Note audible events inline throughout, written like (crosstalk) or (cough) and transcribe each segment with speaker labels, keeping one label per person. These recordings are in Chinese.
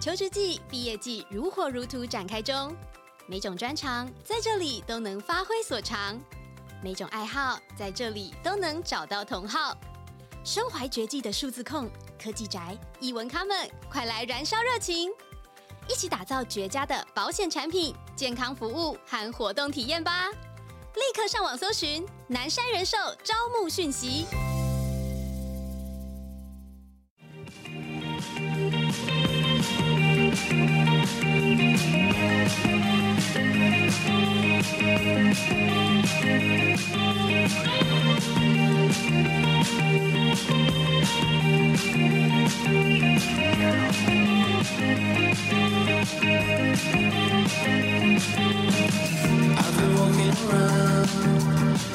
Speaker 1: 求职季、毕业季如火如荼展开中，每种专长在这里都能发挥所长，每种爱好在这里都能找到同好。身怀绝技的数字控、科技宅、艺文咖们，快来燃烧热情，一起打造绝佳的保险产品、健康服务和活动体验吧！立刻上网搜寻南山人寿招募讯息。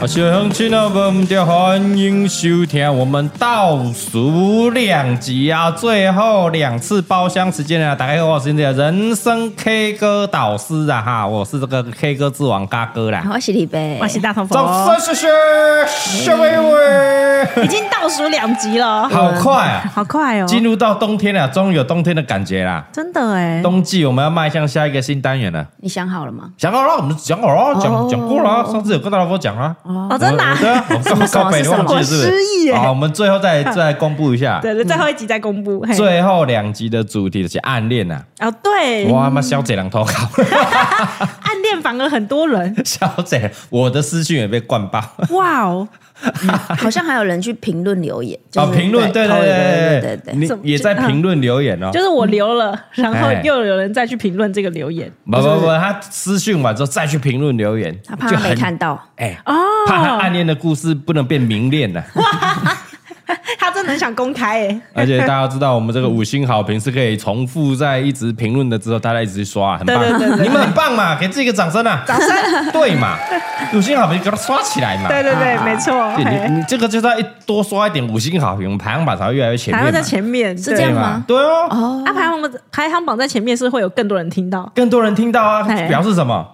Speaker 2: 啊，小乡亲啊，们就欢迎收听我们倒数两集啊，最后两次包厢时间啊，打开我是你的人生 K 歌导师啊哈，我是这个 K 歌之王嘎哥啦。
Speaker 3: 啊我是李
Speaker 2: 哦
Speaker 3: 贝，
Speaker 4: 我是大头
Speaker 2: 掌
Speaker 4: 佛
Speaker 2: 声，谢谢，谢微微，
Speaker 4: 已经倒数两集了，
Speaker 2: 好快啊！
Speaker 4: 好快哦，
Speaker 2: 进入到冬天了，终于有冬天的感觉啦。
Speaker 4: 真的哎，
Speaker 2: 冬季我们要迈向下一个新单元了，
Speaker 3: 你想好了吗？ (laughs)
Speaker 2: 讲好了，我们讲好了，
Speaker 3: 哦
Speaker 2: 讲讲过了啊，上次有跟大家伙讲啊。
Speaker 4: 哦，真的啊
Speaker 2: 我对啊，我
Speaker 3: 什么
Speaker 2: 告告白
Speaker 3: 什
Speaker 2: 你
Speaker 3: 么
Speaker 2: 忘记了是不是
Speaker 4: 我失忆耶
Speaker 2: 好，我们最后再再来公布一下，
Speaker 4: 对对，最后一集再公布。嘿
Speaker 2: 最后两集的主题是暗恋呐。
Speaker 4: 哦，对，
Speaker 2: 哇，妈小姐两投稿，
Speaker 4: 暗恋反而很多人，
Speaker 2: (laughs) 小姐，我的私讯也被灌爆。
Speaker 4: 哇哦，
Speaker 3: 好像还有人去评论留言，就
Speaker 2: 哦，
Speaker 3: 是
Speaker 2: 评论，对
Speaker 3: 投
Speaker 2: 对
Speaker 3: 言
Speaker 2: 对
Speaker 3: 对
Speaker 2: 对
Speaker 3: 对对，
Speaker 2: 你也在评论留言哦
Speaker 4: 就。是我留了，然后
Speaker 2: 哎
Speaker 4: 又有人再去评论这个留言，
Speaker 2: 不不不，他私讯完之后再去评论留言，
Speaker 3: 他怕
Speaker 2: 就
Speaker 3: 他没
Speaker 2: 很
Speaker 3: 看到，
Speaker 2: 哎，
Speaker 4: 哦
Speaker 2: 怕他暗恋的故事不能变明恋啊了。
Speaker 4: 他真的很想公开哎，
Speaker 2: 而且大
Speaker 4: (laughs)
Speaker 2: 家知道，我们这个五星好评是可以重复在一直评论的之后，大家一直去刷，很棒，
Speaker 4: 对对对对对
Speaker 2: 你们很棒嘛，给自己一个掌声啊！掌声，对嘛，五星好评给它刷起来嘛。
Speaker 4: 对对对，没错，
Speaker 2: 对，你
Speaker 4: 嘿
Speaker 2: 你这个就是要一多刷一点五星好评，我们排行榜才会越来越前面
Speaker 4: 还
Speaker 2: 嘛。
Speaker 4: 会在前面，是
Speaker 3: 这样
Speaker 2: 对嘛
Speaker 3: 吗
Speaker 2: 对哦，
Speaker 4: 啊，排行榜排行榜在前面是会有更多人听到，
Speaker 2: 更多人听到啊，
Speaker 4: 哎
Speaker 2: 表示什么？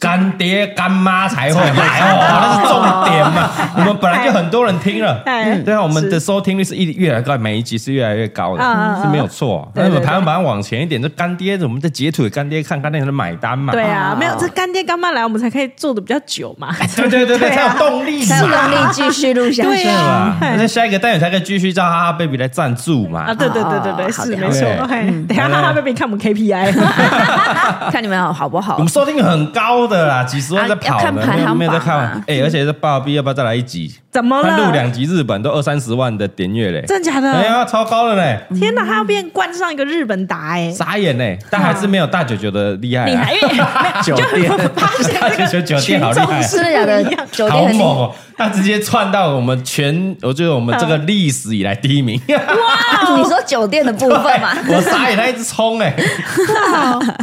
Speaker 2: 干爹干妈才会买哦，那是重点嘛。我们本来就很多人听了，
Speaker 4: 哎
Speaker 2: 对啊，我们的收听率是一越来越高，每一集是越来越高
Speaker 4: 嗯嗯
Speaker 2: 的，
Speaker 4: 嗯
Speaker 2: 是没有错。
Speaker 4: 对
Speaker 2: 那
Speaker 4: 对
Speaker 2: 我们排行榜往前一点，这干爹我们在截图给干爹看，干爹才能买单嘛。
Speaker 4: 对啊
Speaker 3: 哦，
Speaker 4: 没有这干爹干妈来，我们才可以做的比较久嘛，
Speaker 2: (laughs)
Speaker 4: (laughs)
Speaker 2: 对对对对，才有动力
Speaker 3: 才有
Speaker 2: 嘛。
Speaker 3: 动力继续录下
Speaker 4: 对
Speaker 3: 去。
Speaker 4: 啊
Speaker 2: 啊，
Speaker 4: 哎
Speaker 2: 那下一个单元才可以继续叫哈哈 baby 来赞助
Speaker 4: 啊，
Speaker 2: 嘛。
Speaker 4: 对对对对对，
Speaker 3: 哦好嗯
Speaker 4: 是
Speaker 3: 的
Speaker 4: 没错
Speaker 2: 对。
Speaker 4: 嘿等一下哈哈贝贝看我们
Speaker 2: (laughs)
Speaker 4: KPI，
Speaker 3: 看你们好好不好
Speaker 2: 我？们收听率很高的啦，几十万在跑
Speaker 3: 啊要
Speaker 2: 呢，
Speaker 3: 看排行榜啊
Speaker 2: 没有在看。哎，而且这爸比要不要再来一集？
Speaker 4: 怎么
Speaker 2: 他录
Speaker 4: 了？
Speaker 2: 两集日本都二三十万的点阅嘞，
Speaker 4: 真假
Speaker 2: 哎
Speaker 4: 的？嗯
Speaker 2: 呀，超高了嘞，
Speaker 4: 天哪，他要变冠上一个日本达哎，
Speaker 2: 傻眼嘞！但还是没有大九九的厉害啊，
Speaker 4: 厉害，因为
Speaker 2: (laughs) 酒店，大九九酒店好厉害
Speaker 4: 群
Speaker 2: 啊。
Speaker 4: 众
Speaker 3: 真的假
Speaker 4: 不一
Speaker 3: 的
Speaker 2: (laughs)
Speaker 4: 样？
Speaker 3: 酒
Speaker 2: 好
Speaker 3: 店很
Speaker 2: 猛
Speaker 3: 厉
Speaker 2: 哦！他直接窜到我们全，我觉得我们这个历史以来第一名。
Speaker 3: 害， (laughs) 你说酒店的部分
Speaker 2: (laughs)
Speaker 3: 嘛？哎
Speaker 2: 我傻眼，他一直冲哎，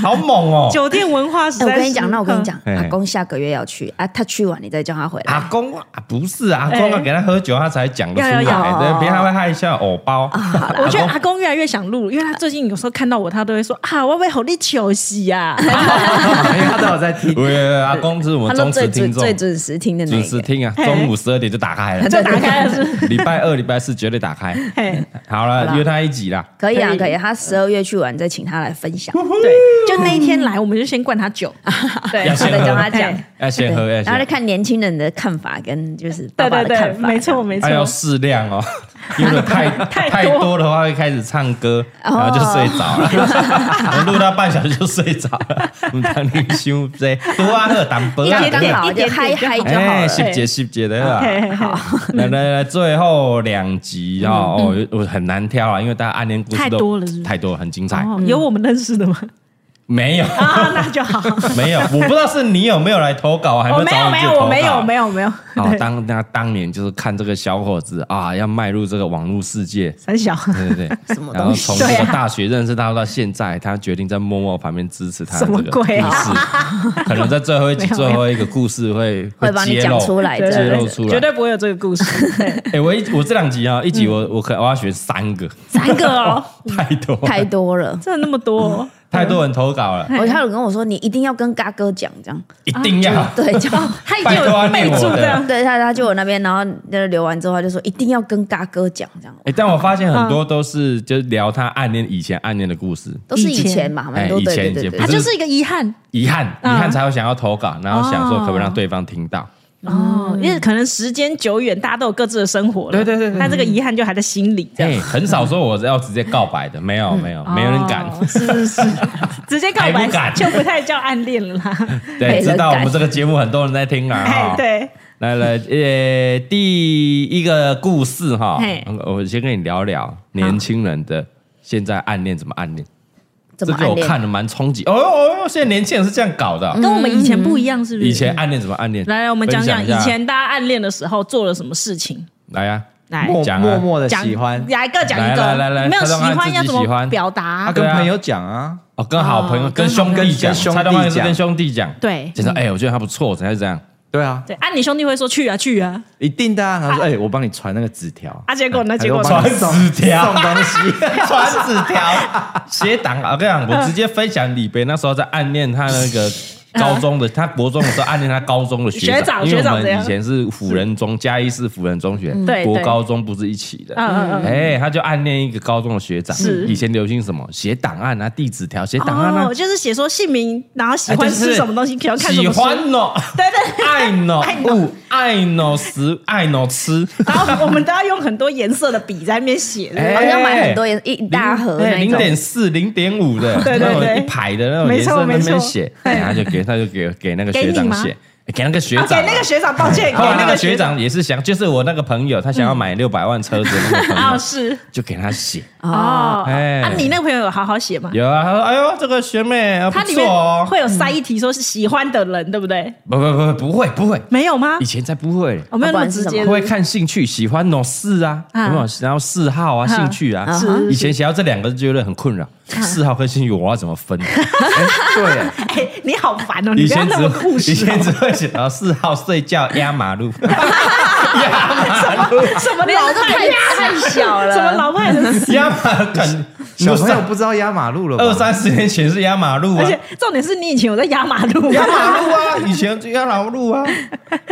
Speaker 2: 好猛哦！
Speaker 4: (laughs) 酒店文化实
Speaker 3: 哎，
Speaker 4: 在
Speaker 3: 我
Speaker 4: 是。
Speaker 3: 跟你讲，那我跟你讲，
Speaker 2: 嗯
Speaker 3: 阿公下个月要去啊，他去完你再叫他回
Speaker 2: 阿
Speaker 3: 来。
Speaker 2: 公啊，不是啊，阿公要
Speaker 4: 哎
Speaker 2: 给他喝酒，他才讲得出来，
Speaker 4: 要要
Speaker 3: 要
Speaker 2: 对，别他会害羞，偶包。
Speaker 4: 嗯，我觉得阿公越来越想录，因为他最近有时候看到我，他都会说啊，我被好力球洗啊
Speaker 3: (laughs) 啊
Speaker 4: 呀。
Speaker 2: (laughs)
Speaker 5: 因哎为他都有在听。
Speaker 2: 喂，阿公是我
Speaker 3: 他说
Speaker 2: 们忠
Speaker 3: 最
Speaker 2: 实
Speaker 3: 准
Speaker 2: 听众，
Speaker 3: 最准时听的那
Speaker 2: 准时
Speaker 3: 个，
Speaker 2: 听啊，
Speaker 4: 嘿
Speaker 2: 中午十二点就打开了，
Speaker 3: 对
Speaker 4: 就打开了是，
Speaker 2: 礼拜二、礼拜四绝对打开。
Speaker 4: 嘿，
Speaker 2: 好
Speaker 3: 好
Speaker 2: 了，
Speaker 3: 啦
Speaker 2: 约他一集啦。
Speaker 3: 可以啊，
Speaker 4: 可以
Speaker 3: 可以。他十二月去完再请他来分
Speaker 2: (laughs)
Speaker 3: 享，
Speaker 4: 对，就那一天来，我们就先灌他
Speaker 3: (laughs)
Speaker 4: 酒，对
Speaker 2: 要
Speaker 3: 然
Speaker 2: 先
Speaker 3: 后
Speaker 2: 喝
Speaker 3: 再教他讲。
Speaker 4: 哎
Speaker 2: 要先喝，
Speaker 3: 对
Speaker 2: 要
Speaker 3: 然后再
Speaker 2: 先，
Speaker 3: 看年轻人的看法跟就是爸
Speaker 4: 对
Speaker 3: 爸
Speaker 4: 对
Speaker 3: 的看
Speaker 4: 对，
Speaker 3: 法，
Speaker 4: 没错没错
Speaker 2: 他，要适量哦，因为
Speaker 3: (laughs)
Speaker 2: 太
Speaker 4: 太多
Speaker 2: 太多的话会开始唱歌，然
Speaker 3: 哦
Speaker 2: 后就睡着了，录到半小时就睡着了。 (laughs) 我们当你兄弟，多啊喝淡薄
Speaker 3: 一
Speaker 2: 啊
Speaker 3: 点。点
Speaker 4: 一
Speaker 3: 好
Speaker 4: 点
Speaker 3: 就嗨
Speaker 4: 点就好
Speaker 3: 嗨就好
Speaker 2: 哎，
Speaker 3: 了。
Speaker 2: 细节细节的啊，
Speaker 4: 嘿嘿嘿
Speaker 2: (laughs) 来来来，最后两集啊，哦，我很难挑啊，因为大家暗恋故事
Speaker 4: 嗯太
Speaker 2: 都
Speaker 4: 多了是不是
Speaker 2: 太多了，很精彩。
Speaker 4: 哦有我们认识的
Speaker 3: (laughs)
Speaker 4: 吗？
Speaker 2: 没有， (laughs)
Speaker 4: 啊，那就好。
Speaker 2: 没有，我不知道是你有没有来投稿，啊
Speaker 4: (laughs)
Speaker 2: 还
Speaker 4: 我
Speaker 2: 没
Speaker 4: 没
Speaker 2: 找
Speaker 4: 有
Speaker 2: 你
Speaker 4: 没
Speaker 2: 去
Speaker 4: 有
Speaker 2: 投稿。
Speaker 4: 我没有没有没有，
Speaker 2: 哦，
Speaker 4: 对
Speaker 2: 当那当年就是看这个小伙子啊，要迈入这个网络世界，
Speaker 4: (laughs) 很小。
Speaker 2: 对对对，
Speaker 3: 么
Speaker 2: 然后
Speaker 3: 东西
Speaker 2: 从这
Speaker 4: 对
Speaker 2: 个
Speaker 4: 啊
Speaker 2: 大学认识到到现在，他决定在默默旁边支持他的
Speaker 4: 什么
Speaker 2: 这个故
Speaker 4: 鬼啊
Speaker 2: 事，可能在最后一集
Speaker 4: (laughs) 没有没
Speaker 2: 最
Speaker 4: 有
Speaker 2: 后一个故事会
Speaker 3: 会帮你
Speaker 2: 揭
Speaker 3: 讲
Speaker 2: 露
Speaker 3: 出来，
Speaker 4: 对
Speaker 2: 揭
Speaker 3: 真
Speaker 2: 露
Speaker 3: 的
Speaker 2: 出来。
Speaker 4: 绝对不会有这个故事。对
Speaker 2: 哎，我一我这两集啊，
Speaker 4: 嗯
Speaker 2: 一集我我可我要选三个，
Speaker 3: 三个哦，
Speaker 2: 太多了
Speaker 3: 太多了。
Speaker 4: (laughs) 真的那么多？哦
Speaker 2: 太多人投稿
Speaker 4: 嗯
Speaker 2: 了，
Speaker 3: 我他有跟我说，你一定要跟嘎哥讲这样，
Speaker 2: 一定
Speaker 4: 啊
Speaker 2: 要。哎
Speaker 3: 对，这样。
Speaker 4: 他已经
Speaker 2: 拜托啊
Speaker 4: 有备
Speaker 2: 念我
Speaker 4: 注
Speaker 2: 的
Speaker 4: 这样，
Speaker 3: 对他，他就我那边，然后那个留完之后，他就说一定要跟嘎哥讲，这样
Speaker 2: 哎，但我发现很多都是就是聊他暗恋以前暗恋的故事，
Speaker 3: 都是
Speaker 4: 以
Speaker 3: 以
Speaker 4: 前
Speaker 3: 前嘛，蛮
Speaker 2: 哎
Speaker 3: 多
Speaker 2: 以
Speaker 3: 对
Speaker 2: 前
Speaker 3: 对对
Speaker 2: 以前
Speaker 3: 对
Speaker 4: 他
Speaker 2: 不
Speaker 3: 对，
Speaker 4: 就是一个遗憾
Speaker 2: 遗憾遗
Speaker 4: 啊
Speaker 2: 憾才会想要投稿，然后想说可不可以让
Speaker 4: 哦
Speaker 2: 对方听到。
Speaker 4: 哦，因为可能时间久远，大家都有各自的生活了，
Speaker 2: 对对对对
Speaker 4: 他这个遗憾就还在心里，这样
Speaker 2: 哎，很少说我要直接告白
Speaker 4: (laughs)
Speaker 2: 的，没有没有，嗯没有人敢。
Speaker 4: 哦是是是， (laughs) 直接告
Speaker 2: 还
Speaker 4: 白
Speaker 2: 不敢
Speaker 4: 就不太叫暗恋了啦。
Speaker 2: 对，
Speaker 3: 没
Speaker 2: 知
Speaker 3: 人
Speaker 2: 道我
Speaker 3: 敢
Speaker 2: 们这个节目很多人在听啦。
Speaker 4: (laughs) 哎
Speaker 2: 哈，。
Speaker 4: 对，
Speaker 2: 来来，呃，第一个故事哈
Speaker 4: 嘿，
Speaker 2: 我先跟你聊聊年轻人的现在暗恋怎么暗恋，
Speaker 3: 怎么
Speaker 2: 这个
Speaker 3: 暗
Speaker 2: 我
Speaker 3: 恋？
Speaker 2: 看了蛮冲击。哦哦哦，现在年轻人是这样搞的啊，
Speaker 4: 跟我们以前不一样，是不是？
Speaker 2: 嗯以前暗恋怎么暗恋？
Speaker 4: 嗯来，来我们讲
Speaker 2: 分享
Speaker 4: 讲
Speaker 2: 一下
Speaker 4: 以前大家暗恋的时候做了什么事情。
Speaker 2: 来呀，
Speaker 4: 来
Speaker 5: 默
Speaker 2: 讲啊
Speaker 5: 默默的
Speaker 4: 讲
Speaker 5: 喜欢，
Speaker 4: 来各讲一个，
Speaker 2: 来来来来
Speaker 4: 没有
Speaker 2: 蔡
Speaker 4: 喜
Speaker 2: 宗翰自
Speaker 4: 欢
Speaker 2: 己
Speaker 4: 要怎
Speaker 2: 喜欢啊
Speaker 4: 么表达
Speaker 5: 他？跟朋友讲啊，
Speaker 2: 哦，跟好朋友、
Speaker 4: 哦
Speaker 2: 跟兄弟讲，
Speaker 5: 跟兄弟
Speaker 2: 蔡东汉是
Speaker 5: 讲
Speaker 2: 跟兄弟讲，
Speaker 4: 对
Speaker 2: 就说哎，我觉得他不错，怎样怎样。
Speaker 5: 对啊，
Speaker 4: 对，啊，你兄弟会说去啊去啊，
Speaker 5: 一定的啊。他说：“哎，我帮你传那个纸条，
Speaker 4: 啊，结果呢？
Speaker 5: 还
Speaker 4: 结
Speaker 5: 是
Speaker 4: 果
Speaker 5: 我
Speaker 4: 呢
Speaker 5: 帮你
Speaker 2: 传纸 (laughs)
Speaker 5: 送
Speaker 2: 条
Speaker 5: 送东西。
Speaker 2: 传纸条、写档啊！我跟你讲，我直接分享李北那时候在暗恋他那个高中的，他国中的时候暗恋他高中的学
Speaker 4: 学长
Speaker 2: 因为我
Speaker 4: 学长怎
Speaker 2: 们
Speaker 4: 样
Speaker 2: 以前是辅仁中嘉义市辅仁中学，
Speaker 4: 对
Speaker 2: 国
Speaker 4: 对
Speaker 2: 高中不是一起的。
Speaker 4: 嗯嗯嗯。
Speaker 2: 哎，他就暗恋一个高中的学长，
Speaker 4: 是
Speaker 2: 以前流行什么写档案啊、递纸条、写档案啊
Speaker 4: 哦，，就是写说姓名，然后喜
Speaker 2: 哎
Speaker 4: 欢
Speaker 2: 就是
Speaker 4: 吃什么东西，喜欢看什
Speaker 2: 喜
Speaker 4: 么书，
Speaker 2: 欢哦，
Speaker 4: 对对。
Speaker 2: 爱哦
Speaker 4: 爱，喏
Speaker 2: 物爱哦，食爱哦，吃。
Speaker 4: 然后我们都要用很多颜色的笔在那边写，
Speaker 2: 哎
Speaker 4: 对不对
Speaker 3: 好像买很多颜一大盒那一
Speaker 2: 零
Speaker 3: 种，
Speaker 2: 点四、零点五的，
Speaker 4: (laughs) 对对
Speaker 2: 那种
Speaker 4: 对
Speaker 2: 一排的那种
Speaker 4: 没
Speaker 2: 颜色
Speaker 4: 错
Speaker 2: 在那边
Speaker 4: 没错
Speaker 2: 写，哎他就给他就给给那个学
Speaker 4: 给
Speaker 2: 长
Speaker 4: 你吗
Speaker 2: 写，哎给那个学
Speaker 4: 啊
Speaker 2: 长哦
Speaker 4: 给
Speaker 2: 啊， (laughs)
Speaker 4: 那个学长，抱歉，给
Speaker 2: 后来
Speaker 4: 那
Speaker 2: 那
Speaker 4: 个
Speaker 2: 个学长也是想，就是我那个朋友，他想要买六百万车子的那个朋
Speaker 4: 啊
Speaker 2: 友，
Speaker 4: 是
Speaker 2: 就给他写。
Speaker 4: 哦，
Speaker 2: 哎
Speaker 4: 啊，你那个朋友有好好写吗？
Speaker 2: 有啊，他说：“哎呦，这个学妹啊不
Speaker 4: 它里
Speaker 2: 错
Speaker 4: 面
Speaker 2: 哦。
Speaker 4: 会有塞一题，说是喜欢的人，对不对？”
Speaker 2: 不不不，不会不会，
Speaker 4: 没有吗
Speaker 2: 以？前才哦不会，
Speaker 4: 我没有那么
Speaker 3: 不然是
Speaker 4: 直接
Speaker 3: 什
Speaker 2: 会看兴趣，喜欢哦事啊，有
Speaker 4: 啊
Speaker 2: 没有？然后嗜好啊，
Speaker 4: 啊
Speaker 2: 兴趣啊
Speaker 3: 啊，
Speaker 4: 是
Speaker 2: 以前写到这两个就觉得很困扰，嗜好跟兴趣我要怎么
Speaker 4: (laughs)
Speaker 2: 分？
Speaker 5: 对，啊
Speaker 4: 哎，你好烦哦！你
Speaker 2: 以
Speaker 4: 不要
Speaker 2: 前
Speaker 4: 那么务
Speaker 2: 只以
Speaker 4: 实哦，
Speaker 2: 前只会写到四号睡觉压马
Speaker 4: (laughs)
Speaker 2: 路，
Speaker 4: 什么
Speaker 3: 没有
Speaker 4: 老
Speaker 3: 这太太小了，
Speaker 4: (laughs) 什么老派的词，
Speaker 2: 压马路肯
Speaker 5: 小朋友
Speaker 2: 不
Speaker 5: 不知啊道压马路了吧？
Speaker 2: 二三十年前是压马路
Speaker 4: 而
Speaker 2: 啊，
Speaker 4: 且重点是你以前有在压马路，
Speaker 2: 压马路
Speaker 4: (laughs)
Speaker 2: 啊，以前就压马路啊，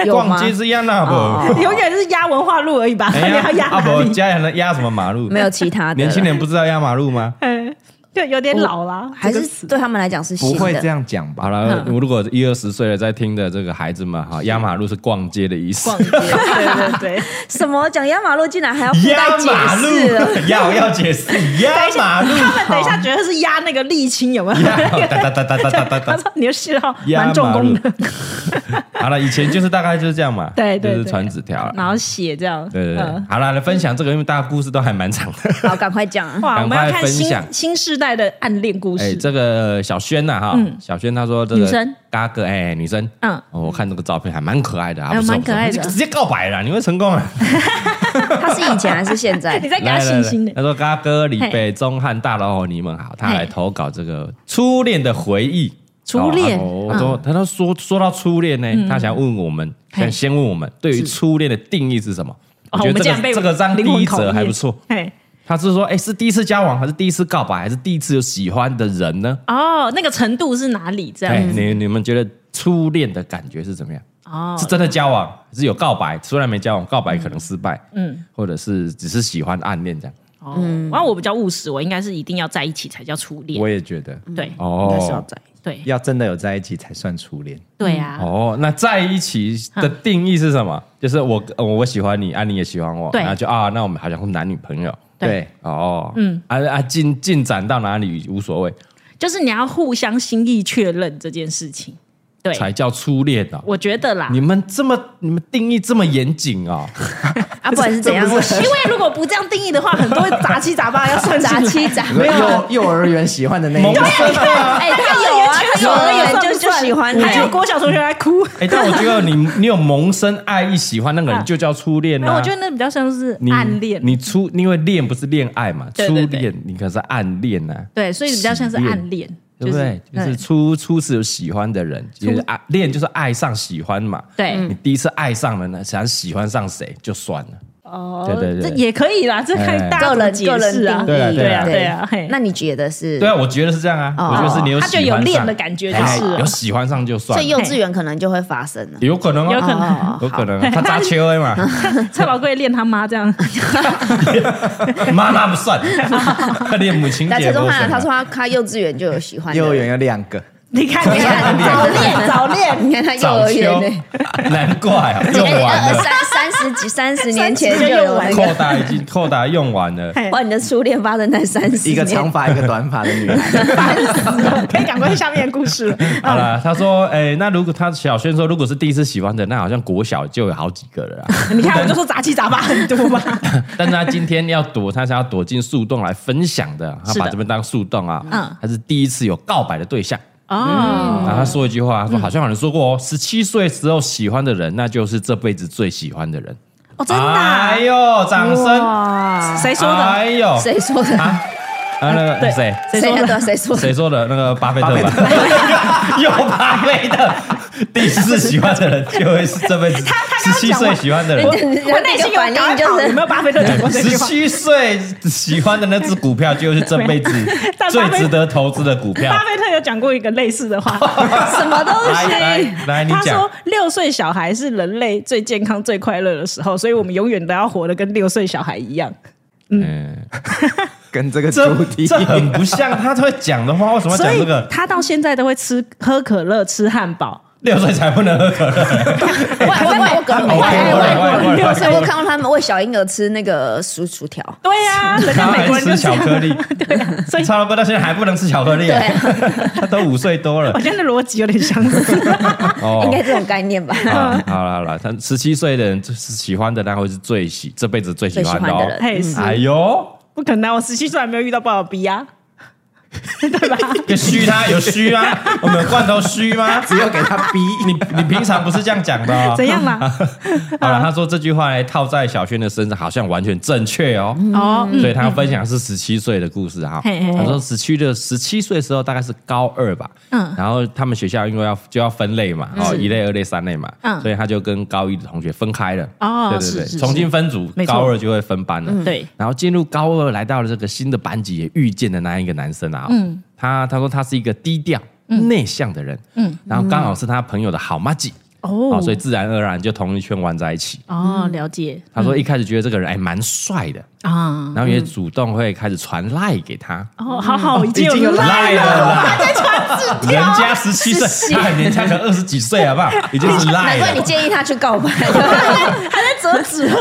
Speaker 3: 有吗
Speaker 2: 逛街是压那
Speaker 3: 哦
Speaker 4: (laughs)
Speaker 2: 不？
Speaker 4: 永远是压文化路而已吧？你要压
Speaker 2: 啊
Speaker 4: 哪
Speaker 2: 不，
Speaker 4: 里？
Speaker 2: 家人能压什么马路？
Speaker 3: 没有其他的了，
Speaker 2: 年轻人不知道压马路吗？
Speaker 4: 哎就有点老了，
Speaker 3: 还
Speaker 4: 这个
Speaker 3: 是对他们来讲是
Speaker 5: 不
Speaker 3: 新
Speaker 5: 会这
Speaker 3: 的，
Speaker 5: 样讲吧？
Speaker 2: 好了，如果一二十岁了在听的这个孩子们哈，压马路是逛街的意思。
Speaker 3: 逛街
Speaker 4: 对对对，
Speaker 3: 什么讲压马路竟
Speaker 4: 哦
Speaker 3: 然还要附带
Speaker 2: 压
Speaker 3: 解
Speaker 2: 马
Speaker 3: 释了，
Speaker 2: 路 (laughs) 要要解
Speaker 4: (laughs)
Speaker 2: 释压马路，
Speaker 4: 他们等一下觉得是压那个沥青有没
Speaker 2: (laughs)
Speaker 4: 有？
Speaker 2: 压
Speaker 4: (laughs)
Speaker 2: 哒哒哒哒哒哒哒
Speaker 4: 他
Speaker 2: 哒。
Speaker 4: 说你的嗜好
Speaker 2: 压
Speaker 4: 蛮重
Speaker 2: 马
Speaker 4: 工
Speaker 2: 路
Speaker 4: 的，
Speaker 2: (laughs) 好了，以前就是大概就是这样嘛，
Speaker 4: (laughs) 对对
Speaker 2: 就是
Speaker 4: 对
Speaker 2: 传纸条了。
Speaker 4: 然后写这样，
Speaker 2: 对对对，
Speaker 4: 嗯
Speaker 2: 好了，来分享这个，因为大家故事都还蛮长的。
Speaker 3: 好，赶快讲啊，
Speaker 4: 哇，我们
Speaker 2: 赶快
Speaker 4: 要看
Speaker 2: 分
Speaker 4: 新
Speaker 2: 享
Speaker 4: 新时代的暗恋故
Speaker 2: 哎，
Speaker 4: 事，
Speaker 2: 这个小轩呐哈，小轩他说这个
Speaker 4: 嗯女生
Speaker 2: 嘎哥，哎，女生，嗯
Speaker 4: 嗯，
Speaker 2: 我看这个照片还蛮可爱的啊，
Speaker 4: 哎
Speaker 2: 不错
Speaker 4: 蛮可爱的
Speaker 2: 不错直接告白了，你会成功啊！
Speaker 3: 他是以前还是现在
Speaker 4: 你？在哎给
Speaker 2: 来
Speaker 4: 他
Speaker 2: 来
Speaker 4: 信
Speaker 2: 来
Speaker 4: 心呢
Speaker 2: 他？说嘎哥、李贝、钟汉、大老虎，你们好，他来投稿这个初恋的回忆。
Speaker 4: 初恋啊嗯
Speaker 2: 哦他说他都说说到初恋呢，他想问我们，
Speaker 4: 嘿
Speaker 2: 想先问我们对于初恋的定义是什么？我
Speaker 4: 哦
Speaker 2: 觉得
Speaker 4: 们
Speaker 2: 这
Speaker 4: 竟然
Speaker 2: 个
Speaker 4: 被
Speaker 2: 这个当第
Speaker 4: 灵魂
Speaker 2: 一
Speaker 4: 考
Speaker 2: 者还
Speaker 4: 验
Speaker 2: 不错。
Speaker 4: 嘿，
Speaker 2: 他是说，哎、是第一次交往，还是第一次告白，还是第一次有喜欢的人呢？
Speaker 4: 哦，那个程度是哪里这
Speaker 2: 哎、
Speaker 3: 嗯
Speaker 4: 样？
Speaker 2: 你你们觉得初恋的感觉是怎么样？
Speaker 4: 哦
Speaker 2: 是，真的交往，还是有告白？虽然没交往，告白可能失败，嗯，或者是只是喜欢暗恋这样。
Speaker 4: 哦，
Speaker 3: 嗯
Speaker 4: 然后我比较务实，我应该是一定要在一起才叫初恋
Speaker 5: 我。也觉得
Speaker 4: 对
Speaker 3: 应该是要
Speaker 2: 哦
Speaker 3: 在
Speaker 4: 对
Speaker 5: 要真的有在一起才算初恋。
Speaker 4: 对啊，
Speaker 2: 哦，那在一起的定义是什么？就是我呃我喜欢你，啊你也喜欢我，
Speaker 4: 对
Speaker 2: 然后就啊，那我们好像是男女朋友。
Speaker 4: 对
Speaker 5: 对，
Speaker 2: 哦，嗯，啊啊进进展到哪里无所谓，
Speaker 4: 就是你要互相心意确认这件事情。对，
Speaker 2: 才叫初恋哦。
Speaker 4: 我觉得啦，
Speaker 2: 你们这么你们定义这么严谨
Speaker 4: (laughs)
Speaker 2: 哦。
Speaker 3: 啊，不管是怎样，我
Speaker 4: 因为如果不这样定义的话，很多杂七杂八要算进
Speaker 3: 杂
Speaker 4: 来。
Speaker 3: 七杂
Speaker 5: 没有幼儿园喜欢的那一种，
Speaker 2: 生啊！
Speaker 3: 哎，他有啊，他
Speaker 2: (laughs)
Speaker 3: 有
Speaker 4: 幼儿
Speaker 3: 的
Speaker 4: 园
Speaker 3: 人
Speaker 4: 算
Speaker 3: 就
Speaker 4: 不
Speaker 3: 就
Speaker 4: 算
Speaker 3: 喜欢
Speaker 4: 还有
Speaker 3: 他，
Speaker 4: 国小同学来哭，
Speaker 2: 哎、但我觉得你你有萌生爱意，喜欢那个人
Speaker 4: 啊
Speaker 2: 就叫初恋
Speaker 4: 然
Speaker 2: 啊。
Speaker 4: 后我觉得那比较像是
Speaker 2: 你
Speaker 4: 暗恋，
Speaker 2: 你初因为恋不是恋爱嘛，
Speaker 4: 对对
Speaker 2: 初
Speaker 4: 对
Speaker 2: 恋你可是暗恋呐、啊，
Speaker 4: 对，所以比较像是暗恋，
Speaker 2: 对不对？就是初初次有喜欢的人，就是爱恋就是爱上喜欢嘛。
Speaker 4: 对嗯
Speaker 2: 你第一次爱上了呢，想喜欢上谁就算了，
Speaker 4: 哦，
Speaker 2: 对对对
Speaker 4: 这也可以啦，这看
Speaker 5: 哎
Speaker 4: 大家怎么解
Speaker 3: 个人
Speaker 4: 释啊，
Speaker 3: 个
Speaker 2: 人定义
Speaker 4: 对啊，
Speaker 3: 对
Speaker 4: 对啊，嘿，
Speaker 3: 那你觉得是？
Speaker 2: 对啊，我觉得是这样啊，
Speaker 3: 哦
Speaker 2: 我觉得是你有
Speaker 4: 他就
Speaker 2: 喜
Speaker 4: 有
Speaker 2: 欢
Speaker 4: 练
Speaker 2: 上
Speaker 4: 的，感觉，就
Speaker 2: 哎
Speaker 4: 是
Speaker 2: 有
Speaker 4: 了
Speaker 2: 喜欢上就算
Speaker 3: 所以
Speaker 2: 了，
Speaker 3: 幼稚园可能就会发生了。
Speaker 2: 有可能
Speaker 4: 有
Speaker 2: 啊，
Speaker 4: 可能
Speaker 3: 哦
Speaker 2: 有可。
Speaker 3: 好
Speaker 2: 能啊，他扎秋 A
Speaker 4: (laughs)
Speaker 2: 嘛，
Speaker 4: 蔡宝贵练他妈
Speaker 3: (laughs)
Speaker 4: 这样，
Speaker 2: 妈妈不算，他连母亲
Speaker 3: 但
Speaker 2: 节
Speaker 3: 陈
Speaker 2: 都
Speaker 3: 忠汉
Speaker 2: 算
Speaker 3: 他说
Speaker 2: 啊。
Speaker 3: 他他幼稚园就有喜欢的
Speaker 5: 幼
Speaker 3: 人，
Speaker 5: 儿园有两个，
Speaker 4: 你看，
Speaker 3: 你
Speaker 4: 你
Speaker 3: 看
Speaker 4: 看，
Speaker 3: 早恋早恋，你看他幼
Speaker 2: 早
Speaker 3: 儿园
Speaker 2: 秋
Speaker 3: 呢、，
Speaker 2: 难
Speaker 4: (laughs)
Speaker 2: 怪
Speaker 4: 哎
Speaker 2: 啊，用完
Speaker 4: 呃
Speaker 3: 二
Speaker 2: 了，
Speaker 3: 三三十几三十年前
Speaker 4: 三十
Speaker 3: 就
Speaker 4: 就
Speaker 3: 有那
Speaker 4: 有
Speaker 2: 扣
Speaker 3: 个，
Speaker 2: 打已经扣打用完了，
Speaker 4: 嘿
Speaker 3: 哇，你的初恋发生在三十
Speaker 5: 一个长发一个短发的女孩，
Speaker 4: 烦死了，可以赶快下面的故事
Speaker 2: (laughs)
Speaker 4: 了。
Speaker 2: 好了，他说，哎，那如果他小轩说，如果是第一次喜欢的，那好像国小就有好几个了啊。
Speaker 4: 你看，我就说杂七杂八很多嘛，
Speaker 2: 但是他今天要躲，他想要躲进树洞来分享的，他
Speaker 4: 是的
Speaker 2: 把这边当树洞啊，
Speaker 4: 嗯
Speaker 2: 他是第一次有告白的对象。
Speaker 4: 哦，
Speaker 2: 然后他说一句话，他说好像有人说过哦，十七岁时候喜欢的人，那就是这辈子最喜欢的人。
Speaker 4: 哦，真的啊
Speaker 2: 哎，呦，掌声！
Speaker 3: 哇，
Speaker 4: 谁说的？
Speaker 2: 哎呦，啊，
Speaker 3: 谁说的？
Speaker 2: 那个
Speaker 4: 对
Speaker 2: 谁？
Speaker 4: 谁说的
Speaker 3: 的？谁说的？
Speaker 2: 谁说的？那个巴菲特 (laughs) 吧，有巴菲特。第一次喜欢的人就会是这辈子十
Speaker 4: 刚
Speaker 2: 七
Speaker 4: 讲
Speaker 2: 岁
Speaker 4: 完
Speaker 2: 喜欢的人
Speaker 3: (laughs)
Speaker 4: 我。
Speaker 3: 我
Speaker 4: 我内心有
Speaker 3: 反应
Speaker 4: 感
Speaker 3: 就
Speaker 4: 有没
Speaker 3: 是
Speaker 4: 有巴菲特讲 (laughs) 过这句
Speaker 2: 十
Speaker 4: 话？
Speaker 2: 七岁喜欢的那只股票，就是这辈
Speaker 4: (laughs)
Speaker 2: 子最值得投资的股票
Speaker 4: 巴。菲特有讲过一个类似的 (laughs) 话，
Speaker 3: 什么东
Speaker 4: 哎
Speaker 2: 来来
Speaker 3: 西？
Speaker 2: 来，你
Speaker 4: 他
Speaker 2: 讲
Speaker 4: 说，六岁小孩是人类最健康、最快乐的时候，所以我们永远都要活得跟六岁小孩一样。
Speaker 2: 嗯，
Speaker 5: 跟这个主
Speaker 2: 这
Speaker 5: 题
Speaker 2: 这很不像他会讲的话，为什么要
Speaker 4: 所
Speaker 2: 讲
Speaker 4: 以
Speaker 2: 这个？
Speaker 4: 他到现在都会吃喝可乐、吃汉堡。
Speaker 2: 六岁才不能喝可乐，
Speaker 3: 外外外国
Speaker 2: 外国人外国人
Speaker 3: 六岁我看到他们喂小婴儿吃那个薯薯条，
Speaker 4: 对呀、人家
Speaker 2: 他
Speaker 4: 美
Speaker 2: 还
Speaker 4: 国人就
Speaker 2: 吃
Speaker 4: 这
Speaker 2: 巧
Speaker 4: 样。
Speaker 2: 克力，
Speaker 4: 对啊，所以
Speaker 2: 差不多到现在还不能吃巧克力，
Speaker 3: 对啊，
Speaker 2: 他都五岁多了
Speaker 4: (laughs) (laughs) 我。觉得那逻辑有点相 (laughs) 似。
Speaker 2: 哦
Speaker 3: 应，该这种概念吧？
Speaker 2: 好好了好了，他十七岁的人就是喜欢的，那会是最喜这辈子最喜
Speaker 3: 最喜
Speaker 2: 欢
Speaker 3: 欢
Speaker 2: 的
Speaker 3: 的
Speaker 2: 哦。
Speaker 4: 嘿，
Speaker 3: 人，
Speaker 4: 是
Speaker 2: 哎呦，
Speaker 4: 不可能、啊，我十七岁还没有遇到不好逼 (laughs) 啊，对吧？
Speaker 2: 有虚他有
Speaker 4: (laughs)
Speaker 2: 虚吗？我们有罐头虚吗？
Speaker 5: 只有给他逼，
Speaker 2: 你你平常不是这样讲的
Speaker 4: (laughs)
Speaker 2: 哦
Speaker 4: 怎。样啦？
Speaker 2: (laughs) 好了，他说这句话来套在小轩的身上，好像完全正确哦。
Speaker 4: 哦，嗯
Speaker 2: 所以他分享是十七岁的故事哈。
Speaker 4: 嘿嘿
Speaker 2: 他说十七的十七岁的时候大概是高二吧，
Speaker 4: 嗯
Speaker 2: 然后他们学校因为要就要分类嘛，哦，一类、二类、三类嘛，
Speaker 4: 嗯
Speaker 2: 所以他就跟高一的同学分开了。
Speaker 4: 哦
Speaker 2: 对
Speaker 4: 是
Speaker 2: 对
Speaker 4: 是
Speaker 2: 对，重新分组
Speaker 4: 没，错嗯
Speaker 2: 高二就会分班了。
Speaker 4: 对，
Speaker 2: 然后进入高二，来到了这个新的班级，也遇见了那一个男生啊。嗯，他他说他是一个低调、内向的人。嗯，然后刚好是他朋友的好妈吉。
Speaker 4: 哦
Speaker 2: 哦，所以自然而然就同一圈玩在一起。
Speaker 4: 哦，了解
Speaker 2: 他
Speaker 3: 嗯
Speaker 2: 说一开始觉得这个人哎蛮帅的，
Speaker 4: 啊。
Speaker 2: 然后也主动会开始传赖给他，
Speaker 4: 哦，好好，已经
Speaker 5: 已经
Speaker 4: 有
Speaker 5: 有
Speaker 2: 赖
Speaker 4: 赖了，
Speaker 2: 了，还在传字人家十七岁，他很年轻，才二十几
Speaker 3: (laughs)
Speaker 2: 岁好不好？已经是
Speaker 3: 难
Speaker 2: 赖
Speaker 3: 怪你
Speaker 2: 了，
Speaker 3: 建议他去告
Speaker 2: (laughs)
Speaker 3: 白，还在折纸鹤。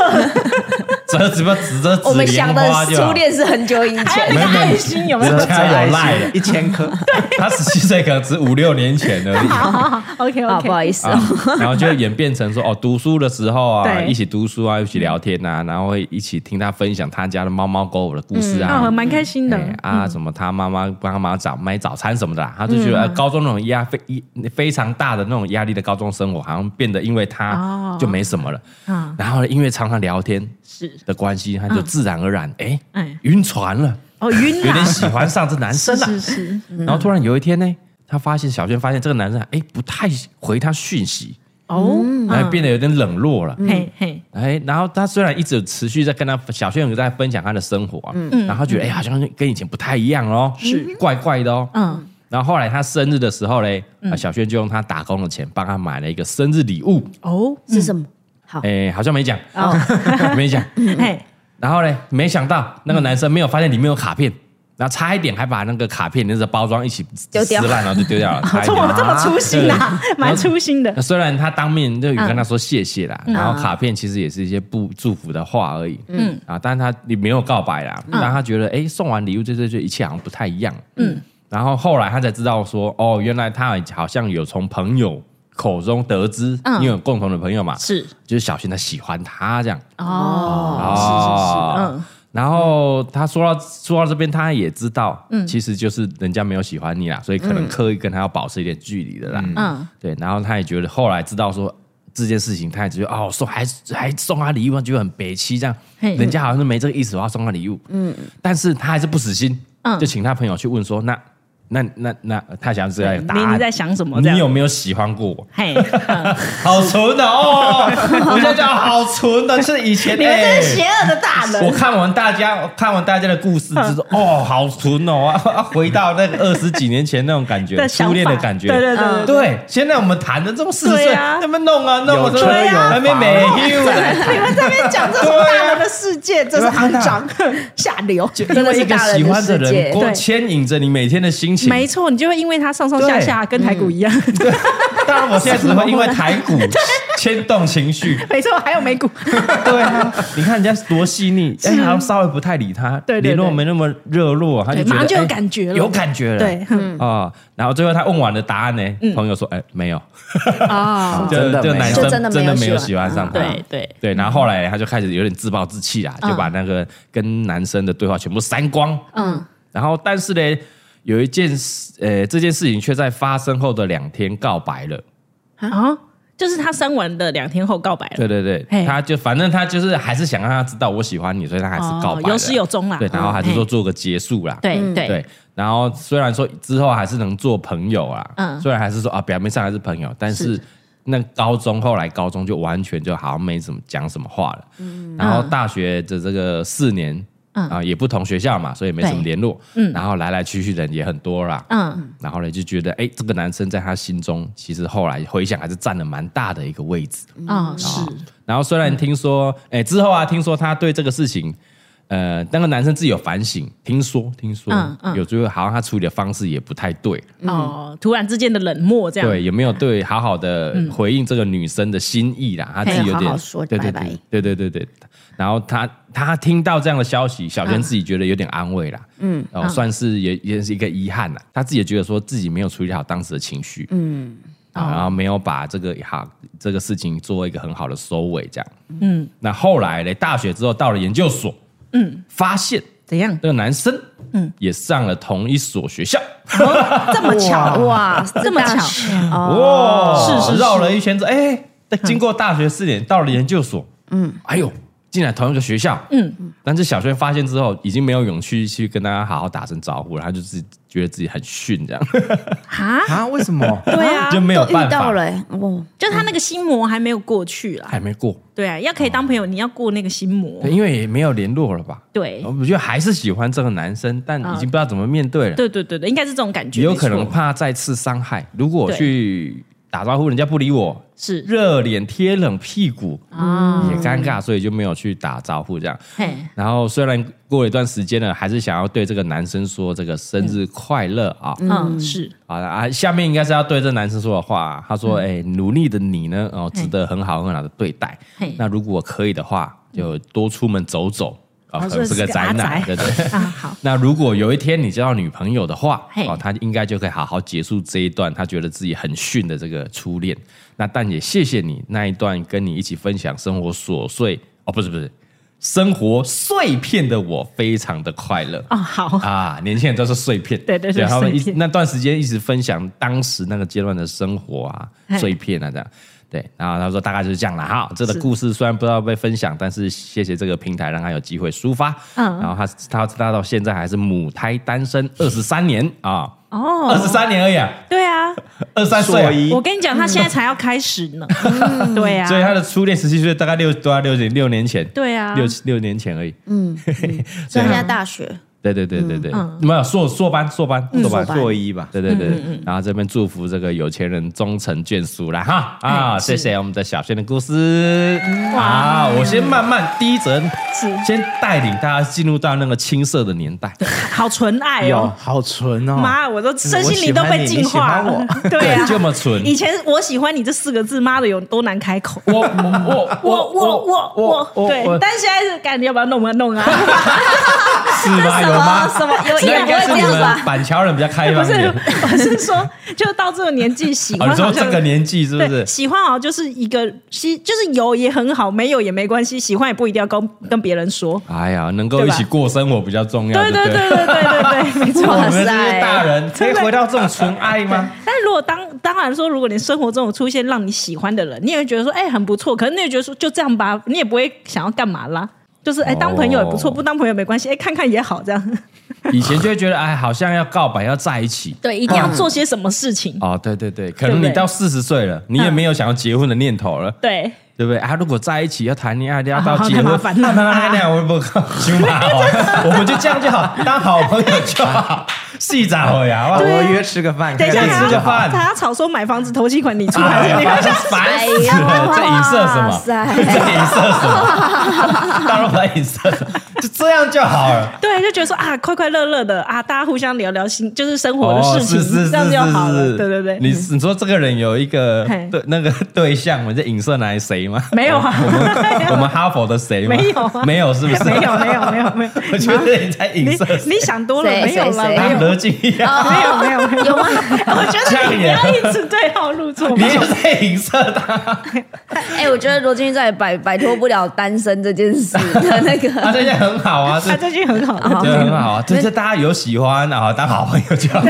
Speaker 2: 折什么指着
Speaker 3: 我
Speaker 2: 指
Speaker 3: 们想
Speaker 2: 莲
Speaker 3: 的
Speaker 2: 花就好
Speaker 3: 初。恋是很久以
Speaker 2: 哎
Speaker 3: 前，
Speaker 4: 那个爱心有没有
Speaker 2: 人家有赖了，
Speaker 5: 一千颗，
Speaker 2: 他十七岁可能只五六年前
Speaker 3: (laughs)
Speaker 2: 而已。
Speaker 4: (laughs) ？OK
Speaker 3: 啊，不好
Speaker 4: OK，
Speaker 3: 意思哦
Speaker 2: 啊。，然后就演变成说哦，读书的时候啊，
Speaker 4: 对
Speaker 2: 一起读书啊，一起聊天啊，然后会一起听他分享他家的猫猫狗狗的故事
Speaker 4: 那
Speaker 2: 啊
Speaker 3: 嗯
Speaker 4: 我，哦蛮开心的
Speaker 2: 哎啊，什么他妈妈帮他妈找买早餐什么的啦，他
Speaker 4: 嗯
Speaker 2: 就觉得呃高中那种压非一非常大的那种压力的高中生活，好像变得因为他
Speaker 4: 哦
Speaker 2: 就没什么了。
Speaker 4: 啊，
Speaker 2: 然后呢，因为常常聊天
Speaker 4: 是
Speaker 2: 的关系，他就自然而然哎
Speaker 4: 哎
Speaker 2: 晕船了，
Speaker 4: 哦，晕
Speaker 2: 有点
Speaker 4: 啦，
Speaker 2: 喜欢上这男生了。
Speaker 4: (laughs) 是是，
Speaker 2: 然后突然有一天呢，他发现小娟发现这个男生哎不太回他讯息，
Speaker 4: 哦，
Speaker 2: 然后变得有点冷落了。
Speaker 4: 嘿嘿，
Speaker 2: 哎，然后他虽然一直持续在跟他小炫有在分享他的生活啊，
Speaker 4: 嗯
Speaker 2: 然后他觉得哎、好像跟以前不太一样哦，是怪怪的哦。
Speaker 4: 嗯，
Speaker 2: 然后后来他生日的时候嘞，啊小炫就用他打工的钱帮他买了一个生日礼物，
Speaker 4: 哦，
Speaker 3: 是什么？好，
Speaker 2: 哎，好像没讲，
Speaker 3: 哦，
Speaker 2: (laughs) 没讲。
Speaker 4: 嘿，
Speaker 2: 然后嘞，没想到那个男生没有发现里面有卡片。然后差一点还把那个卡片连着包装一起
Speaker 3: 丢掉
Speaker 2: 撕烂了，就丢掉
Speaker 4: (laughs)
Speaker 2: 了。差一
Speaker 4: 这
Speaker 2: 点
Speaker 4: 么这么粗心啊，蛮粗心 (laughs) 的
Speaker 2: 那，虽然他当面就有跟他说谢谢啦，
Speaker 4: 嗯
Speaker 2: 然后卡片其实也是一些不祝福的话而已，嗯啊，但是他也没有告白
Speaker 4: 嗯
Speaker 2: 啦，然后他觉得哎、诶送完礼物这这这一切好像不太一样，嗯，然后后来他才知道说哦，原来他好像有从朋友口中得知，
Speaker 4: 嗯
Speaker 2: 因为有共同的朋友嘛，
Speaker 4: 啊是
Speaker 2: 就是小新他喜欢他这样，啊
Speaker 4: 哦，是是是，嗯。
Speaker 2: 然后他说到说到这边，他也知道，嗯，其实就是人家没有喜欢你啦，所以可能刻意跟他要保持一点距离的啦，
Speaker 4: 嗯，
Speaker 2: 对，然后他也觉得后来知道说这件事情，他也觉得哦送还还送他礼物，觉得很北气，这样
Speaker 4: 嘿嗯
Speaker 2: 人家好像是没这个意思，我要送他礼物，嗯，但是他还是不死心，就请他朋友去问说那那那那他想知道答
Speaker 4: 你
Speaker 2: 案
Speaker 4: 你在想什么？这
Speaker 2: 你
Speaker 4: 样
Speaker 2: 有没有喜欢过我？
Speaker 4: 嘿，嗯
Speaker 2: 好纯的
Speaker 4: (laughs)
Speaker 2: 哦！我现在讲好纯的，是以前
Speaker 3: 你们真是
Speaker 2: 欸
Speaker 3: 邪恶的大
Speaker 2: 我
Speaker 3: 人。
Speaker 2: 看完大家，我看完大家的故事，
Speaker 4: 嗯
Speaker 2: 就说哦，好纯哦，啊啊回到那个二十几年前那种感觉，
Speaker 4: 的想
Speaker 2: 初
Speaker 4: 法
Speaker 2: 恋的感觉。
Speaker 4: 对对对 (laughs)
Speaker 3: 嗯
Speaker 4: 对
Speaker 2: 对现在我们谈的这么四十岁
Speaker 4: 对啊，
Speaker 2: 那么弄啊弄，
Speaker 5: 有
Speaker 2: 我真
Speaker 5: 车
Speaker 2: 的
Speaker 5: 有房
Speaker 2: 还没没有
Speaker 3: 你
Speaker 6: (laughs)
Speaker 3: 们这边讲这种大人的世界，这是行长 (laughs) 下流，真
Speaker 2: 啊 (laughs) 因
Speaker 3: 的
Speaker 2: 为一
Speaker 3: 是
Speaker 2: 个
Speaker 3: 大
Speaker 2: 喜
Speaker 3: 人的
Speaker 2: 欢
Speaker 3: 世
Speaker 2: 的人，
Speaker 3: 界。
Speaker 2: 过
Speaker 4: 对
Speaker 2: 牵引着你每天的心情。
Speaker 4: 没错，你就会因为他上上下下跟台股一
Speaker 2: (laughs)
Speaker 4: 样，(laughs)
Speaker 2: 当然，我现在只会因为台股牵动情绪。
Speaker 4: 没错，还有美股，
Speaker 2: 对啊，你看人家多细腻，哎，好像稍微不太理他，
Speaker 4: 对对对
Speaker 2: 联络没那么热络，他就
Speaker 4: 对
Speaker 2: 觉得
Speaker 4: 马上就有
Speaker 2: 哎
Speaker 4: 感觉了
Speaker 2: 有感觉了，
Speaker 4: 对
Speaker 2: 啊、然后最后他问完的答案呢，朋友说，哎，没有，
Speaker 4: 啊，
Speaker 2: 就
Speaker 5: 真的没
Speaker 2: 就
Speaker 5: 有
Speaker 2: 男生
Speaker 3: 就真的没有
Speaker 2: 没有喜
Speaker 3: 喜
Speaker 2: 欢
Speaker 3: 欢
Speaker 2: 上他。
Speaker 4: 对对，
Speaker 2: 对，然后后
Speaker 4: 嗯
Speaker 2: 来他就开始有点自暴自弃啦，就把那个跟男生的对话全部删光。嗯，然后但是呢，有一件事，呃，这件事情却在发生后的两天告白了。
Speaker 4: 啊，就是他删完的两天后告白了，
Speaker 2: 对对对，
Speaker 4: 哎嘿
Speaker 2: 他就反正他就是还是想让他知道我喜欢你，所以他还是告白了、
Speaker 4: 哦有始有终啦，
Speaker 2: 对，然后还是说
Speaker 4: 嗯，
Speaker 2: 做个结束啦。
Speaker 4: 嘿对对，
Speaker 2: 对，然后虽然说之后还是能做朋友啦，
Speaker 4: 嗯
Speaker 2: 虽然还是说啊表面上还是朋友，但是那高中后来高中就完全就好像没怎么讲什么话了，然后大学的这个四年。
Speaker 4: 嗯
Speaker 2: 啊，也不同学校嘛，所以没什么
Speaker 4: 对
Speaker 2: 联络。嗯，然后来来去去的人也很多啦。
Speaker 4: 嗯，
Speaker 2: 然后呢，就觉得哎，这个男生在他心中，其实后来回想还是占了蛮大的一个位置。
Speaker 4: 啊是
Speaker 2: 然后虽然听说，哎、之后啊，听说他对这个事情，呃，那个男生自己有反省，听说，听说，
Speaker 4: 嗯嗯
Speaker 2: 有最后好像他处理的方式也不太对，
Speaker 4: 哦，突然之间的冷漠这样，
Speaker 2: 对，有没有对好好的回应这个女生的心意啦？他自己有点
Speaker 3: 好好说
Speaker 2: 对对
Speaker 3: 拜
Speaker 2: 对
Speaker 3: 拜
Speaker 2: 对对对对。然后他他听到这样的消息，小娟自己觉得有点安慰啦，嗯，哦，算是也也是一个遗憾啦。他自己也觉得说自己没有处理好当时的情绪，嗯，啊，然后没有把这个好这个事情做一个很好的收尾，这样，嗯。那后来嘞，大学之后到了研究所，嗯，发现
Speaker 4: 怎样？
Speaker 2: 这个男生，嗯，也上了同一所学校。
Speaker 3: 这么巧哇，这
Speaker 4: 么巧
Speaker 2: 哦，
Speaker 4: 是是是
Speaker 2: 绕了一圈之后，哎、经过大学四年，到了研究所，嗯，哎呦，竟然同一个学校，嗯，但是小轩发现之后，已经没有勇气去跟大家好好打声招呼了，他就自己觉得自己很逊，这样、
Speaker 4: 哈，
Speaker 5: 啊？为什么？
Speaker 4: 对啊，
Speaker 2: 就没有
Speaker 3: 都
Speaker 2: 办
Speaker 3: 遇
Speaker 2: 法
Speaker 3: 到，了欸哇，
Speaker 4: 就他那个心魔还没有过去啦，
Speaker 2: 还哎没过，
Speaker 4: 对啊，要可以当朋友，你要过那个心魔
Speaker 2: 对，，因为也没有联络了吧？
Speaker 4: 对
Speaker 2: 我觉得还是喜欢这个男生，但已经不知道怎么面对了，
Speaker 4: 对对对对，应该是这种感觉，
Speaker 2: 也有可能
Speaker 4: 没错
Speaker 2: 怕再次伤害。如果我
Speaker 4: 对
Speaker 2: 去打招呼，人家不理我，
Speaker 4: 是
Speaker 2: 热脸贴冷屁股
Speaker 4: 啊，
Speaker 2: 也尴尬，所以就没有去打招呼这样。
Speaker 4: 嘿，
Speaker 2: 然后虽然过了一段时间了，还是想要对这个男生说这个生日快乐啊。
Speaker 4: 嗯，是
Speaker 2: 好了啊，下面应该是要对这男生说的话、他说：“哎、努力的你呢，哦，值得很好很好的对待
Speaker 4: 嘿。
Speaker 2: 那如果可以的话，就多出门走走啊，可能
Speaker 4: 所以
Speaker 2: 是个
Speaker 4: 是个阿
Speaker 2: 宅男，对
Speaker 4: 宅
Speaker 2: 不对？
Speaker 4: (laughs) 啊，好，
Speaker 2: 那如果有一天你交到女朋友的话，
Speaker 4: 嘿
Speaker 2: 哦，他应该就可以好好结束这一段他觉得自己很逊的这个初恋。那但也谢谢你那一段跟你一起分享生活琐碎哦，不是不是，生活碎片的我非常的快乐。
Speaker 4: 哦，好，
Speaker 2: 啊，年轻人都是碎片，
Speaker 4: 对对对
Speaker 2: 他们一
Speaker 4: 碎片
Speaker 2: 那段时间一直分享当时那个阶段的生活啊，
Speaker 4: 嘿
Speaker 2: 碎片啊这样，对，然后他说大概就是这样了哈。这个故事虽然不知道被分享，但是谢谢这个平台让他有机会抒发，
Speaker 4: 嗯
Speaker 2: 然后他他他到现在还是母胎单
Speaker 4: (laughs)
Speaker 2: 身二十三年啊，二
Speaker 4: 哦，
Speaker 2: 十三年而已、啊，
Speaker 4: 对啊，
Speaker 2: 二十三岁啊、
Speaker 5: 所以
Speaker 4: 我跟你讲，他现在才要开始呢， (laughs) 对
Speaker 2: 嗯
Speaker 4: 啊，
Speaker 2: 所以他的初恋十七岁，大概六多少六年六年前，
Speaker 4: 对啊，
Speaker 2: 六六年前而已，啊
Speaker 3: 所以他现在大学
Speaker 2: 对对对对对，没有硕硕班硕班硕班
Speaker 5: 做一吧。
Speaker 2: 对对对，然后这边祝福这个有钱人终成眷属啦哈啊！谢谢我们的小轩的故事。好，我先慢慢第一则，先带领大家进入到那个青涩的年代。
Speaker 4: 好纯爱
Speaker 5: 有
Speaker 4: 哦，
Speaker 5: 好纯哦！
Speaker 4: 妈，我都身心灵都被净化
Speaker 5: 我喜
Speaker 4: 了
Speaker 5: 欢你你
Speaker 2: 嗯
Speaker 4: (laughs)
Speaker 5: 喜，
Speaker 4: 对啊，
Speaker 2: 这么蠢。
Speaker 4: 以前我喜欢你这四个字，妈的有多难开口。
Speaker 2: 我我
Speaker 4: 我我我我对，但是现在是干，你要不要弄啊弄啊？
Speaker 2: 是吗？有吗？
Speaker 3: 什么有一
Speaker 2: 那
Speaker 3: 两
Speaker 2: 应该
Speaker 3: 个
Speaker 2: 是
Speaker 3: 这
Speaker 2: 你
Speaker 3: 样
Speaker 2: 们
Speaker 3: 吧？
Speaker 2: 板桥人比较开
Speaker 4: 不
Speaker 2: 放一
Speaker 4: 是
Speaker 2: (laughs)
Speaker 4: (laughs)
Speaker 2: 点。，
Speaker 4: 我是说，就到这个年纪喜
Speaker 2: 哦，
Speaker 4: 欢，
Speaker 2: 你说
Speaker 4: 好像
Speaker 2: 这个年纪是不是？
Speaker 4: 对喜欢好像就是一个喜，就是有也很好，没有也没关系，喜欢也不一定要跟跟别人说。
Speaker 2: 哎呀，能够一起过生活比较重要，
Speaker 4: 对
Speaker 2: 对
Speaker 4: 对对对对对，没
Speaker 2: 我
Speaker 4: 错
Speaker 2: 们。这些
Speaker 3: 塞
Speaker 2: 大人可以回到这种纯爱吗？
Speaker 4: 但如果当当然说，如果你生活中有出现让你喜欢的人，你也会觉得说，哎、很不错。可是你也觉得说，就这样吧，你也不会想要干嘛啦。就是哎、当朋友也不错，
Speaker 2: 哦
Speaker 4: 不当朋友没关系，哎、看看也好，这样。
Speaker 2: (laughs) 以前就会觉得哎，好像要告白要在一起。
Speaker 4: 对，一定要做些什么事情。
Speaker 2: 哦，对对对，嗯可能你
Speaker 4: 对不对
Speaker 2: 到四十岁了，你也没有想要结婚的念头了，
Speaker 4: 对，
Speaker 2: 对不对啊？如果在一起要谈恋爱，要到
Speaker 4: 好
Speaker 2: 结
Speaker 4: 太
Speaker 2: 婚，啊
Speaker 4: 麻烦了
Speaker 2: 哦那那那我不行 (laughs) 嘛，我们就这样就好，当好朋友就好，细咋回呀？哇
Speaker 5: 我约吃个饭，
Speaker 4: 等一下
Speaker 5: 看
Speaker 2: 你
Speaker 5: 看
Speaker 4: 还
Speaker 2: 吃个
Speaker 4: 要
Speaker 2: 饭
Speaker 4: 还要吵说买房子头期款你出，
Speaker 2: 哎
Speaker 4: 还是
Speaker 2: 呀
Speaker 4: 你
Speaker 2: 烦烦死了，在影射什么？ (laughs) 在影射什么？当然不在影 (laughs) 射，就这样就好了。
Speaker 4: 对，就觉得说啊，快快乐乐的啊，大家互相聊聊心，就是 (laughs) 生活的
Speaker 2: 哦，
Speaker 4: 事情，
Speaker 2: 是是是
Speaker 4: 这样就好
Speaker 2: 是
Speaker 4: 了。
Speaker 2: 是，
Speaker 4: 对对对，
Speaker 2: 你
Speaker 4: 嗯
Speaker 2: 你说这个人有一个
Speaker 4: 嘿
Speaker 2: 对那个对象，我在影射来谁吗？
Speaker 4: 没有啊
Speaker 2: 哦我们我们哈佛的谁吗？
Speaker 4: 没有啊
Speaker 2: 没有，是不是？
Speaker 4: (laughs) 没有没有没有没有，
Speaker 2: (laughs) 我觉得你在
Speaker 4: 你
Speaker 2: 影射谁
Speaker 4: 你想多了，
Speaker 6: 谁
Speaker 4: 没有了，
Speaker 6: 谁谁
Speaker 4: 没
Speaker 2: 当
Speaker 4: 有。
Speaker 2: 德进一样，
Speaker 6: 哦，
Speaker 2: (laughs)
Speaker 4: 没有没有没有，
Speaker 6: 有吗？
Speaker 4: (laughs) 我觉得你不要一直对号入座。
Speaker 2: 你就在影射他，
Speaker 6: 哎，我觉得罗金在摆摆脱不了单身这件事的
Speaker 2: 他
Speaker 6: 那个。
Speaker 2: 这样很好
Speaker 4: (laughs)
Speaker 2: 啊，
Speaker 4: 他
Speaker 2: 这
Speaker 4: 最近很好，
Speaker 6: 好
Speaker 2: 这样很好啊，这这大家有喜欢啊，当好朋友就好，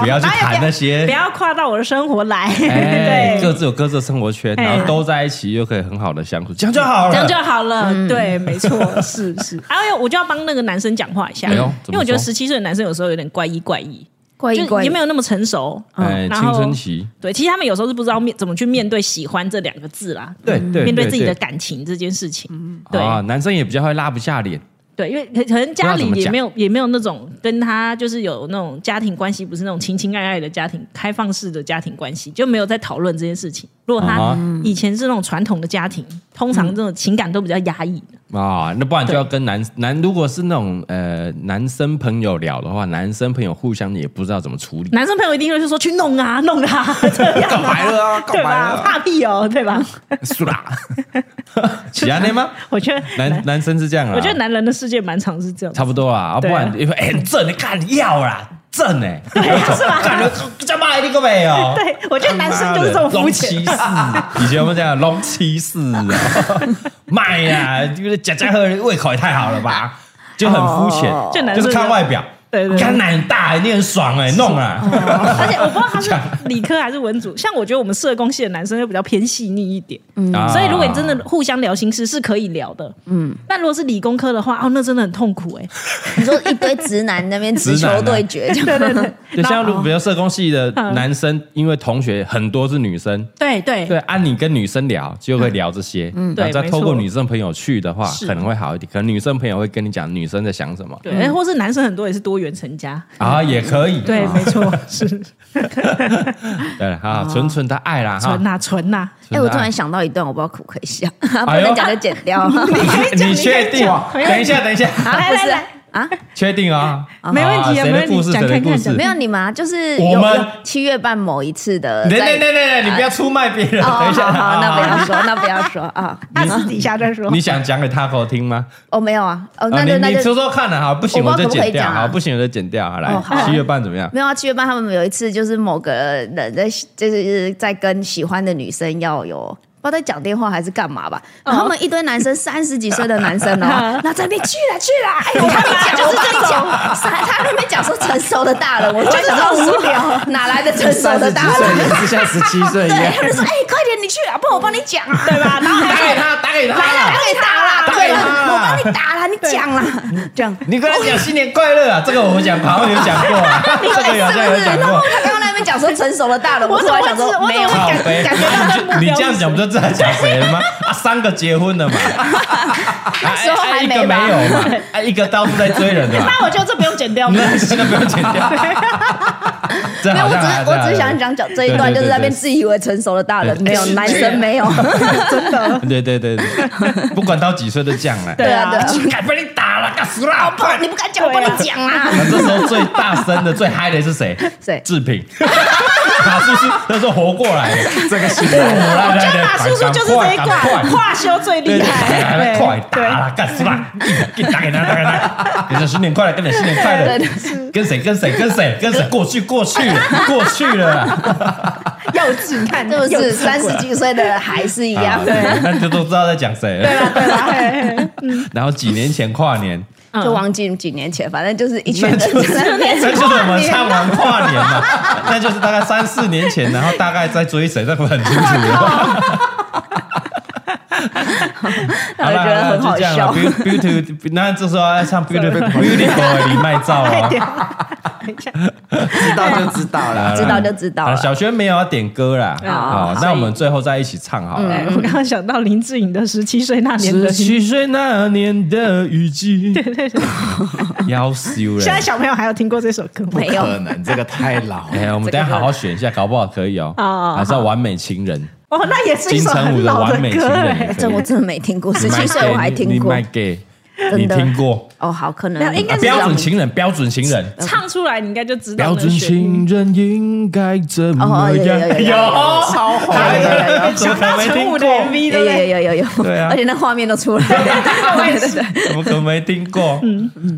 Speaker 2: (laughs) 不要去谈那些
Speaker 4: 啊不要跨到我的生活来。
Speaker 2: 哎，各
Speaker 4: (laughs) 对，
Speaker 2: 自有各自的生活圈，
Speaker 4: 哎
Speaker 2: 然后都在一起，又可以很好的相处，这样就好了。
Speaker 4: 这样就好了。
Speaker 6: 嗯
Speaker 4: 对，没错，是是。还有，我啊就要帮那个男生讲话一下，
Speaker 2: 哎呦怎么
Speaker 4: 因为我觉
Speaker 2: 说
Speaker 4: 得十七岁的男生有时候有点怪异怪异，
Speaker 6: 怪
Speaker 4: 就
Speaker 6: 异怪异
Speaker 4: 也没有那么成熟。
Speaker 2: 哎，
Speaker 4: 嗯然
Speaker 2: 青
Speaker 4: 后
Speaker 2: 春期，
Speaker 4: 对，其实他们有时候是不知道面怎么去面对“喜欢”这两个字啦，
Speaker 2: 对对，
Speaker 4: 面对自己的感情这件事
Speaker 6: 嗯
Speaker 4: 情。对
Speaker 2: 啊，男生也比较会拉不下脸，
Speaker 4: 对，因为可可能家
Speaker 2: 不知道怎
Speaker 4: 里
Speaker 2: 么
Speaker 4: 也
Speaker 2: 讲
Speaker 4: 没有也没有那种跟他就是有那种家庭关系，不是那种情情爱爱的家庭，开放式的家庭关系，就没有在讨论这件事情。如果
Speaker 2: 啊
Speaker 4: 他
Speaker 2: 哈
Speaker 4: 以前是那种传统的家庭，通常这种情感都比较压抑的。
Speaker 2: 啊，那不然就要跟男男，如果是那种呃男生朋友聊的话，男生朋友互相也不知道怎么处
Speaker 4: (laughs)
Speaker 2: 理。
Speaker 4: 男生朋友一定会说去弄啊弄啊， (laughs) 这样
Speaker 5: 告白了啊，告
Speaker 4: 对
Speaker 5: 白
Speaker 4: 吧？
Speaker 5: 了，
Speaker 4: 怕屁哦，对吧？
Speaker 5: 输啦，
Speaker 2: 喜安的
Speaker 4: (laughs)
Speaker 2: 吗？
Speaker 4: 我觉得
Speaker 2: 男男生是这样啊，
Speaker 4: 我觉得男人的世界蛮常是这样。
Speaker 2: 差不多啦，啊，不
Speaker 4: 对啊啊
Speaker 2: 然因为哎很正，你看你要啦，正哎，是吧？感觉这哦妈一定个没有，
Speaker 4: 对，我觉得男生就是这种肤
Speaker 2: 龙
Speaker 4: 浅。
Speaker 2: 骑士，以前我们讲龙骑士
Speaker 4: (laughs)
Speaker 2: 啊，卖呀，就是家家喝胃口也太好了吧，就很肤浅
Speaker 6: 哦，
Speaker 4: 就男
Speaker 2: 就
Speaker 4: 生
Speaker 2: 是看外表，
Speaker 4: 对对对
Speaker 2: 看奶很大，你很爽哎，弄啊，
Speaker 4: 而且我不知道他是理科还是文组，像我觉得我们社工系的男生就比较偏细腻一点，
Speaker 6: 嗯
Speaker 2: 啊
Speaker 4: 所以如果你真的互相聊心事是可以聊的，嗯。但如果是理工科的话，哦，那真的很痛苦哎、
Speaker 6: 你说一堆直男那边直
Speaker 2: 直男啊
Speaker 6: 球对决，就
Speaker 4: 对对对 (laughs)
Speaker 2: 就像如比如社工系的男生，因为同学很多是女生。
Speaker 4: 对对
Speaker 2: 对，按、你跟女生聊就会聊这些，嗯，然后再
Speaker 4: 对没
Speaker 2: 透过
Speaker 4: 错
Speaker 2: 女生朋友去的话，
Speaker 4: 是
Speaker 2: 可能会好一点。可能女生朋友会跟你讲女生在想什么
Speaker 4: 对，哎或是男生很多也是多元成家，
Speaker 2: 啊，也可以，
Speaker 4: 对，没错，是
Speaker 2: 对啊，纯纯的爱啦哈
Speaker 4: 哦纯。呐纯呐，
Speaker 6: 哎、
Speaker 2: 纯的
Speaker 6: 我
Speaker 2: 爱
Speaker 6: 突然想到一段，我不知道可不可以笑，不
Speaker 2: 哎呦
Speaker 6: 能讲就剪掉。
Speaker 2: (laughs)
Speaker 4: 哎
Speaker 2: 你你确定？等一下，等一下，
Speaker 6: 啊，不是啊，
Speaker 2: 确定啊？
Speaker 4: 没问题
Speaker 2: 啊
Speaker 4: 啊
Speaker 2: 谁
Speaker 4: 没
Speaker 2: 的
Speaker 4: 问题
Speaker 2: 故事？
Speaker 4: 讲
Speaker 2: 谁的
Speaker 4: 看看
Speaker 2: 故事
Speaker 4: 讲？
Speaker 6: 没有你嘛，就是
Speaker 2: 我
Speaker 6: 有
Speaker 2: 们
Speaker 6: 有七月半某一次的
Speaker 2: 等
Speaker 6: 在，
Speaker 2: 等等等等，你不要出卖别人。
Speaker 6: 哦，
Speaker 2: 等一下，
Speaker 6: 好好，那不
Speaker 2: 啊
Speaker 6: 要说，那不要说啊，
Speaker 4: 他私底下再说
Speaker 2: 你。想讲给他口听吗？
Speaker 6: 哦，没有啊，哦，
Speaker 2: 啊
Speaker 6: 那
Speaker 2: 你
Speaker 6: 就那
Speaker 2: 你说
Speaker 6: 就。
Speaker 2: 说看啊，好，不行
Speaker 6: 我
Speaker 2: 我
Speaker 6: 不知
Speaker 2: 就
Speaker 6: 道可不可
Speaker 2: 剪
Speaker 6: 以
Speaker 2: 掉，
Speaker 6: 讲啊
Speaker 2: 好，不行我就剪掉，好来
Speaker 6: 哦好，
Speaker 2: 七月半怎么
Speaker 6: (laughs)
Speaker 2: 样？
Speaker 6: 没有啊，七月半他们有一次就是某个人在就是在跟喜欢的女生要有不知道在讲电话还是干嘛吧，然后他们一堆男生三十几岁的男生 (laughs)
Speaker 4: 啊
Speaker 6: 哦，那在那边去了去了，
Speaker 2: (laughs)
Speaker 6: 哎呦，我跟你讲就是这种，他在那边讲说成熟的大人，我就想到无聊，哪来的成熟
Speaker 5: 三
Speaker 6: 的
Speaker 5: 十几
Speaker 6: 大人
Speaker 5: 岁？，啊也是像十七岁一
Speaker 6: 对，
Speaker 5: 样
Speaker 6: 他。们说：“哎、快点，你去啊，不然我帮你讲啊。”对吧？然后
Speaker 2: 打给他，打给他
Speaker 6: 打 (laughs)
Speaker 2: 啦，
Speaker 6: 给他啦，
Speaker 2: 打
Speaker 6: 对
Speaker 2: 给
Speaker 6: 了，
Speaker 2: 他
Speaker 6: 我帮你打啦，你讲啦，这样。
Speaker 2: 你跟他讲新年快乐啊，这个我讲，好像有讲过
Speaker 6: (laughs)
Speaker 2: 啊，这个好
Speaker 6: 哎
Speaker 2: 像
Speaker 6: 是不
Speaker 2: 有
Speaker 6: 是？
Speaker 2: 讲
Speaker 6: 然后 (laughs)
Speaker 2: 过。
Speaker 6: 他刚刚那边讲说成熟的大人，我
Speaker 4: 我
Speaker 6: 突
Speaker 4: 怎
Speaker 6: 然
Speaker 4: 么会
Speaker 6: 想
Speaker 4: 知？
Speaker 6: 说
Speaker 4: 我
Speaker 6: 没有啊
Speaker 4: 怎么
Speaker 2: 靠
Speaker 4: 会
Speaker 2: 背
Speaker 4: 感感觉到他的目标
Speaker 2: 你这样
Speaker 4: 是
Speaker 2: 讲不就知道讲谁了吗？啊，三个结婚了
Speaker 6: (laughs)
Speaker 2: 嘛，那
Speaker 6: 时候还
Speaker 2: 一
Speaker 6: 没
Speaker 2: 个没
Speaker 6: 吧
Speaker 2: 有嘛，啊，一个到处在追人的
Speaker 6: (laughs)
Speaker 2: 嘛。
Speaker 4: 那我就这不用剪掉吗？
Speaker 2: 那真的不用剪掉。这
Speaker 6: 没有，
Speaker 2: 好
Speaker 6: 我
Speaker 2: 像
Speaker 6: 只
Speaker 2: 还
Speaker 6: 是我只是想。讲讲这一段，就是在那边自以为成熟的大人，
Speaker 2: 哎
Speaker 6: 没有男生没有，
Speaker 2: 啊
Speaker 6: 真的。
Speaker 2: 对对对对，对不管到几岁都这样 (laughs) 了。
Speaker 6: 对啊，对啊，
Speaker 2: 敢被你打了，干死啦！快！
Speaker 6: 你不敢讲，我帮你讲啊。
Speaker 2: 那这时候最大声的、最嗨的是谁？ (laughs)
Speaker 6: 谁
Speaker 2: 志平。马叔叔那时候活过来了，
Speaker 5: 这个新
Speaker 2: 我
Speaker 5: 人，
Speaker 4: 我觉得马叔叔就是这一
Speaker 2: 赶
Speaker 4: 挂
Speaker 2: 快赶快
Speaker 4: 跨修最
Speaker 2: 对
Speaker 4: 厉
Speaker 2: 对
Speaker 4: 害，
Speaker 2: 对，快
Speaker 4: 对对
Speaker 2: 打了，干死啦！给打给他，打给他，跟你新年快乐，跟你新年快乐
Speaker 6: 对，
Speaker 2: 跟谁跟谁跟谁跟谁过去过去了过去了啦。
Speaker 6: (laughs)
Speaker 4: 幼稚，你看
Speaker 6: 是不
Speaker 4: 幼
Speaker 6: 是
Speaker 4: 稚
Speaker 6: 三十几岁的人还是一样
Speaker 2: 啊？那就都知道在讲谁了。
Speaker 4: 对吧？嘿嘿
Speaker 2: 然后几年前跨年，
Speaker 4: 嗯
Speaker 6: 就忘记几年前，反正就是一群人
Speaker 2: 那
Speaker 6: 在那边
Speaker 2: (laughs) 那就是我们唱完跨年嘛，那就是大概三四年前，然后大概在追谁，那不很清楚了。
Speaker 6: 我觉得很好
Speaker 2: 就这样
Speaker 6: 笑
Speaker 2: 了。Beautiful，那这时候要
Speaker 6: (laughs)
Speaker 2: 唱 Beautiful Beautiful 的李麦照啊。
Speaker 5: 知道就知道了。
Speaker 6: 知道就知道啊
Speaker 2: 啊
Speaker 6: 了。
Speaker 2: 小轩没有要点歌啦，
Speaker 4: 好
Speaker 2: 好，那我们最后再一起唱好
Speaker 6: 嗯
Speaker 2: 了。
Speaker 4: 哎我刚刚想到林志颖的《十七岁那年的
Speaker 2: 十
Speaker 4: 你》，
Speaker 2: 七岁那年的雨
Speaker 6: (laughs)
Speaker 2: 季， (laughs) 要死人！
Speaker 4: 现在小朋友还有听过这首歌吗
Speaker 5: 不？嗯可能，这个太老了。
Speaker 2: 哎呀，我们等一下好好选一下，搞不好可以哦
Speaker 4: 哦哦。
Speaker 2: 还是要完美情人，
Speaker 4: 哦，那也是一
Speaker 2: 金
Speaker 4: 首
Speaker 2: 城武
Speaker 4: 很
Speaker 2: 的
Speaker 4: 老
Speaker 2: 完美情
Speaker 4: 歌
Speaker 2: 人
Speaker 4: 哎
Speaker 2: 也。可
Speaker 6: 这
Speaker 2: 以。
Speaker 6: 我真的没听过，十
Speaker 2: 你卖
Speaker 6: 七
Speaker 2: 给
Speaker 6: 岁我还
Speaker 2: 你
Speaker 6: 听
Speaker 2: 你
Speaker 6: 过
Speaker 2: 卖。给你
Speaker 6: 真的
Speaker 2: 听过？啊
Speaker 6: 哦，好，可
Speaker 4: 没有
Speaker 6: 能
Speaker 4: 应该是
Speaker 2: 标准
Speaker 6: 情
Speaker 2: 情人，标准情人，
Speaker 4: 唱出来你应该就知道
Speaker 2: 标
Speaker 4: 那个
Speaker 2: 准
Speaker 4: 旋律。
Speaker 2: 情人应该怎
Speaker 6: 哦
Speaker 2: 么
Speaker 6: 有有
Speaker 2: 样？
Speaker 6: 有有有
Speaker 2: 超红的，怎么可能没
Speaker 4: 陈
Speaker 2: 听
Speaker 4: 武的
Speaker 2: 过？
Speaker 4: MV 对
Speaker 6: 有
Speaker 4: 不
Speaker 6: 有
Speaker 4: 对？
Speaker 6: 有有有，
Speaker 2: 对啊
Speaker 6: 而且那画面都出来了。对对对， (laughs)
Speaker 2: 怎么可能没听过？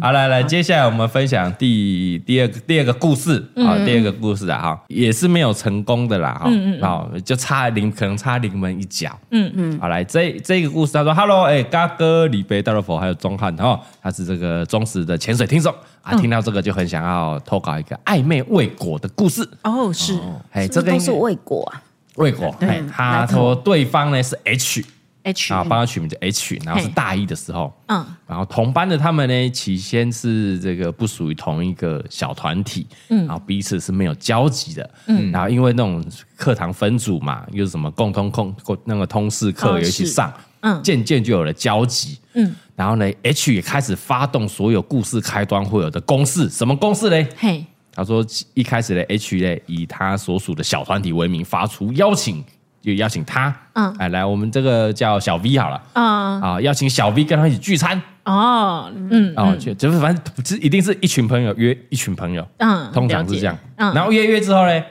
Speaker 2: 好，来来，接下来我们分享第第二个第二个故事啊，第二个故事啊，哈，也是没有成功的啦，哈，好，就差临可能差临门一脚，嗯嗯，好，来这这个故事，他说，Hello，哎，嘎哥、李贝、大乐佛还有钟汉哈，他是这个忠实的潜水听众啊，听到这个就很想要投稿一个暧昧未果的故事，
Speaker 4: 哦，是
Speaker 2: 哎，
Speaker 6: 这
Speaker 2: 这个
Speaker 6: 都
Speaker 2: 应
Speaker 6: 是
Speaker 2: 该
Speaker 6: 未果啊。
Speaker 2: 未果，哎，他说对方呢是 H。
Speaker 4: H
Speaker 2: 啊，帮他取名叫 H，然后是大一的时候，
Speaker 4: 嗯
Speaker 2: 嗯，然后同班的他们呢，起先是这个不属于同一个小团体，嗯，然后彼此是没有交集的，嗯，然后因为那种课堂分组嘛，又是什么共通共共那个通识课
Speaker 4: 哦
Speaker 2: 有一起
Speaker 4: 是
Speaker 2: 上，嗯，渐渐就有了交集，嗯，然后呢，H 也开始发动所有故事开端会有的公式，什么公式嘞？
Speaker 4: 嘿，
Speaker 2: 他说一开始的 H 呢，以他所属的小团体为名发出邀请，就邀请他，
Speaker 4: 嗯
Speaker 2: 哎，来我们这个叫小 V 好了，
Speaker 4: 嗯
Speaker 2: 啊，邀请小 V 跟他一起聚餐，
Speaker 4: 哦，嗯
Speaker 2: 哦，就就是反正这一定是一群朋友约一群朋友，
Speaker 4: 嗯
Speaker 2: 通常是这样
Speaker 4: 了解，嗯
Speaker 2: 然后约约之后呢，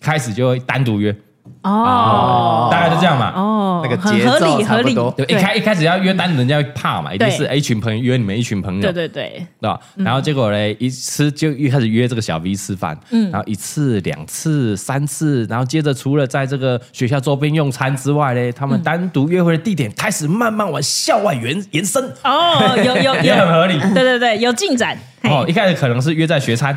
Speaker 2: 开始就会单独约，
Speaker 4: 哦
Speaker 2: 大概就这样嘛，
Speaker 4: 哦，
Speaker 5: 那个
Speaker 4: 很
Speaker 5: 节
Speaker 4: 合
Speaker 5: 奏
Speaker 4: 理
Speaker 5: 差
Speaker 4: 合
Speaker 5: 不
Speaker 4: 理，
Speaker 5: 多
Speaker 2: 对，一开一开始要约单，人家会怕嘛，一定
Speaker 4: 对
Speaker 2: 是哎一群朋友约你们一群朋友，
Speaker 4: 对对对，
Speaker 2: 对吧？
Speaker 4: 嗯
Speaker 2: 然后结果嘞，一吃就一开始约这个小 V 吃饭，
Speaker 4: 嗯
Speaker 2: 然后一次、两次、三次，然后接着除了在这个学校周边用餐之外嘞，他们单独约会的地点开始慢慢往校外延延伸，
Speaker 4: 哦，有有
Speaker 2: 也哎很
Speaker 4: 有，
Speaker 2: 合理。
Speaker 4: 对对对，有进展，嘿
Speaker 2: 哦，一开始可能是约在学餐，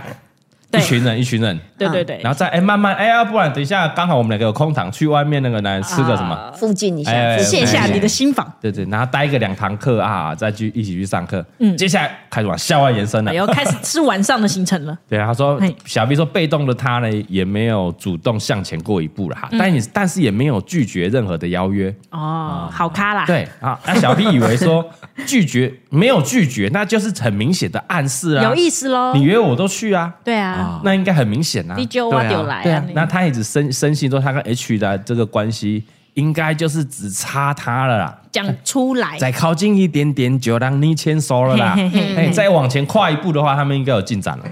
Speaker 2: 一
Speaker 4: 哎对
Speaker 2: 群人一群人，
Speaker 4: 对对对
Speaker 2: 然，后再哎慢慢哎呀，不然等一下刚好我们两个有空档去外面那个来吃个什么。
Speaker 4: 啊
Speaker 6: 附近一下，
Speaker 2: 哎
Speaker 6: 附近
Speaker 4: 卸
Speaker 6: 一
Speaker 4: 下
Speaker 2: 哎
Speaker 4: 你的心房，
Speaker 2: 对对，然后待个两堂课啊，再去一起去上课。嗯，接下来开始往校外延伸了
Speaker 4: 哎。呦，开始是晚上的行程
Speaker 2: (laughs)
Speaker 4: 了，
Speaker 2: 对啊，他说
Speaker 4: 嘿
Speaker 2: 小 B 说被动的他呢，也没有主动向前过一步了哈，
Speaker 4: 嗯
Speaker 2: 但也但是也没有拒绝任何的邀约。
Speaker 4: 哦，好咖啦，
Speaker 2: 啊对啊，那小 B 以为
Speaker 4: (laughs)
Speaker 2: 说拒绝没有拒绝，那就是很明显的暗示啊，
Speaker 4: 有意思喽
Speaker 2: 你，约我都去啊，
Speaker 4: 对啊，
Speaker 2: 那应该很明显啊
Speaker 4: 你。就挖丢来
Speaker 2: 对啊，
Speaker 4: 你
Speaker 2: 那他一直深深信说他跟 H 的这个关系应该就是只差他了啦，
Speaker 4: 讲出来，
Speaker 2: 再靠近一点点就让你牵手了啦
Speaker 4: 嘿嘿嘿。
Speaker 2: 哎，再往前跨一步的话，他们应该有进展了。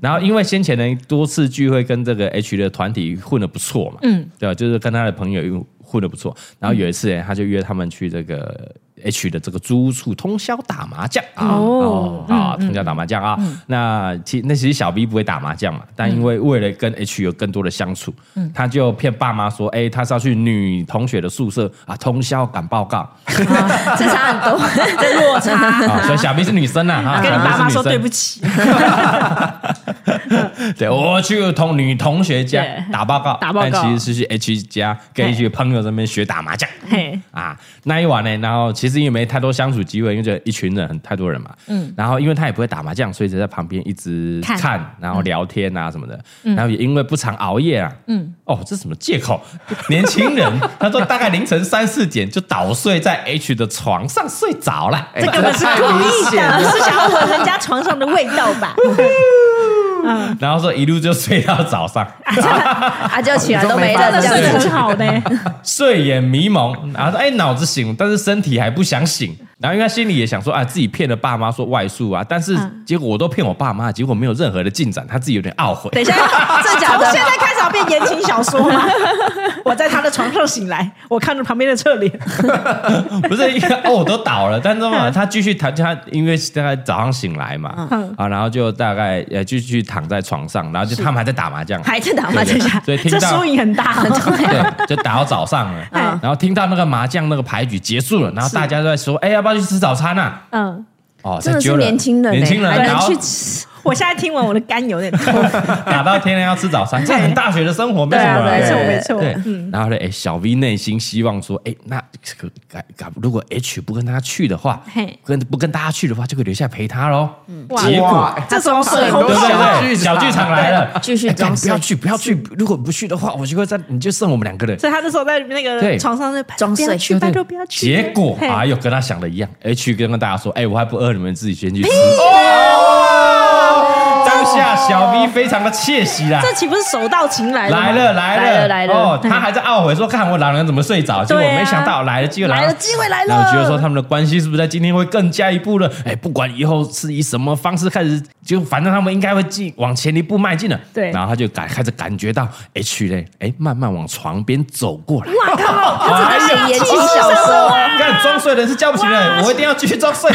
Speaker 2: 然后，因为先前呢多次聚会跟这个 H 的团体混的不错嘛，嗯，对吧？就是跟他的朋友混的不错。然后有一次哎呢，他就约他们去这个 H 的这个租屋处通宵打麻将啊，
Speaker 4: 哦
Speaker 2: 啊，通宵打麻将啊。
Speaker 4: 嗯
Speaker 2: 那其那其实小 B 不会打麻将嘛，啊但因为为了跟 H 有更多的相处，
Speaker 4: 嗯
Speaker 2: 他就骗爸妈说，哎，他是要去女同学的宿舍啊，通宵赶报告。
Speaker 6: 只差很多，
Speaker 4: (laughs)
Speaker 6: 这落差。
Speaker 2: (laughs) 啊，所以小 B 是女生呐，哈，
Speaker 4: 跟你
Speaker 2: 小 B
Speaker 4: 爸妈
Speaker 2: 啊是
Speaker 4: 说
Speaker 2: 女生
Speaker 4: 对不起，
Speaker 2: 对，我去同女同学家
Speaker 4: 对
Speaker 2: 打报告，
Speaker 4: 打报告
Speaker 2: 但其实是去 H 家跟一群朋友在那边学打麻将。
Speaker 4: 嘿，
Speaker 2: 啊，那一晚呢，然后其实也没太多相处机会，因为这一群人很太多人嘛，嗯，然后因为他也不会打麻将，所以就在旁边一直
Speaker 4: 看嗯
Speaker 2: 看，然后聊天啊什么的，然后也因为不常熬夜啊，嗯，哦，这什么借口？年轻人， (laughs) 他说大概凌晨三四点就倒睡在 H 的床上睡着了，
Speaker 4: 哎
Speaker 5: 这根本是
Speaker 4: 故意的，是想要闻人家床上的味道吧？
Speaker 2: 然后说一路就睡到早上，
Speaker 6: 啊，就起来都没
Speaker 4: 真
Speaker 6: 了，
Speaker 4: 的
Speaker 6: 这
Speaker 4: 睡得
Speaker 6: 样子
Speaker 2: (laughs)
Speaker 4: 很好呢，
Speaker 2: 睡眼迷蒙，然后说哎脑子醒，但是身体还不想醒。然后因为他心里也想说啊，自己骗了爸妈说外宿啊，但是
Speaker 6: 嗯
Speaker 2: 结果我都骗我爸妈，结果没有任何的进展，他自己有点懊悔。
Speaker 4: 等一下，
Speaker 6: 真假
Speaker 4: 从
Speaker 6: 的
Speaker 4: 现在开始要变言情小说
Speaker 2: (laughs)
Speaker 4: 了。我在他的床上醒来，我看着旁边的侧脸，
Speaker 2: 不是因为哦，我都倒了，但是
Speaker 6: 嗯
Speaker 2: 嘛，他继续躺，他因为大概早上醒来嘛，
Speaker 6: 嗯
Speaker 2: 啊，然后就大概呃继续躺在床上，然后就他们还在打麻将，
Speaker 6: 还在打麻
Speaker 2: 对
Speaker 6: 将
Speaker 2: 对。对所以
Speaker 4: 这
Speaker 2: 听到
Speaker 4: 输赢
Speaker 2: (laughs)
Speaker 4: 很大。
Speaker 2: 对，就打到早上了。
Speaker 4: 嗯
Speaker 2: 然后听到那个麻将那个牌局结束了，然后大家都在说，哎，要不要去吃早餐啊？
Speaker 4: 嗯，
Speaker 2: 哦，
Speaker 6: 真的
Speaker 2: 才
Speaker 6: 是
Speaker 2: 揪了
Speaker 6: 年轻人欸，
Speaker 2: 年轻人，
Speaker 6: 还
Speaker 2: 然
Speaker 6: 能
Speaker 2: 后
Speaker 6: 去吃，
Speaker 4: 我现在听完我的肝有点痛。
Speaker 2: (laughs) 打到天亮要吃早餐，这很大学的生活，没
Speaker 6: 对
Speaker 2: 什
Speaker 6: 啊
Speaker 2: 么啦
Speaker 6: 对
Speaker 3: 没错
Speaker 6: 对
Speaker 3: 没错，
Speaker 2: 对，然后呢，哎，小 V 内心希望说，哎，那可改改，如果 H 不跟他去的话
Speaker 4: 嘿，
Speaker 2: 跟不跟大家去的话，就可以留下陪他喽。
Speaker 4: 哇
Speaker 2: 结果
Speaker 5: 嗯哇，
Speaker 3: 这种水
Speaker 2: 对
Speaker 3: 空
Speaker 2: 不
Speaker 5: 小剧
Speaker 2: 对？
Speaker 5: 场
Speaker 2: 小剧场来了，
Speaker 6: 继续
Speaker 2: 哎干
Speaker 6: 装
Speaker 2: 不
Speaker 6: 睡
Speaker 2: 要去，不要去，如果不去的话，我就会在，你就剩我们两个人。
Speaker 4: 所以他那时候在那
Speaker 2: 对
Speaker 4: 个床上在
Speaker 6: 装
Speaker 4: 不要
Speaker 6: 睡
Speaker 4: 去，拜托不要去。
Speaker 2: 结果
Speaker 4: 嘿
Speaker 2: 哎呦，跟他想的一样，H 跟跟大家说，哎，我还不饿，你们自己先去吃。哦当下小 V 非常的窃喜啦，
Speaker 4: 这岂不是手到擒来了吗？
Speaker 2: 来了来
Speaker 6: 来
Speaker 2: 了
Speaker 6: 了来了
Speaker 2: 哦，他还在懊悔说：“看我老人怎么睡着？”结果
Speaker 4: (laughs) 对啊
Speaker 2: 没想到来了机会，
Speaker 4: 来了机会来了
Speaker 2: 然后觉得说他们的关系是不是在今天会更加一步了？哎，不管以后是以什么方式开始，就反正他们应该会进往前一步迈进了。
Speaker 4: 对
Speaker 2: 然后他就感开始感觉到 H 嘞，哎，慢慢往床边走过来。
Speaker 6: 哇靠，他真的
Speaker 2: 哎
Speaker 6: 写
Speaker 2: 呀
Speaker 6: 言情小说，
Speaker 2: 干装睡的人是叫不醒的，我一定要继续装
Speaker 4: (laughs)
Speaker 2: 睡。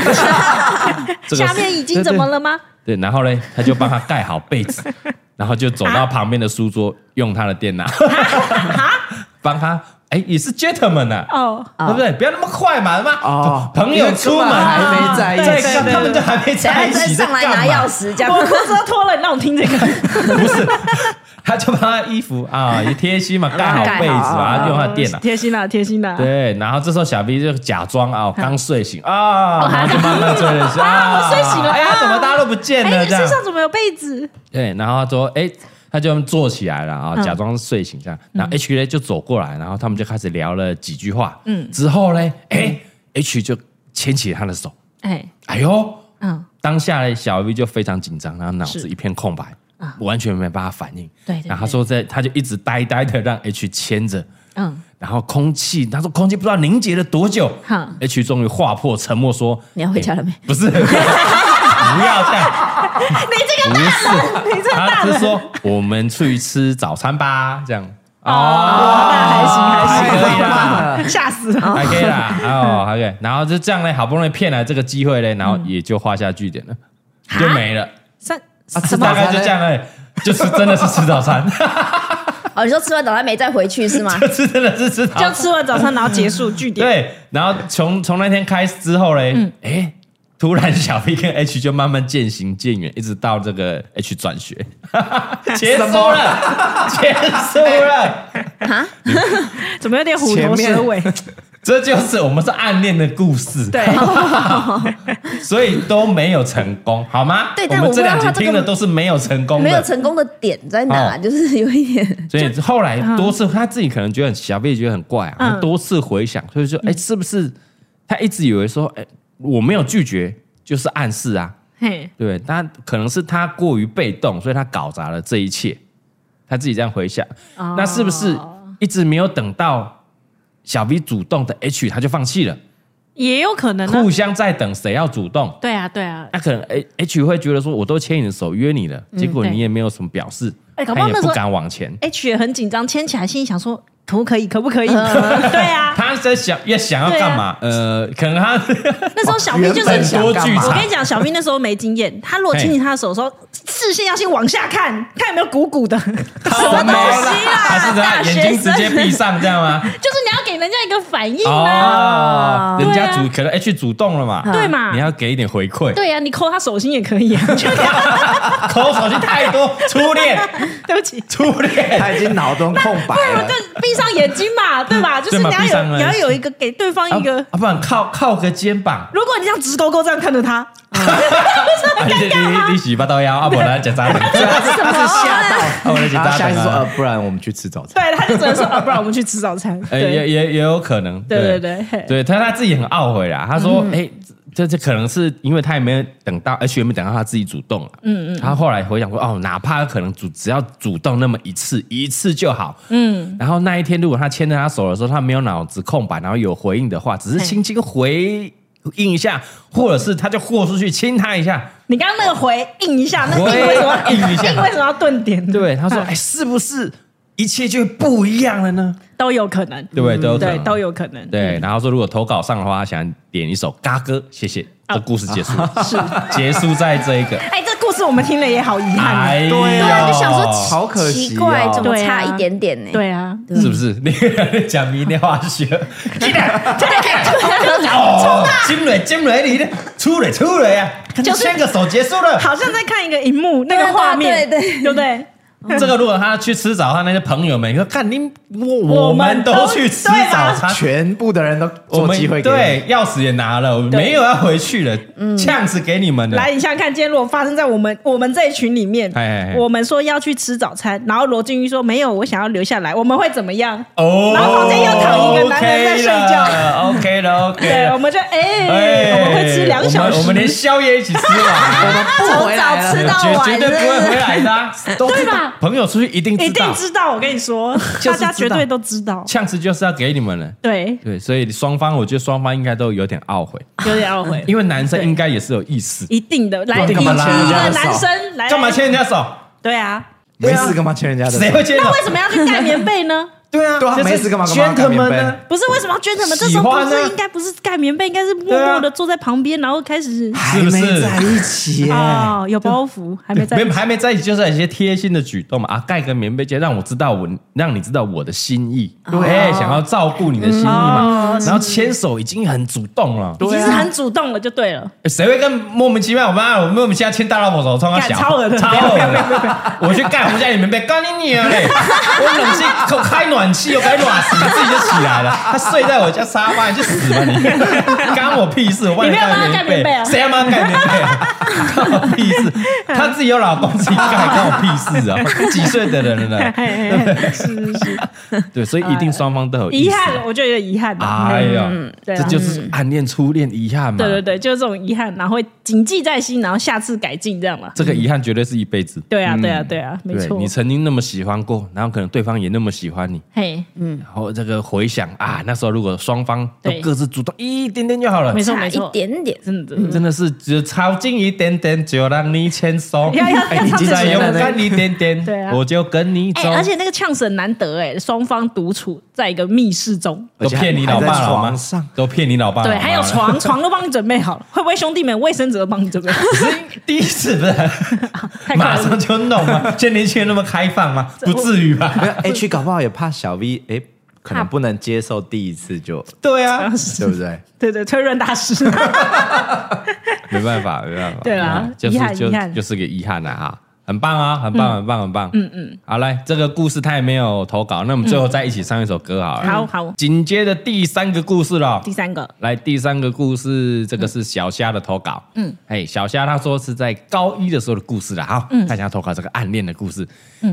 Speaker 2: 这个
Speaker 4: 下面已经怎么了吗？
Speaker 2: 对，然后呢，他就帮他盖好被子，然后就走到旁边的书桌，用他的电脑帮他。哎，也是 gentleman 啊，
Speaker 4: 哦，
Speaker 2: 对不对？不要那么快嘛，他妈
Speaker 5: 哦
Speaker 2: 朋友出门
Speaker 5: 还没在一
Speaker 2: 在
Speaker 5: 起
Speaker 2: 干，他们就还没
Speaker 6: 等
Speaker 2: 在
Speaker 6: 下
Speaker 2: 一
Speaker 6: 再
Speaker 2: 起，
Speaker 6: 哎上来
Speaker 2: 在
Speaker 6: 拿
Speaker 2: 干嘛
Speaker 6: 钥匙这样
Speaker 4: 我。裤子都脱了，你让我听这个。
Speaker 2: 不是，他就把他衣服啊也贴心嘛，盖好
Speaker 6: 盖好
Speaker 2: 被子嘛，
Speaker 6: 啊
Speaker 2: 然后用他的电脑。
Speaker 4: 贴心啦，贴心啦。啊
Speaker 2: 对，然后这时候小 B 就假装啊，我刚睡醒啊，然后就慢慢睡了一下，
Speaker 4: 啊我睡醒了
Speaker 2: 哎呀，
Speaker 4: 啊
Speaker 2: 怎么大家都不见了
Speaker 4: 哎，
Speaker 2: 这样
Speaker 4: 身？上怎么有被子？
Speaker 2: 对，然后他说，哎、他就坐起来了啊，
Speaker 4: 嗯
Speaker 2: 假装睡醒这样。然后 H 呢就走过来，然后他们就开始聊了几句话。嗯，之后呢，哎、h 就牵起了他的手，
Speaker 4: 哎，
Speaker 2: 哎呦，
Speaker 4: 嗯，
Speaker 2: 当下呢，小 V 就非常紧张，然后脑子
Speaker 4: 是
Speaker 2: 一片空白，
Speaker 4: 啊
Speaker 2: 完全没办法反应。
Speaker 4: 对对对
Speaker 2: 然后他说在，他就一直呆呆的让 H 牵着。
Speaker 4: 嗯，
Speaker 2: 然后空气，他说空气不知道凝结了多久
Speaker 4: 哈
Speaker 2: ，H 终于划破沉默说：“
Speaker 6: 你要回家了没
Speaker 2: 哎 (laughs) 不是，不要这样，你这个大人，你这他是说我们去吃早餐吧，这样哦，
Speaker 4: 那还行还
Speaker 2: 还
Speaker 4: 行，
Speaker 2: 可以啦。
Speaker 4: (laughs) 吓死了。
Speaker 2: 还可以啦，哦，还可以。然后就这样呢，好不容易骗来这个机会嘞，然后也就画下句点了，就没了。
Speaker 4: 三
Speaker 5: 吃
Speaker 2: 大
Speaker 5: 早
Speaker 2: 概
Speaker 5: 餐
Speaker 2: 就
Speaker 5: 嘞
Speaker 2: 这样哎，就是真的是吃早餐， (laughs)
Speaker 6: 哦，你说吃完早餐没再回去是吗？
Speaker 2: 是真的是吃早餐
Speaker 4: 就。吃完早餐，然后结束据点。
Speaker 2: 对，然后从从那天开始之后嘞，
Speaker 6: 嗯
Speaker 2: 哎、突然小 B 跟 H 就慢慢渐行渐远，一直到这个 H 转
Speaker 6: (laughs)
Speaker 2: 学，结束了，结束了，
Speaker 4: 怎么有点虎头蛇尾？
Speaker 2: 这就是我们是暗恋的故事，对， (laughs) 所以都没有成功，好吗？
Speaker 6: 对
Speaker 2: 我
Speaker 6: 但
Speaker 2: 们
Speaker 6: 我
Speaker 2: 这
Speaker 6: 不知道
Speaker 2: 两集
Speaker 6: 他这个
Speaker 2: 听的都是没有成功的，
Speaker 6: (laughs) 没有成功的点在哪？
Speaker 2: 哦
Speaker 6: 就是有一点，
Speaker 2: 所以后来
Speaker 6: 嗯
Speaker 2: 多次他自己可能觉得很小 B 觉得很怪啊，
Speaker 4: 嗯
Speaker 2: 他多次回想，所以说，哎、是不是他一直以为说，哎、我没有拒绝，就是暗示啊。
Speaker 4: 嘿，
Speaker 2: 对，但可能是他过于被动，所以他搞砸了这一切。他自己这样回想，
Speaker 4: 哦
Speaker 2: 那是不是一直没有等到小 V 主动的 H，他就放弃了？
Speaker 4: 也有可能
Speaker 2: 互
Speaker 4: 呢。
Speaker 2: 相在等谁要主动？
Speaker 4: 对啊，对啊。
Speaker 2: 那可能 H H 会觉得说，我都牵你的手约你了，结果
Speaker 4: 嗯对
Speaker 2: 你也没有什么表示，
Speaker 4: 哎搞不
Speaker 2: 他
Speaker 4: 好
Speaker 2: 也
Speaker 4: 那时
Speaker 2: 不
Speaker 4: 候
Speaker 2: 敢往前。
Speaker 4: H 也很紧张，牵起来，心里想说可不可以，可不可以？ (laughs) 对啊，
Speaker 2: 他在想要想要干嘛？呃，可能他
Speaker 4: 那时候小咪就
Speaker 5: 原本
Speaker 4: 是
Speaker 5: 想
Speaker 2: 多
Speaker 5: 干
Speaker 2: 剧
Speaker 5: 嘛
Speaker 4: 我
Speaker 2: 场
Speaker 4: 跟你讲，小咪那时候没经验，他如果亲近他的手的时候，视线要先往下看，看有没有鼓
Speaker 2: (laughs)
Speaker 4: 鼓的，什么
Speaker 2: 他没
Speaker 4: 东
Speaker 2: 有
Speaker 4: 西
Speaker 2: 啦他
Speaker 4: 啦
Speaker 2: 是？他
Speaker 4: 大
Speaker 2: 眼
Speaker 4: 学
Speaker 2: 睛直
Speaker 4: 生
Speaker 2: 接闭上这样
Speaker 4: (laughs)
Speaker 2: 吗？
Speaker 4: 就是你要给人家一个反应啊，
Speaker 2: 哦，人家
Speaker 4: 对啊
Speaker 2: 主可能 H 主动了嘛，
Speaker 4: 对嘛
Speaker 2: 你要给一点回馈。
Speaker 4: 对呀、啊你抠他手心也可以
Speaker 2: (laughs)
Speaker 4: 啊。就这样
Speaker 2: 口手机太多，初恋，
Speaker 4: (laughs) 对不起，
Speaker 2: 初恋，
Speaker 5: 他已经脑中空白
Speaker 4: 我
Speaker 5: 了。
Speaker 4: 就闭上眼睛嘛，对吧？就是
Speaker 2: 对
Speaker 4: 你
Speaker 2: 嘛闭
Speaker 4: 要
Speaker 2: 上
Speaker 4: 有，
Speaker 2: 了
Speaker 4: 你要有一个给对方一个。
Speaker 2: 啊，不然靠靠个肩膀，
Speaker 4: 如果你这样直勾勾这样看着他，
Speaker 2: 啊你你你洗八刀腰，啊，不然讲啥？
Speaker 5: 对他是他是吓到，
Speaker 2: 我的姐
Speaker 5: 然后下一次说
Speaker 2: 大胆
Speaker 5: 呃
Speaker 2: 啊，
Speaker 5: 不然我们去吃早餐。
Speaker 4: 对，他就只
Speaker 2: (laughs)
Speaker 4: 能说啊，不然我们去吃早餐。
Speaker 2: 哎，
Speaker 4: 对
Speaker 2: 也也也有可能，
Speaker 4: 对
Speaker 2: 对
Speaker 4: 对对嘿
Speaker 2: 对，他他自己很懊悔啦，他说，哎，这这可能是因为他也没有等到，而且没等到他自己主动了，嗯嗯，他后来回想说，哦，哪怕可能主只要主动那么一次，一次就好，嗯，然后那一天如果他牵着他手的时候，他没有脑子空白，然后有回应的话，只是轻轻回应一下，或者是他就豁出去亲他一下，
Speaker 4: 你刚刚那个回应一下，那
Speaker 2: 回
Speaker 4: 应为什么
Speaker 2: 应一下
Speaker 4: 应为什么要顿点？
Speaker 2: 哎对，他说：“哎，是不是一切就不一样了呢嗯
Speaker 4: 都有可能，
Speaker 2: 对不对都有可能
Speaker 4: 对，都有可能。？”
Speaker 2: 对，然后说如果投稿上的话， (laughs) 他想点一首《嘎哥》，谢谢。这故事结束，是结束在这一个。
Speaker 3: (laughs)
Speaker 4: 哎，这故
Speaker 3: 故事我们听了也好遗憾。
Speaker 2: 哎呦
Speaker 5: 对
Speaker 6: 对啊，就想说奇
Speaker 5: 好可惜哦
Speaker 6: 奇怪，怎么
Speaker 4: 对啊
Speaker 6: 差一点点呢？
Speaker 4: 对啊，
Speaker 2: 是不是？你讲迷恋化学，哦，金蕊金蕊，你出蕊出蕊啊，
Speaker 4: 就是
Speaker 2: 牵个手结束了。
Speaker 3: 好像在看一个荧幕那个画面，
Speaker 6: 对对对
Speaker 3: 不对？
Speaker 2: 这个如果他去吃早餐，那些朋友们，你说看你我我们都去吃早餐，
Speaker 5: 全部的人都
Speaker 2: 我
Speaker 5: 做
Speaker 2: 们
Speaker 5: 机会给你
Speaker 2: 对钥匙也拿了，我们没有要回去了，呛死给你们的。
Speaker 3: 来，你想想看，今天如果发生在我们我们这一群里面
Speaker 2: 哎哎哎，
Speaker 3: 我们说要去吃早餐，然后罗晋玉说没有，我想要留下来，我们会怎么
Speaker 2: (laughs)
Speaker 3: 样？
Speaker 2: 哦，
Speaker 3: 然后中间又躺一个男人在睡觉
Speaker 2: OK 了，OK
Speaker 3: 对，
Speaker 2: 了
Speaker 3: 我
Speaker 2: ，OK 了。
Speaker 3: 们就哎，
Speaker 2: 哎
Speaker 3: 我们会吃两小
Speaker 2: 我
Speaker 3: 时，
Speaker 2: 们我们连宵夜一起吃完，
Speaker 6: 从
Speaker 5: 回
Speaker 6: 早
Speaker 5: 来了
Speaker 6: 吃到
Speaker 2: (laughs) 绝
Speaker 6: 晚，
Speaker 2: 绝对不会回来的啊，都知道
Speaker 4: 吧
Speaker 2: 朋友出去一定
Speaker 3: 一
Speaker 2: 知
Speaker 3: 定
Speaker 2: 道，
Speaker 3: 知道。我跟你
Speaker 2: (laughs)
Speaker 3: 说，
Speaker 5: 就
Speaker 3: 大
Speaker 5: 是
Speaker 3: 家
Speaker 5: 知
Speaker 3: 绝
Speaker 5: 道
Speaker 3: 对都知道。
Speaker 2: 呛死就是要给你们了。
Speaker 4: 对，
Speaker 2: 对，所以双方，我觉得双方应该都有点懊悔，
Speaker 4: 有点
Speaker 2: (laughs)
Speaker 4: 懊悔，
Speaker 2: 因为男生应该也是有意识，
Speaker 4: 一定的。来，
Speaker 5: 对
Speaker 4: 一
Speaker 5: 干嘛
Speaker 4: 个
Speaker 5: 拉人家的
Speaker 4: 男
Speaker 5: 手
Speaker 4: 生来
Speaker 2: 干嘛？牵人家手？
Speaker 4: 对啊，
Speaker 5: 没事干嘛牵人家的手？
Speaker 2: 谁会牵手
Speaker 4: 那？为什么要去盖棉被呢？
Speaker 2: 对啊，
Speaker 5: 哎对啊
Speaker 2: 就是
Speaker 5: 没事干嘛干嘛要
Speaker 2: gentleman
Speaker 5: 盖棉被
Speaker 2: 呢？
Speaker 4: 不是为什么要捐什么？这时
Speaker 2: 喜
Speaker 4: 候
Speaker 2: 欢
Speaker 4: 不
Speaker 2: 啊
Speaker 4: 是应该不是盖棉被，应该是默默的坐在旁边，然后开始
Speaker 5: 还没在一啊起啊耶？
Speaker 4: 哦，有包袱，还没在
Speaker 2: 没还没在一起，就是有一些贴心的举动嘛啊，盖个棉被，就让我知道我让你知道我的心意，哎，想要照顾你的心意
Speaker 4: 哦
Speaker 2: 嘛。然后牵手已经很主动了，
Speaker 4: 已经是很主动了，就
Speaker 2: (laughs)
Speaker 4: 对了。
Speaker 2: 谁会跟莫名其妙？我妈，我莫名其妙牵大老婆手，冲他小，
Speaker 3: 干超恶的
Speaker 2: 超恶的。我去盖我们家里棉被，干你娘嘞！我冷气口开暖气，我该暖死，自己就起来了。他睡在我家沙发，你去死吧你！干我屁事！我帮
Speaker 4: 你没有
Speaker 2: 盖
Speaker 4: 帮他盖棉被啊
Speaker 2: 谁要帮他盖棉被啊？干我屁事！他自己有老公自己盖，干我屁事啊！几岁的人了呢？对，所以一定双方都有意
Speaker 3: 遗
Speaker 2: 思
Speaker 3: 憾，。我觉得有点遗憾吧。
Speaker 2: 哎呀，
Speaker 4: 对啊
Speaker 2: 这就是暗恋、初恋遗憾嘛。
Speaker 4: 对对对，就是这种遗憾，然后会谨记在心，然后下次改进，这样嘛。
Speaker 2: 这个遗憾绝对是一辈子。
Speaker 4: 对啊，对啊，对啊，没
Speaker 2: 嗯对
Speaker 4: 错
Speaker 2: 你。曾经那么喜欢过，然后可能对方也那么喜欢你，
Speaker 4: 嘿，
Speaker 2: 然后这个回想啊，那时候如果双方都
Speaker 4: 对
Speaker 2: 各自主动一点点就好了
Speaker 4: 没，错
Speaker 6: 差
Speaker 4: 没
Speaker 6: 一
Speaker 4: 错，
Speaker 6: 点点。
Speaker 4: 真的
Speaker 5: 嗯
Speaker 2: 真的是只超近一点点就让你牵手，哎
Speaker 4: (laughs) 要要要
Speaker 2: 你
Speaker 4: 唱这
Speaker 2: 再
Speaker 4: 些
Speaker 2: 勇
Speaker 5: 了
Speaker 2: 敢一点点，
Speaker 4: 对啊
Speaker 2: 我就跟你走
Speaker 4: 哎，。而且那个呛死很难得哎，双方独处在一个密室中，
Speaker 2: 都骗你老爸
Speaker 5: 还在
Speaker 2: 老妈
Speaker 5: 床上，
Speaker 2: 都骗你老爸老
Speaker 4: 对，
Speaker 2: 妈
Speaker 4: 还有床，床都帮你准备好了，会不会兄弟们卫生纸都帮你准备好？
Speaker 2: (laughs) 第一次不是
Speaker 4: (laughs) 太快
Speaker 2: 马
Speaker 4: 了
Speaker 2: 上就弄吗？ (laughs) 现在年轻人那么开放吗？不至于吧？
Speaker 4: (laughs)
Speaker 5: 没有 H 搞不好也怕小 V，哎，可能不能接受第一次 (laughs) 就，
Speaker 2: 对啊，
Speaker 5: 对不对？
Speaker 4: 对对，推论大师，
Speaker 2: (laughs) 没办法，没办法。
Speaker 4: 对啦
Speaker 2: 嗯就是
Speaker 4: 遗憾
Speaker 2: 就
Speaker 4: 遗憾
Speaker 2: 就是个遗憾啊哈，很棒啊，很棒，很棒，很棒。嗯嗯，好来，这个故事他也没有投稿，那我们最后再一起唱一首歌好了。
Speaker 4: 好好
Speaker 2: 紧接着第三个故事了
Speaker 4: (laughs) 第。三个，
Speaker 2: 来，第三个故事，这个是小虾的投稿。嗯，哎，小虾他说是在高一的时候的故事了。好，
Speaker 4: 嗯
Speaker 2: 他想要投稿这个暗恋的故事。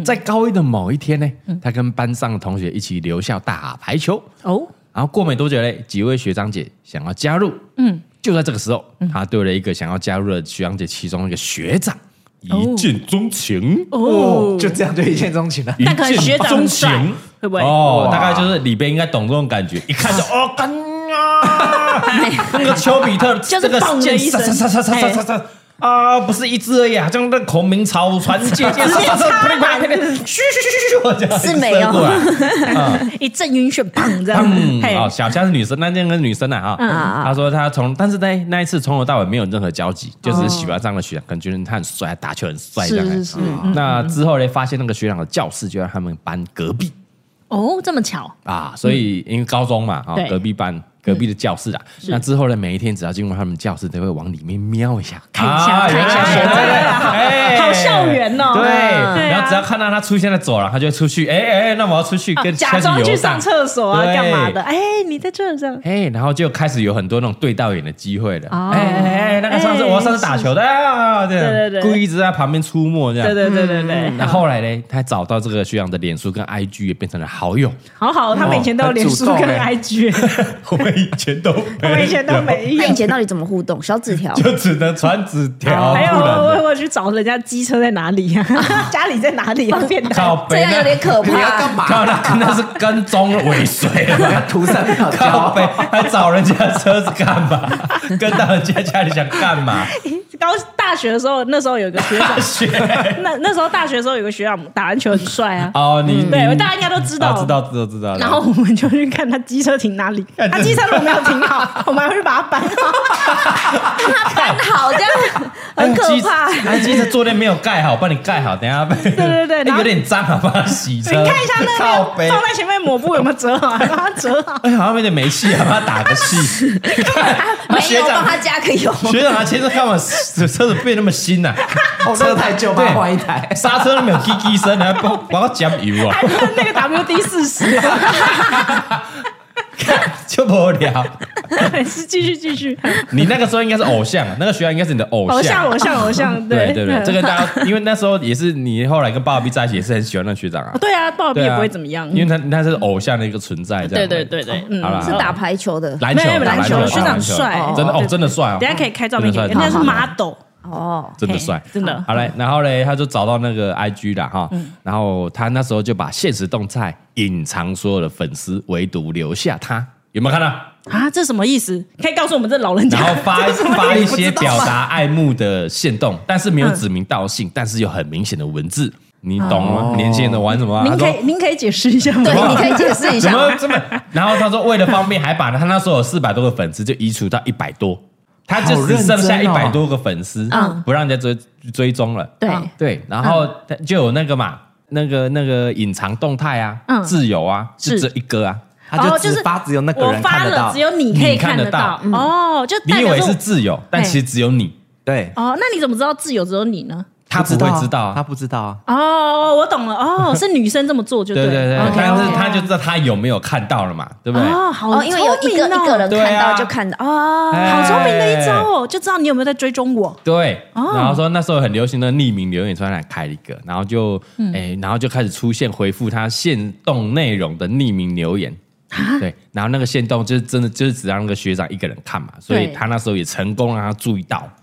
Speaker 2: 在高一的某一天呢，
Speaker 4: 嗯
Speaker 2: 他跟班上的同学一起留校打排球。
Speaker 4: 哦，
Speaker 2: 然后过没多久嘞，几位学长姐想要加入，嗯，就在这个时候，他对了一个想要加入的学长姐其中一个学长一见钟情，
Speaker 5: 哦，就这样就一见钟情了。
Speaker 2: 一
Speaker 4: 但可能学
Speaker 2: 见
Speaker 4: 长
Speaker 2: 钟
Speaker 4: 帅
Speaker 2: 情，
Speaker 4: 会不会
Speaker 2: 哦，
Speaker 5: 哇
Speaker 2: 大概就是里边应该懂这种感觉，一看就哦，干啊，那个丘比特
Speaker 4: 就是
Speaker 2: 这个
Speaker 4: 嘣的
Speaker 2: 箭
Speaker 4: 一声
Speaker 2: 杀杀杀杀杀杀杀啊，不是一只而已啊，像那孔明草船借箭，杀杀杀，啪哩啪哩啪哩，咻咻咻咻咻，我这样
Speaker 6: 是没有
Speaker 2: 射过来
Speaker 4: 一阵晕眩，砰这样，
Speaker 2: 嗯，
Speaker 4: (laughs) 嘿，嗯
Speaker 2: 哦，小佳是女生，那这个女生啊，哈，她说她从，但是那那一次从头到尾没有任何交集，就只是喜欢上了学长，可能觉得他很帅，打球很帅这样。
Speaker 4: 是是是，嗯
Speaker 2: 那之后呢，发现那个学长的教室就在他们班隔壁
Speaker 4: 哦，这么巧，
Speaker 2: 啊，所以因为高中嘛，啊，
Speaker 4: 对嗯
Speaker 2: 隔壁班。隔壁的教室啊，那之后呢，每一天只要经过他们教室，都会往里面瞄一下，看
Speaker 4: 一下看一下学长
Speaker 2: 长
Speaker 4: 好校园哦
Speaker 2: 对，
Speaker 4: 对啊
Speaker 2: 然后只要看到他出现在走廊，他就会出去，哎哎，那我要出去
Speaker 4: 啊
Speaker 2: 跟
Speaker 4: 假装去上
Speaker 2: 所。
Speaker 4: 厕所啊，
Speaker 2: 对
Speaker 4: 干嘛的？哎，你在这儿这样，
Speaker 2: 哎，然后就开始有很多那种对到眼的机会了。
Speaker 4: 哦
Speaker 2: 哎哎哎，那个上次
Speaker 4: 哎
Speaker 2: 我上次打球的啊，这样
Speaker 4: 对对对
Speaker 2: 故意一直在旁边出没这样。嗯
Speaker 4: 对对对对对，
Speaker 2: 那后来呢，他找到这个学长的脸书跟 IG 也变成了好友。
Speaker 4: 好好，他们以前都有脸书跟
Speaker 5: 很主动欸
Speaker 4: IG，
Speaker 2: 我们以前都没
Speaker 3: 我
Speaker 2: 有，
Speaker 3: 们以前
Speaker 2: (laughs)
Speaker 3: 都没有
Speaker 6: 那以。前到底怎么互动？小纸条
Speaker 2: 就只能传纸条，
Speaker 4: 哦还有
Speaker 2: 不
Speaker 4: 我
Speaker 2: 能
Speaker 4: 我我去找人家机车在哪里呀？啊家里在哪里啊？便当
Speaker 2: 靠
Speaker 6: 这
Speaker 2: 背
Speaker 6: 样有点
Speaker 2: (laughs)
Speaker 6: 可
Speaker 5: 你要
Speaker 6: 怕
Speaker 5: (laughs) 干。嘛？
Speaker 2: 靠那那是跟踪尾随了。
Speaker 5: 涂上票 (laughs)
Speaker 2: 靠
Speaker 5: 胶
Speaker 4: (laughs)
Speaker 2: 背，还找人家车子干嘛？跟到人家家里想干嘛？
Speaker 4: 高大学的时候，那时候有个学
Speaker 2: (laughs)
Speaker 4: 长，
Speaker 2: 学
Speaker 4: 那那时候大学的时候有个学长打篮球很帅啊，
Speaker 2: 哦，你
Speaker 4: 对
Speaker 2: 你
Speaker 4: 大家应该都知道
Speaker 2: 啊知道知道知道。
Speaker 4: 然后我们就去看他机车停哪
Speaker 2: (laughs)
Speaker 4: 里，他机车如果没有停好， (laughs) 我们还会去把它搬好。
Speaker 6: 搬好这样很可
Speaker 2: (laughs)
Speaker 6: 怕。
Speaker 2: 那机车坐垫没有盖好，帮你盖好，等一下被。对
Speaker 4: 对
Speaker 2: (laughs)
Speaker 4: 对然后
Speaker 2: 有点脏啊，帮他洗 (laughs) 车。
Speaker 4: 你看一下那
Speaker 2: 靠
Speaker 4: 个
Speaker 2: 背，
Speaker 4: 放在前面抹布有没有折好， (laughs) 把它折好。
Speaker 2: 哎，好像有点没气啊，帮他打个 (laughs)
Speaker 4: (laughs)
Speaker 2: 气。看
Speaker 6: 没
Speaker 2: 学
Speaker 6: 有帮
Speaker 2: 长
Speaker 6: 他加个
Speaker 2: (laughs)
Speaker 6: 油，
Speaker 2: 学长，他其实看我车子变那么新呐、
Speaker 5: 哦那台旧吧
Speaker 2: 对
Speaker 5: 换一台
Speaker 2: 刹车都没有滴滴声，你还帮帮我加油啊 (laughs)
Speaker 4: 还，喷那个 WD 四十， (laughs)
Speaker 2: 就无聊。
Speaker 4: 还是继续继续，
Speaker 2: 你那个时候应该是偶像，啊那个学长应该是你的偶
Speaker 4: 偶像
Speaker 2: 像。
Speaker 4: 偶像偶像，
Speaker 2: (laughs) 对
Speaker 4: 对
Speaker 2: 对
Speaker 4: (laughs)
Speaker 2: 对，这个大家，因为那时候也是你后来跟爸爸 B 在一起，也是很喜欢那个学长
Speaker 4: (laughs)
Speaker 2: 啊。
Speaker 4: 对啊，鲍比
Speaker 2: 对
Speaker 4: 也
Speaker 2: 啊，
Speaker 4: 不会怎么样，
Speaker 2: 因为他他是偶像的一个存在，这
Speaker 4: 对
Speaker 2: 样。
Speaker 4: 对对对，嗯
Speaker 2: 好啦，
Speaker 6: 是打排球的
Speaker 2: 篮球，
Speaker 4: 没有没有
Speaker 2: 打
Speaker 4: 篮球学长帅
Speaker 2: 哦真的哦，真的帅哦。
Speaker 4: 等一下可以开照片给你，
Speaker 2: 真的
Speaker 4: 那
Speaker 2: 帅
Speaker 4: 是 model，
Speaker 6: 哦。
Speaker 2: 真的帅
Speaker 4: 嘿，真的
Speaker 2: 好嘞，然后嘞，他就找到那个 IG 啦哈，
Speaker 4: 嗯
Speaker 2: 然后他那时候就把现实动态隐藏所有的粉丝，唯独留下他，有没有看
Speaker 4: (laughs)
Speaker 2: 到？
Speaker 4: 啊，这什么意思？可以告诉我们这老人家
Speaker 2: 然后发
Speaker 4: 这是什么意思
Speaker 2: 发一些表达爱慕的线动，但是没有指名道姓，但是有很明显的文字，你懂吗？年轻人的玩什么啊？他
Speaker 4: 哦您可
Speaker 2: 说
Speaker 4: 以您可以解释一下吗？
Speaker 6: 对，你可以解释一
Speaker 2: 怎
Speaker 6: 下吗
Speaker 2: 么这么？然后他说为了方便，还把他那时候有四百多个粉丝就移除到一百多，他就只剩下
Speaker 5: 好认
Speaker 2: 一
Speaker 5: 真哦
Speaker 2: 百多个粉丝，不让人家追追踪了。
Speaker 4: 对
Speaker 6: 嗯
Speaker 2: 对，然后他就有那个嘛，那个那个隐藏动态啊，
Speaker 4: 嗯
Speaker 2: 自由啊，就是只有一个啊。
Speaker 5: (laughs) 他就
Speaker 4: 哦
Speaker 5: 只
Speaker 4: 是
Speaker 5: 发只有那个
Speaker 4: 我
Speaker 5: 人
Speaker 4: 发
Speaker 5: 看得
Speaker 4: 了，
Speaker 5: 到
Speaker 4: 只，有你可以看得到
Speaker 2: 你
Speaker 4: 哦，就
Speaker 2: 你
Speaker 4: 代
Speaker 2: 以
Speaker 4: 表
Speaker 2: 为
Speaker 4: 说
Speaker 2: 是自由，但其实只有你，
Speaker 5: 对，
Speaker 4: 哦，那你怎么知道自由只有你呢？
Speaker 2: 他不
Speaker 5: 知道
Speaker 2: 会
Speaker 5: 啊
Speaker 2: 知道啊
Speaker 5: 他。不知道啊，
Speaker 4: 哦，我懂了，哦，是女生这么做就
Speaker 2: 对
Speaker 4: 了
Speaker 2: 对对
Speaker 4: OK，OK
Speaker 2: 但是他就知道他有没有看到了嘛，对不对？
Speaker 4: 哦，好
Speaker 6: 哦，因为有一个
Speaker 4: 聪明哦
Speaker 6: 一个人
Speaker 2: 对
Speaker 6: 看
Speaker 2: 啊
Speaker 6: 到就看到哦，
Speaker 2: 哎
Speaker 4: 好聪明的一招哦，就知道你有没有在追踪我。
Speaker 2: 对，
Speaker 4: 哦
Speaker 2: 然后说那时候很流行的匿名留言，突然来开一个，然后就哎、
Speaker 4: 嗯
Speaker 2: 然后就开始出现回复他限动内容的匿名留言。
Speaker 4: 啊
Speaker 2: 对，然后那个限动就是真的就是只让那个学长一个人看嘛，所以
Speaker 4: 对
Speaker 2: 他那时候也成功让他注意到，成哎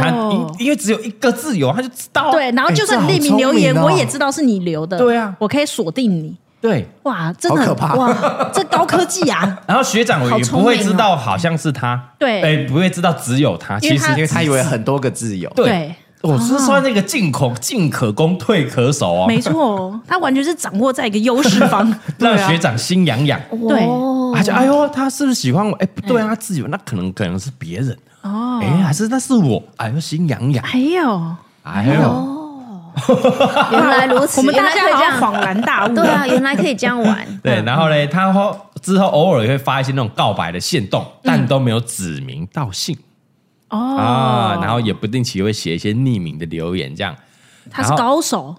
Speaker 2: 他
Speaker 4: 哦，
Speaker 2: 因因为只有一个自由，他就知道啊、
Speaker 4: 对，然后就算
Speaker 5: 哎这
Speaker 4: 匿名
Speaker 5: 好
Speaker 4: 留言，
Speaker 5: 聪明
Speaker 4: 我
Speaker 5: 哦
Speaker 4: 也知道是你留的。
Speaker 2: 对啊
Speaker 4: 我可以锁定你。
Speaker 2: 对，
Speaker 4: 哇，真的
Speaker 5: 好可怕
Speaker 4: 哇，这高科技啊！
Speaker 2: 然后学长
Speaker 6: 好
Speaker 2: 也
Speaker 6: 聪
Speaker 2: 不会
Speaker 6: 明
Speaker 2: 知
Speaker 6: 哦
Speaker 2: 道好像是他，
Speaker 4: 哦对
Speaker 2: 哎、不会知道只有他，
Speaker 4: 因为
Speaker 2: 其实
Speaker 4: 他
Speaker 5: 因为他以为很多个自由，
Speaker 2: (laughs) 对
Speaker 4: 对
Speaker 2: 我哦是说那个进可进可攻，退可守哦，
Speaker 4: 没错，啊他完全是掌握在一个优势
Speaker 2: (laughs)
Speaker 4: 方。
Speaker 2: 让学长心痒痒。
Speaker 4: 对
Speaker 6: 哦
Speaker 2: 他就哎呦，他是不是喜欢我？哎，不对啊，他自己有那可能可能是别人，
Speaker 4: 哦，
Speaker 2: 哎，还是那是我，哎呦，心痒痒，
Speaker 4: 还有，
Speaker 2: 哎
Speaker 4: 哦
Speaker 2: 呦，
Speaker 6: 原来如此，
Speaker 4: (laughs) 我们
Speaker 6: 原
Speaker 4: 大
Speaker 6: 来
Speaker 4: 家
Speaker 6: 可以这
Speaker 4: 好像
Speaker 6: 样，
Speaker 4: 恍然大悟。
Speaker 6: 对啊，原来可以这样玩，
Speaker 2: 对，然后嘞，他后之后偶尔也会发一些那种告白的线动，但都没有指名道姓
Speaker 4: 哦
Speaker 2: 啊，然后也不定期会写一些匿名的留言，这样。
Speaker 4: 他是高手，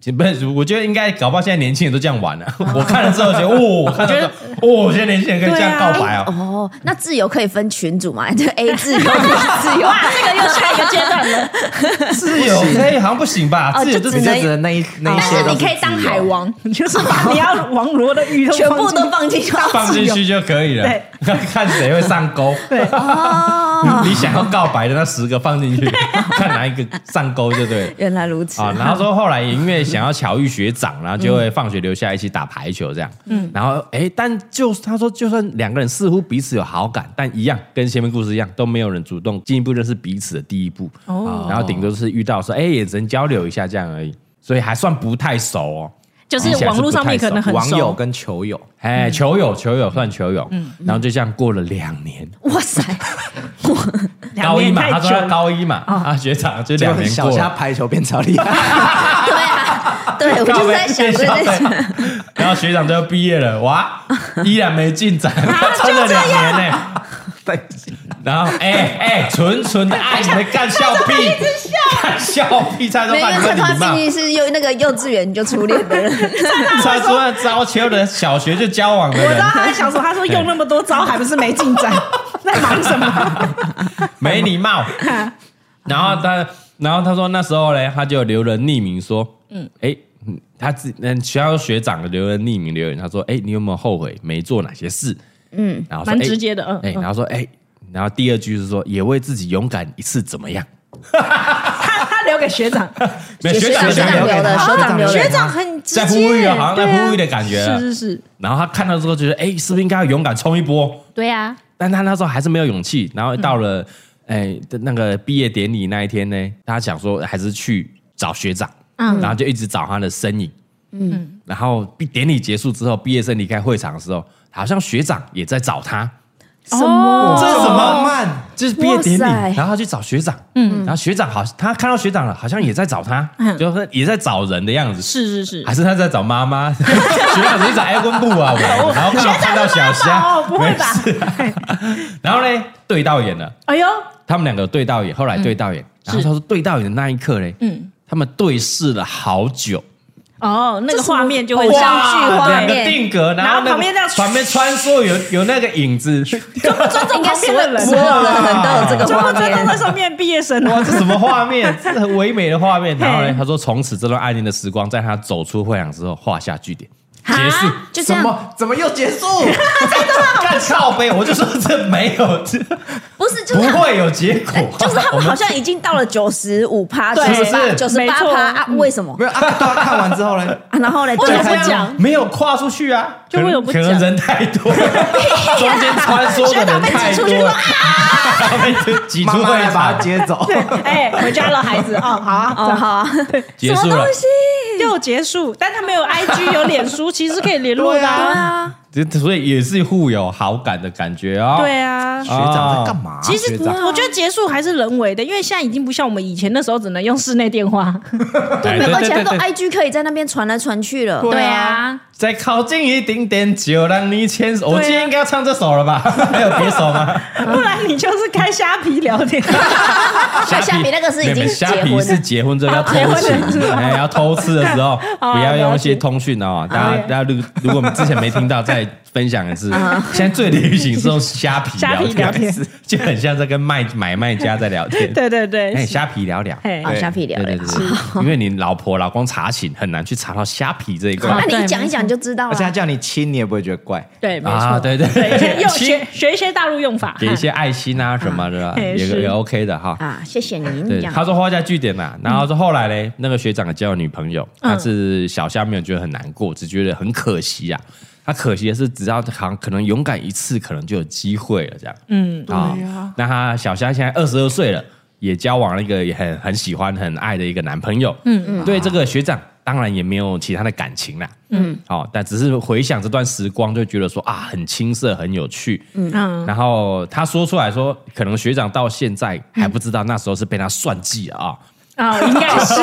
Speaker 2: 其实不是，我觉得应该搞不好现在年轻人都这样玩 (laughs) 了、我看了之后觉得，哦， (laughs) 我看了之后，哦，现在年轻人可以这样告白哦。
Speaker 6: 哦，那自由可以分群组嘛？ (laughs) 就 A 自由、B 自由，
Speaker 4: 这个又下一个阶段了。
Speaker 2: 自由可以好像不行吧？
Speaker 6: 哦
Speaker 2: 自由哦
Speaker 6: 就
Speaker 2: 就只
Speaker 5: 你就
Speaker 2: 能
Speaker 5: 只能那一那一
Speaker 4: 但
Speaker 5: 些
Speaker 4: 是
Speaker 5: 都
Speaker 4: 你可以
Speaker 5: 自
Speaker 4: 当
Speaker 5: 由
Speaker 4: 海王， (laughs) 就是把你要王罗的 (laughs) 鱼都
Speaker 6: 全部都
Speaker 4: 放
Speaker 6: 放 (laughs) 进去。
Speaker 2: (laughs) 放进去就可以了
Speaker 4: 对，
Speaker 2: 看 (laughs) 看谁会上钩。 (laughs)
Speaker 4: 对
Speaker 6: 哦，
Speaker 2: 你想要告白的那十个放进去， (laughs) 看哪一个上钩就对了。
Speaker 6: 原来如此
Speaker 2: 啊，然后说后来因为想要巧遇学长，然后就会放学留下一起打排球这样。嗯，然后哎，但就他说，就算两个人似乎彼此有好感，但一样跟前面故事一样，都没有人主动进一步认识彼此的第一步。哦，然后顶多是遇到说哎眼神交流一下这样而已，所以还算不太熟哦。
Speaker 4: 就是网络上面可能很
Speaker 5: 网友
Speaker 4: 熟，嗯
Speaker 5: 跟球友，
Speaker 2: 哎，球友，球友算球友，然后就这样过了两年，
Speaker 6: 哇
Speaker 2: (laughs)
Speaker 6: 塞，
Speaker 4: 两
Speaker 2: 高一
Speaker 4: 年
Speaker 2: 嘛，
Speaker 4: 太
Speaker 2: 他
Speaker 4: 久
Speaker 2: 说他
Speaker 4: 了。哦
Speaker 2: 高一嘛，啊学长就两年
Speaker 5: 小
Speaker 2: 过
Speaker 5: 虾
Speaker 2: 了，
Speaker 5: 排球变超厉 (laughs) 害，
Speaker 6: 对啊，对，我就是在想这
Speaker 2: 高
Speaker 6: 件事。
Speaker 2: 一然后学长就要毕业了，哇，依然没进
Speaker 4: (laughs)
Speaker 2: 展，
Speaker 4: 啊
Speaker 2: 撑了两年呢、
Speaker 5: 对，
Speaker 2: 然后哎哎，纯纯的爱，你们干笑屁，干笑屁，蔡说
Speaker 6: 没有，
Speaker 2: 把
Speaker 6: 因
Speaker 2: 你
Speaker 6: 为
Speaker 2: 们
Speaker 6: 他
Speaker 2: 礼貌
Speaker 6: 进，去是幼那个幼稚园就初恋的 (laughs) 人，
Speaker 2: 蔡说招秋的小学就交往的
Speaker 4: 我知
Speaker 2: 人
Speaker 4: 道，他在想说，他说用那么多招还不是没进
Speaker 2: (laughs)
Speaker 4: 展，在忙什么？
Speaker 2: 没礼
Speaker 4: (laughs)
Speaker 2: 貌。然后他，然后他说那时候嘞，他就留了匿名说，嗯，哎，嗯他自嗯学校学长留了匿名留言，他说，哎，你有没有后悔没做哪些事？嗯，然后说
Speaker 4: 蛮
Speaker 2: 哎
Speaker 4: 直接的嗯
Speaker 2: 哎，然后说，哎，然后第二句是说，也为自己勇敢一次怎么样？
Speaker 4: 他他留给
Speaker 2: (laughs)
Speaker 4: 学长，
Speaker 2: 没有学长
Speaker 6: 学
Speaker 2: 留言
Speaker 6: 长留的，学长留
Speaker 4: 学
Speaker 6: 的，
Speaker 4: 长很直
Speaker 2: 在呼
Speaker 4: 接
Speaker 2: 吁
Speaker 4: 耶，
Speaker 2: 啊，好像
Speaker 4: 对啊
Speaker 2: 在呼吁的感觉啊。
Speaker 4: 是是是，
Speaker 2: 然后他看到之后觉得，哎，是不是应该要勇敢冲一波？
Speaker 4: 对啊，嗯
Speaker 2: 但他那时候还是没有勇气。然后到了、哎、那个毕业典礼那一天呢，大家想说还是去找学长，
Speaker 4: 嗯
Speaker 2: 然后就一直找他的身影，嗯，然后毕典礼结束之后，毕业生离开会场的时候，好像学长也在找他，
Speaker 6: 什么？
Speaker 4: 哦
Speaker 2: 这是什么
Speaker 5: 哦
Speaker 2: 浪漫？就是毕业典礼
Speaker 6: 哇塞，
Speaker 2: 然后他去找学长，嗯，然后学长好，他看到学长了，好像也在找他，
Speaker 4: 嗯
Speaker 2: 就是也在找人的样子，
Speaker 4: 是是是
Speaker 2: 还，是他在找妈
Speaker 4: (laughs)
Speaker 2: 妈？学长是找埃温布啊，我然后看到看到小虾，
Speaker 4: 哦不会吧
Speaker 2: 没事啊？然后呢，对到眼了，
Speaker 4: 哎呦，
Speaker 2: 他们两个对到眼，后来对到眼，然后他说对到眼的那一刻嘞，
Speaker 4: 嗯，
Speaker 2: 他们对视了好久，
Speaker 4: 哦，那个画面就会
Speaker 6: 这是像偶剧画
Speaker 2: 两
Speaker 6: 面
Speaker 2: 个定格，然
Speaker 4: 然
Speaker 2: 后那
Speaker 4: 后
Speaker 2: 个
Speaker 4: 旁边这样
Speaker 2: 旁边穿梭有有那个影
Speaker 4: (laughs)
Speaker 2: 子，
Speaker 4: 尊重旁边的人，
Speaker 6: 所有的人都有这个
Speaker 4: 尊
Speaker 6: 画
Speaker 4: 不尊重在
Speaker 6: 面。
Speaker 4: 上面毕业生
Speaker 2: 哇，
Speaker 4: 啊？
Speaker 2: 这什么画
Speaker 4: (laughs)
Speaker 2: 面？这很唯美的画面。然后呢
Speaker 4: 嘿，
Speaker 2: 他说从此这段爱恋的时光，在他走出会场之后画下句点，结
Speaker 4: 哈
Speaker 2: 束。
Speaker 6: 就这
Speaker 5: 怎
Speaker 6: 样，
Speaker 5: 么怎么又 (laughs) 结束？
Speaker 2: 干靠背，我就说这没有，这
Speaker 6: 不是就
Speaker 2: 不
Speaker 6: 是他
Speaker 2: 会有结果。
Speaker 6: 就是他
Speaker 2: 我
Speaker 6: 们好像已经到了九十五趴、九十八、九
Speaker 4: 是
Speaker 6: 十
Speaker 4: 没
Speaker 6: 八
Speaker 4: 错
Speaker 6: 趴啊？为什么？
Speaker 5: 没有啊，对啊看完之后 (laughs) 呢？
Speaker 6: 啊然后嘞，
Speaker 4: 为什么
Speaker 6: 对
Speaker 4: 不讲
Speaker 2: 没有跨出去啊，
Speaker 4: 就为什么不
Speaker 2: 可
Speaker 4: 讲
Speaker 2: 能可能人太多，中间穿梭的人太多了，被挤出
Speaker 5: 妈妈
Speaker 2: 会
Speaker 5: 来把他
Speaker 2: 场，
Speaker 5: 接走。
Speaker 4: 哎，回家了，孩子哦，好啊，
Speaker 6: 哦，好啊，
Speaker 2: 结束了。
Speaker 4: (laughs) 又结束，但他们有 IG 有脸书，其实可以联络的
Speaker 6: 对
Speaker 4: 啊。
Speaker 6: 啊，
Speaker 2: 这所以也是互有好感的感觉哦。
Speaker 4: 对啊，
Speaker 5: (laughs) 学长在
Speaker 4: (laughs)
Speaker 5: 干嘛？
Speaker 4: 其实啊
Speaker 5: 学长
Speaker 4: 我觉得结束还是人为的，因为现在已经不像我们以前那时候只能用室内电话。
Speaker 2: 哎，
Speaker 6: 没有，而且
Speaker 2: 对
Speaker 6: 他
Speaker 2: 对
Speaker 6: 都
Speaker 2: 对，
Speaker 6: IG 可以在那边传来传去了。
Speaker 4: 对啊，
Speaker 2: 再靠近一点点，就让你牵手。我今天应该要唱这首了吧？ (laughs) 还有别首吗？
Speaker 4: (laughs) 不然你就是开虾皮聊天。
Speaker 6: 对虾皮那个是已经
Speaker 2: 没有
Speaker 6: 结
Speaker 2: 虾皮
Speaker 6: 婚
Speaker 2: 是
Speaker 6: 了，
Speaker 2: 结婚之后要偷
Speaker 4: (laughs)
Speaker 2: 吃，哎，要偷吃的时候
Speaker 4: 哦
Speaker 2: 不要用一
Speaker 4: 了解
Speaker 2: 些通讯哦。大家
Speaker 4: 对
Speaker 2: 大家如如果我们之前没听到，再分享一次。现在最流行是用虾皮
Speaker 4: 啊 (laughs) 虾皮聊天
Speaker 2: 天， (laughs) 就很像在跟卖买卖家在聊天。
Speaker 4: (laughs) (laughs) 对哦对对，
Speaker 2: 哎，虾皮聊聊。
Speaker 4: 嘿
Speaker 6: 啊，
Speaker 5: 对
Speaker 6: 虾皮聊
Speaker 2: 对对
Speaker 6: 聊
Speaker 2: 对。
Speaker 5: (laughs)
Speaker 2: 对，因为你老婆老公查寝很难去查到虾皮这一块
Speaker 6: 那
Speaker 4: 哦对
Speaker 6: 你一讲一讲就知道
Speaker 5: 而
Speaker 6: 了
Speaker 5: 且。他叫你亲，你也不会觉得 (laughs) 怪。
Speaker 4: 对，没
Speaker 2: 啊，
Speaker 4: 错。
Speaker 2: 对对
Speaker 4: 对，而且用
Speaker 2: 亲
Speaker 4: 学学一些大陆用法，
Speaker 2: 给一些爱心啊什么的，
Speaker 4: (laughs) 哎
Speaker 2: 也
Speaker 4: 是
Speaker 2: 也 OK 的哈。
Speaker 6: 啊，谢谢您这
Speaker 2: 对，
Speaker 6: 样
Speaker 2: 他说画下句点啦，然后说后来嘞，那个学长交了女朋友，但是小虾没有觉得很难过，只觉得很可惜啊。他可惜的是，只要好像可能勇敢一次，可能就有机会了这样。嗯，啊、那他小虾现在二十二岁了，也交往了一个也很很喜欢、很爱的一个男朋友。嗯嗯，对这个学长。当然也没有其他的感情啦，嗯，哦，但只是回想这段时光，就觉得说啊，很青涩，很有趣，
Speaker 4: 嗯，
Speaker 2: 然后他说出来说，可能学长到现在还不知道那时候是被他算计了啊，
Speaker 4: 啊，应该
Speaker 2: (laughs)
Speaker 4: 是，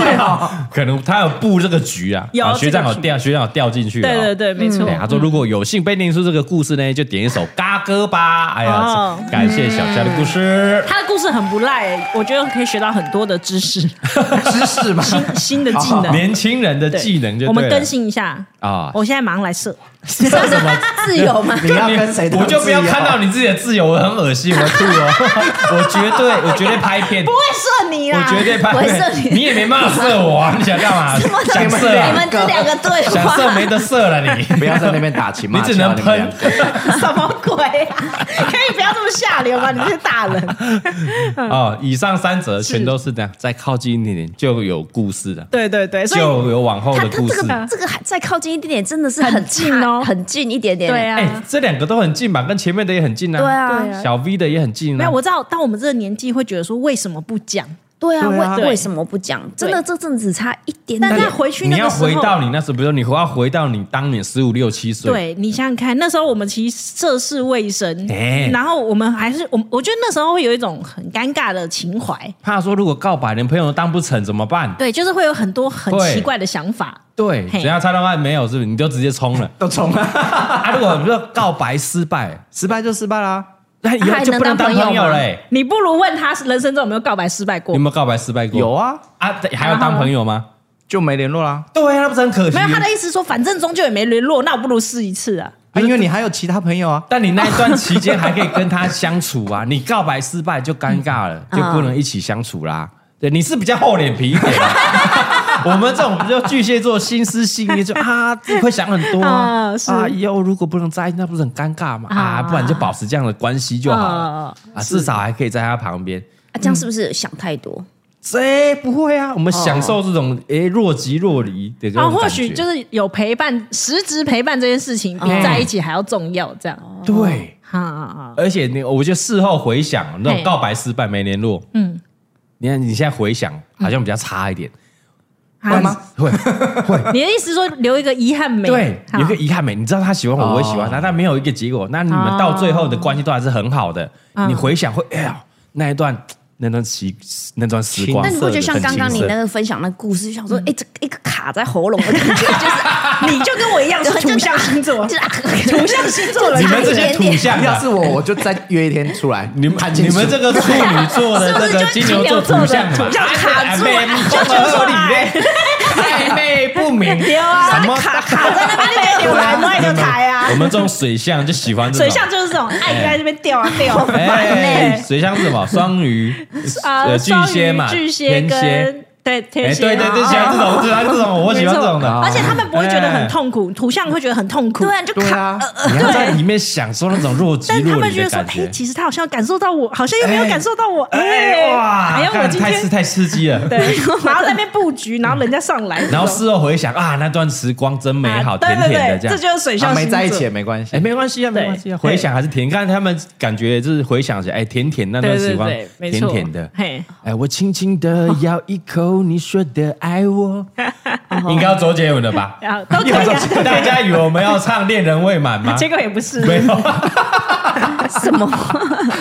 Speaker 2: 可能他有布这个局啊，
Speaker 4: 有
Speaker 2: 啊
Speaker 4: 这个
Speaker 2: 学长有
Speaker 4: 局
Speaker 2: 掉，学长有掉进去了啊、
Speaker 4: 对对对，没错
Speaker 2: 对，。他说如果有幸被念出这个故事呢，就点一首《嘎歌》吧。哎呀，
Speaker 4: 哦
Speaker 2: 感谢小夏的故事。
Speaker 4: 他的故事很不赖，我觉得可以学到很多的
Speaker 2: (laughs)
Speaker 4: 知识，
Speaker 5: 知识嘛，
Speaker 4: 新新的技能。
Speaker 2: 年轻人的
Speaker 4: 嗯对
Speaker 2: 技能就
Speaker 4: 我们
Speaker 2: 对了
Speaker 4: 更新一下
Speaker 2: 啊
Speaker 4: 我现在马上来设，
Speaker 2: 是什么？
Speaker 6: (laughs) 自由吗？
Speaker 5: 你要跟谁？
Speaker 2: (laughs) 我就不要
Speaker 5: 啊
Speaker 2: 看到。你自己的自由，我很恶心，我吐哦！
Speaker 4: (laughs)
Speaker 2: 我绝对，我绝对拍片，
Speaker 6: 不会射你
Speaker 2: 我
Speaker 4: 啊
Speaker 6: 啦，
Speaker 2: 绝对拍
Speaker 6: 不会射
Speaker 2: 片，
Speaker 6: 你。
Speaker 2: 你也没办法射我啊！你想干
Speaker 4: (laughs)
Speaker 2: 嘛？想射啊
Speaker 6: 你们这两个
Speaker 2: (laughs)
Speaker 6: 对
Speaker 2: 想射
Speaker 6: 话，
Speaker 2: 没得射了
Speaker 4: (laughs)
Speaker 2: 你， (laughs)
Speaker 5: 不要在那边打情
Speaker 2: 你
Speaker 5: 骂俏，啊
Speaker 2: 只能
Speaker 5: 你们两
Speaker 2: 喷
Speaker 5: 个。
Speaker 4: 什么鬼啊？可以不要这么下流吗？你这些大人。
Speaker 2: (laughs) 哦。以上三则全都是这样，再靠近一点点就有故事了，
Speaker 4: 对对对，所以
Speaker 2: 就有往后
Speaker 6: 他
Speaker 2: 的
Speaker 6: 他这
Speaker 2: 故事。
Speaker 6: 个这个还再靠近一点点，真的是很
Speaker 4: 很近哦
Speaker 6: 差很近一点点。
Speaker 4: 对啊。
Speaker 2: 哎，这两个都很近吧？跟前面的也很近啊。
Speaker 6: 对啊对
Speaker 4: 啊
Speaker 2: 小 V 的也很近啊。
Speaker 4: 没有，我知道，到我们这个年纪会觉得说，为什么不讲？
Speaker 6: 对啊，
Speaker 5: 对啊？
Speaker 6: 为为什么不讲？真的这阵子差一点
Speaker 4: 但
Speaker 6: 点
Speaker 4: 那。回去
Speaker 2: 你
Speaker 4: 那
Speaker 2: 要
Speaker 4: 个时
Speaker 2: 回
Speaker 4: 候，
Speaker 2: 到你那时候，比如说你要回到你当年十五六七岁，
Speaker 4: 对你想想看，那时候我们其实涉世未深，
Speaker 2: 哎
Speaker 4: 然后我们还是我，我觉得那时候会有一种很尴尬的情怀，
Speaker 2: 怕说如果告白连朋友都当不成怎么办？
Speaker 4: 对，就是会有很多很
Speaker 2: 会
Speaker 4: 奇怪的想法。
Speaker 2: 对，
Speaker 4: 嘿
Speaker 2: 只要猜到案没有，是不是你就直接冲
Speaker 4: (laughs)
Speaker 2: 了
Speaker 5: 都冲了，
Speaker 2: 啊，如果比如说告白失败， (laughs)
Speaker 5: 失败就失败啦。
Speaker 2: 那以
Speaker 4: 啊
Speaker 2: 后
Speaker 6: 还
Speaker 2: 就
Speaker 6: 能
Speaker 2: 不能
Speaker 6: 当
Speaker 2: 当
Speaker 6: 朋友
Speaker 2: 朋友嗯
Speaker 6: 吗
Speaker 2: 了。哎
Speaker 4: 你不如问他人生中有没有告白失败
Speaker 2: 你
Speaker 4: 过？
Speaker 2: 有
Speaker 4: 没
Speaker 2: 没有告白失败过？
Speaker 5: 有啊，
Speaker 2: 啊，还有当朋友吗？
Speaker 5: 就没联络啦。
Speaker 2: 对啊，那不是很可惜？
Speaker 4: 有，他的意思说，反正终究也没联络，那我不如试一次啊。
Speaker 5: 啊因为你还有其他朋友啊。
Speaker 2: 但你那一段期间还可以跟他相处
Speaker 4: (laughs)
Speaker 2: 啊，你告白失败就尴尬了，
Speaker 4: 嗯
Speaker 2: 就不能一起相处啦。对，你是比较厚脸皮一点啊。
Speaker 4: (laughs)
Speaker 2: 我们这种比较巨蟹座心思细腻，就啊会想很多啊
Speaker 4: 啊，是
Speaker 2: 啊以后如果不能在一起，那不是很尴尬吗？啊，不然就保持这样的关系就好了啊，至少还可以在他旁边。
Speaker 6: 啊，这
Speaker 4: 嗯
Speaker 6: 样是不是想太
Speaker 2: 嗯
Speaker 6: 多？
Speaker 2: 这不会啊，我们享受这种诶若即若离的这种
Speaker 4: 哦啊，
Speaker 2: 感觉。
Speaker 4: 或许就是有陪伴，实质陪伴这件事情比
Speaker 6: 嗯
Speaker 4: 在一起还要重要。这样，
Speaker 2: 对
Speaker 4: 哈啊
Speaker 2: 而且你，我觉得事后回想那种
Speaker 4: 嘿
Speaker 2: 告白失败没联络，
Speaker 4: 嗯，
Speaker 2: 你看你现在回想好像比较差一点，
Speaker 4: 啊
Speaker 2: 会吗？会，
Speaker 4: 你的意思说留一个遗憾没？
Speaker 2: 对，
Speaker 4: 好
Speaker 2: 有一个遗憾没，你知道他喜欢我，我也喜欢
Speaker 5: 哦
Speaker 2: 他，但没有一个结果。那你们到最后的关系都还是很好的，你回想会，哎呀，那一段那段时那段时光，
Speaker 6: 但你会觉得像刚刚你
Speaker 2: 很
Speaker 6: 那
Speaker 2: 青涩
Speaker 6: 个分享的故事，想
Speaker 4: 嗯
Speaker 6: 说，哎、这一个卡在喉咙的感觉，就是 (laughs) (laughs) 你就跟我一样
Speaker 3: 是土象星
Speaker 4: (laughs)
Speaker 3: 座
Speaker 6: 就是 (laughs) 土象星座
Speaker 2: 你们这些土象
Speaker 5: 要
Speaker 2: 的
Speaker 5: 是。我，我就再约一天出来。
Speaker 2: 你们你们这个处女座的这个金牛座土象嘛，哎
Speaker 4: 是不是就金牛座的
Speaker 2: 暧昧
Speaker 4: 土象卡住
Speaker 2: 不合理嘞， (laughs) 暧昧不明，
Speaker 4: 对啊
Speaker 2: 什么
Speaker 3: 卡卡在那边没有来，我爱就台啊
Speaker 2: (laughs) 我。们这种水象就喜欢这种
Speaker 4: 水象就是这种爱就在这边掉啊掉啊，
Speaker 2: 哎，水象是什么？双鱼、
Speaker 4: 啊，
Speaker 2: 呃巨蟹嘛，
Speaker 4: 双鱼巨蟹
Speaker 2: 天蝎。
Speaker 4: 跟对天
Speaker 2: 哎，
Speaker 4: 蝎，
Speaker 2: 对对对，
Speaker 4: 哦
Speaker 2: 喜欢这种，喜欢这
Speaker 4: (laughs)
Speaker 2: 种，我喜欢这种的。哎
Speaker 4: 而且他们不会觉得很痛苦，土象会觉得很痛苦，
Speaker 6: 对啊，就
Speaker 5: 对
Speaker 6: 卡。
Speaker 5: 啊，
Speaker 4: 呃
Speaker 2: 你要在里面享受那种若即
Speaker 4: 但他
Speaker 2: 若
Speaker 4: 们
Speaker 2: 离
Speaker 4: 觉
Speaker 2: 的
Speaker 4: 得说，
Speaker 2: 感
Speaker 4: 哎，
Speaker 2: 觉。
Speaker 4: 其实他好像感受到我， (laughs) 好像又没有感受到我，哎
Speaker 2: 哎哇，
Speaker 4: 哎呀，我
Speaker 2: 干
Speaker 4: 今
Speaker 2: 太刺
Speaker 4: 天
Speaker 2: 太刺激了。
Speaker 4: 对， (laughs) 然后在那边布局，然后人家上来，
Speaker 2: 然后
Speaker 4: 这种
Speaker 2: 事后回想啊，那段时光真美好，
Speaker 4: 啊
Speaker 2: 甜
Speaker 4: 对对
Speaker 2: 甜的
Speaker 4: 对，
Speaker 2: 这样
Speaker 4: 这。就是水
Speaker 5: 啊
Speaker 4: 象
Speaker 5: 没在一起也
Speaker 4: 星座。
Speaker 5: 没关
Speaker 2: (laughs)
Speaker 5: 系
Speaker 2: 哎，。没关系啊，没关系啊，
Speaker 4: 对
Speaker 2: 回想还是甜。看他们感觉就是回想起来，哎，甜甜那段时光
Speaker 4: 对对对，没
Speaker 2: 甜
Speaker 4: 错
Speaker 2: 甜的。
Speaker 4: 嘿，
Speaker 2: 哎，我轻轻的咬一口，你说的爱
Speaker 4: (laughs)
Speaker 2: 我，应该要周杰伦的吧？
Speaker 4: 然后都
Speaker 2: (laughs)
Speaker 4: 可以啊，
Speaker 2: 大家以为我们要唱《恋人未满》吗？
Speaker 4: (laughs) 结果也不是，
Speaker 2: 没有，
Speaker 6: 什么？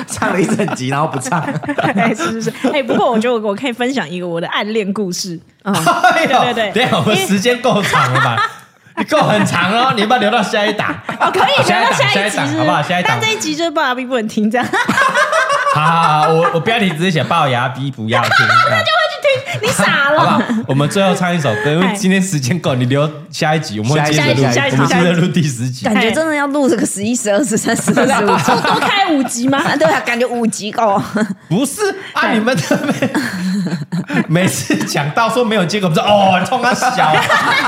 Speaker 5: 唱了一整集，然后不唱，
Speaker 4: 哎，是是是，哎，不过我觉得我我可以分享一个我的暗恋故事，
Speaker 2: 对
Speaker 4: 嗯对对
Speaker 2: 哎等一下我们
Speaker 4: 因为
Speaker 2: 时间够长了
Speaker 4: (laughs)
Speaker 2: 吧？你够很长了哦，你要不要留到下一档？
Speaker 4: 哦，可以留到
Speaker 2: 下
Speaker 4: 下一集
Speaker 2: 档，
Speaker 4: 是
Speaker 2: 好不好？下一档
Speaker 4: 但，这一集就是爸爸逼不能
Speaker 2: (laughs)
Speaker 4: 听这样，
Speaker 2: 好好好，我我标题直接写龅牙逼不
Speaker 4: (laughs)
Speaker 2: 要听，啊那就
Speaker 4: 你傻
Speaker 2: 好不好
Speaker 4: 了。？
Speaker 2: 我们最后唱一首歌，因为
Speaker 4: 哎
Speaker 2: 今天时间够，你留下一集，我们会接着录，
Speaker 5: 下
Speaker 4: 一集
Speaker 2: 我们
Speaker 4: 下一
Speaker 2: 接
Speaker 4: 集
Speaker 2: 着录第十集。
Speaker 6: 感觉真的要录这个十一、十二、十三、十四、十
Speaker 4: (laughs)
Speaker 6: 五。
Speaker 4: 多多开五集吗？
Speaker 6: 啊，对啊，感觉五级哦，
Speaker 2: 不是啊，你们这边 (laughs) 每次讲到说没有结果，不是哦，冲他小，
Speaker 4: 哎，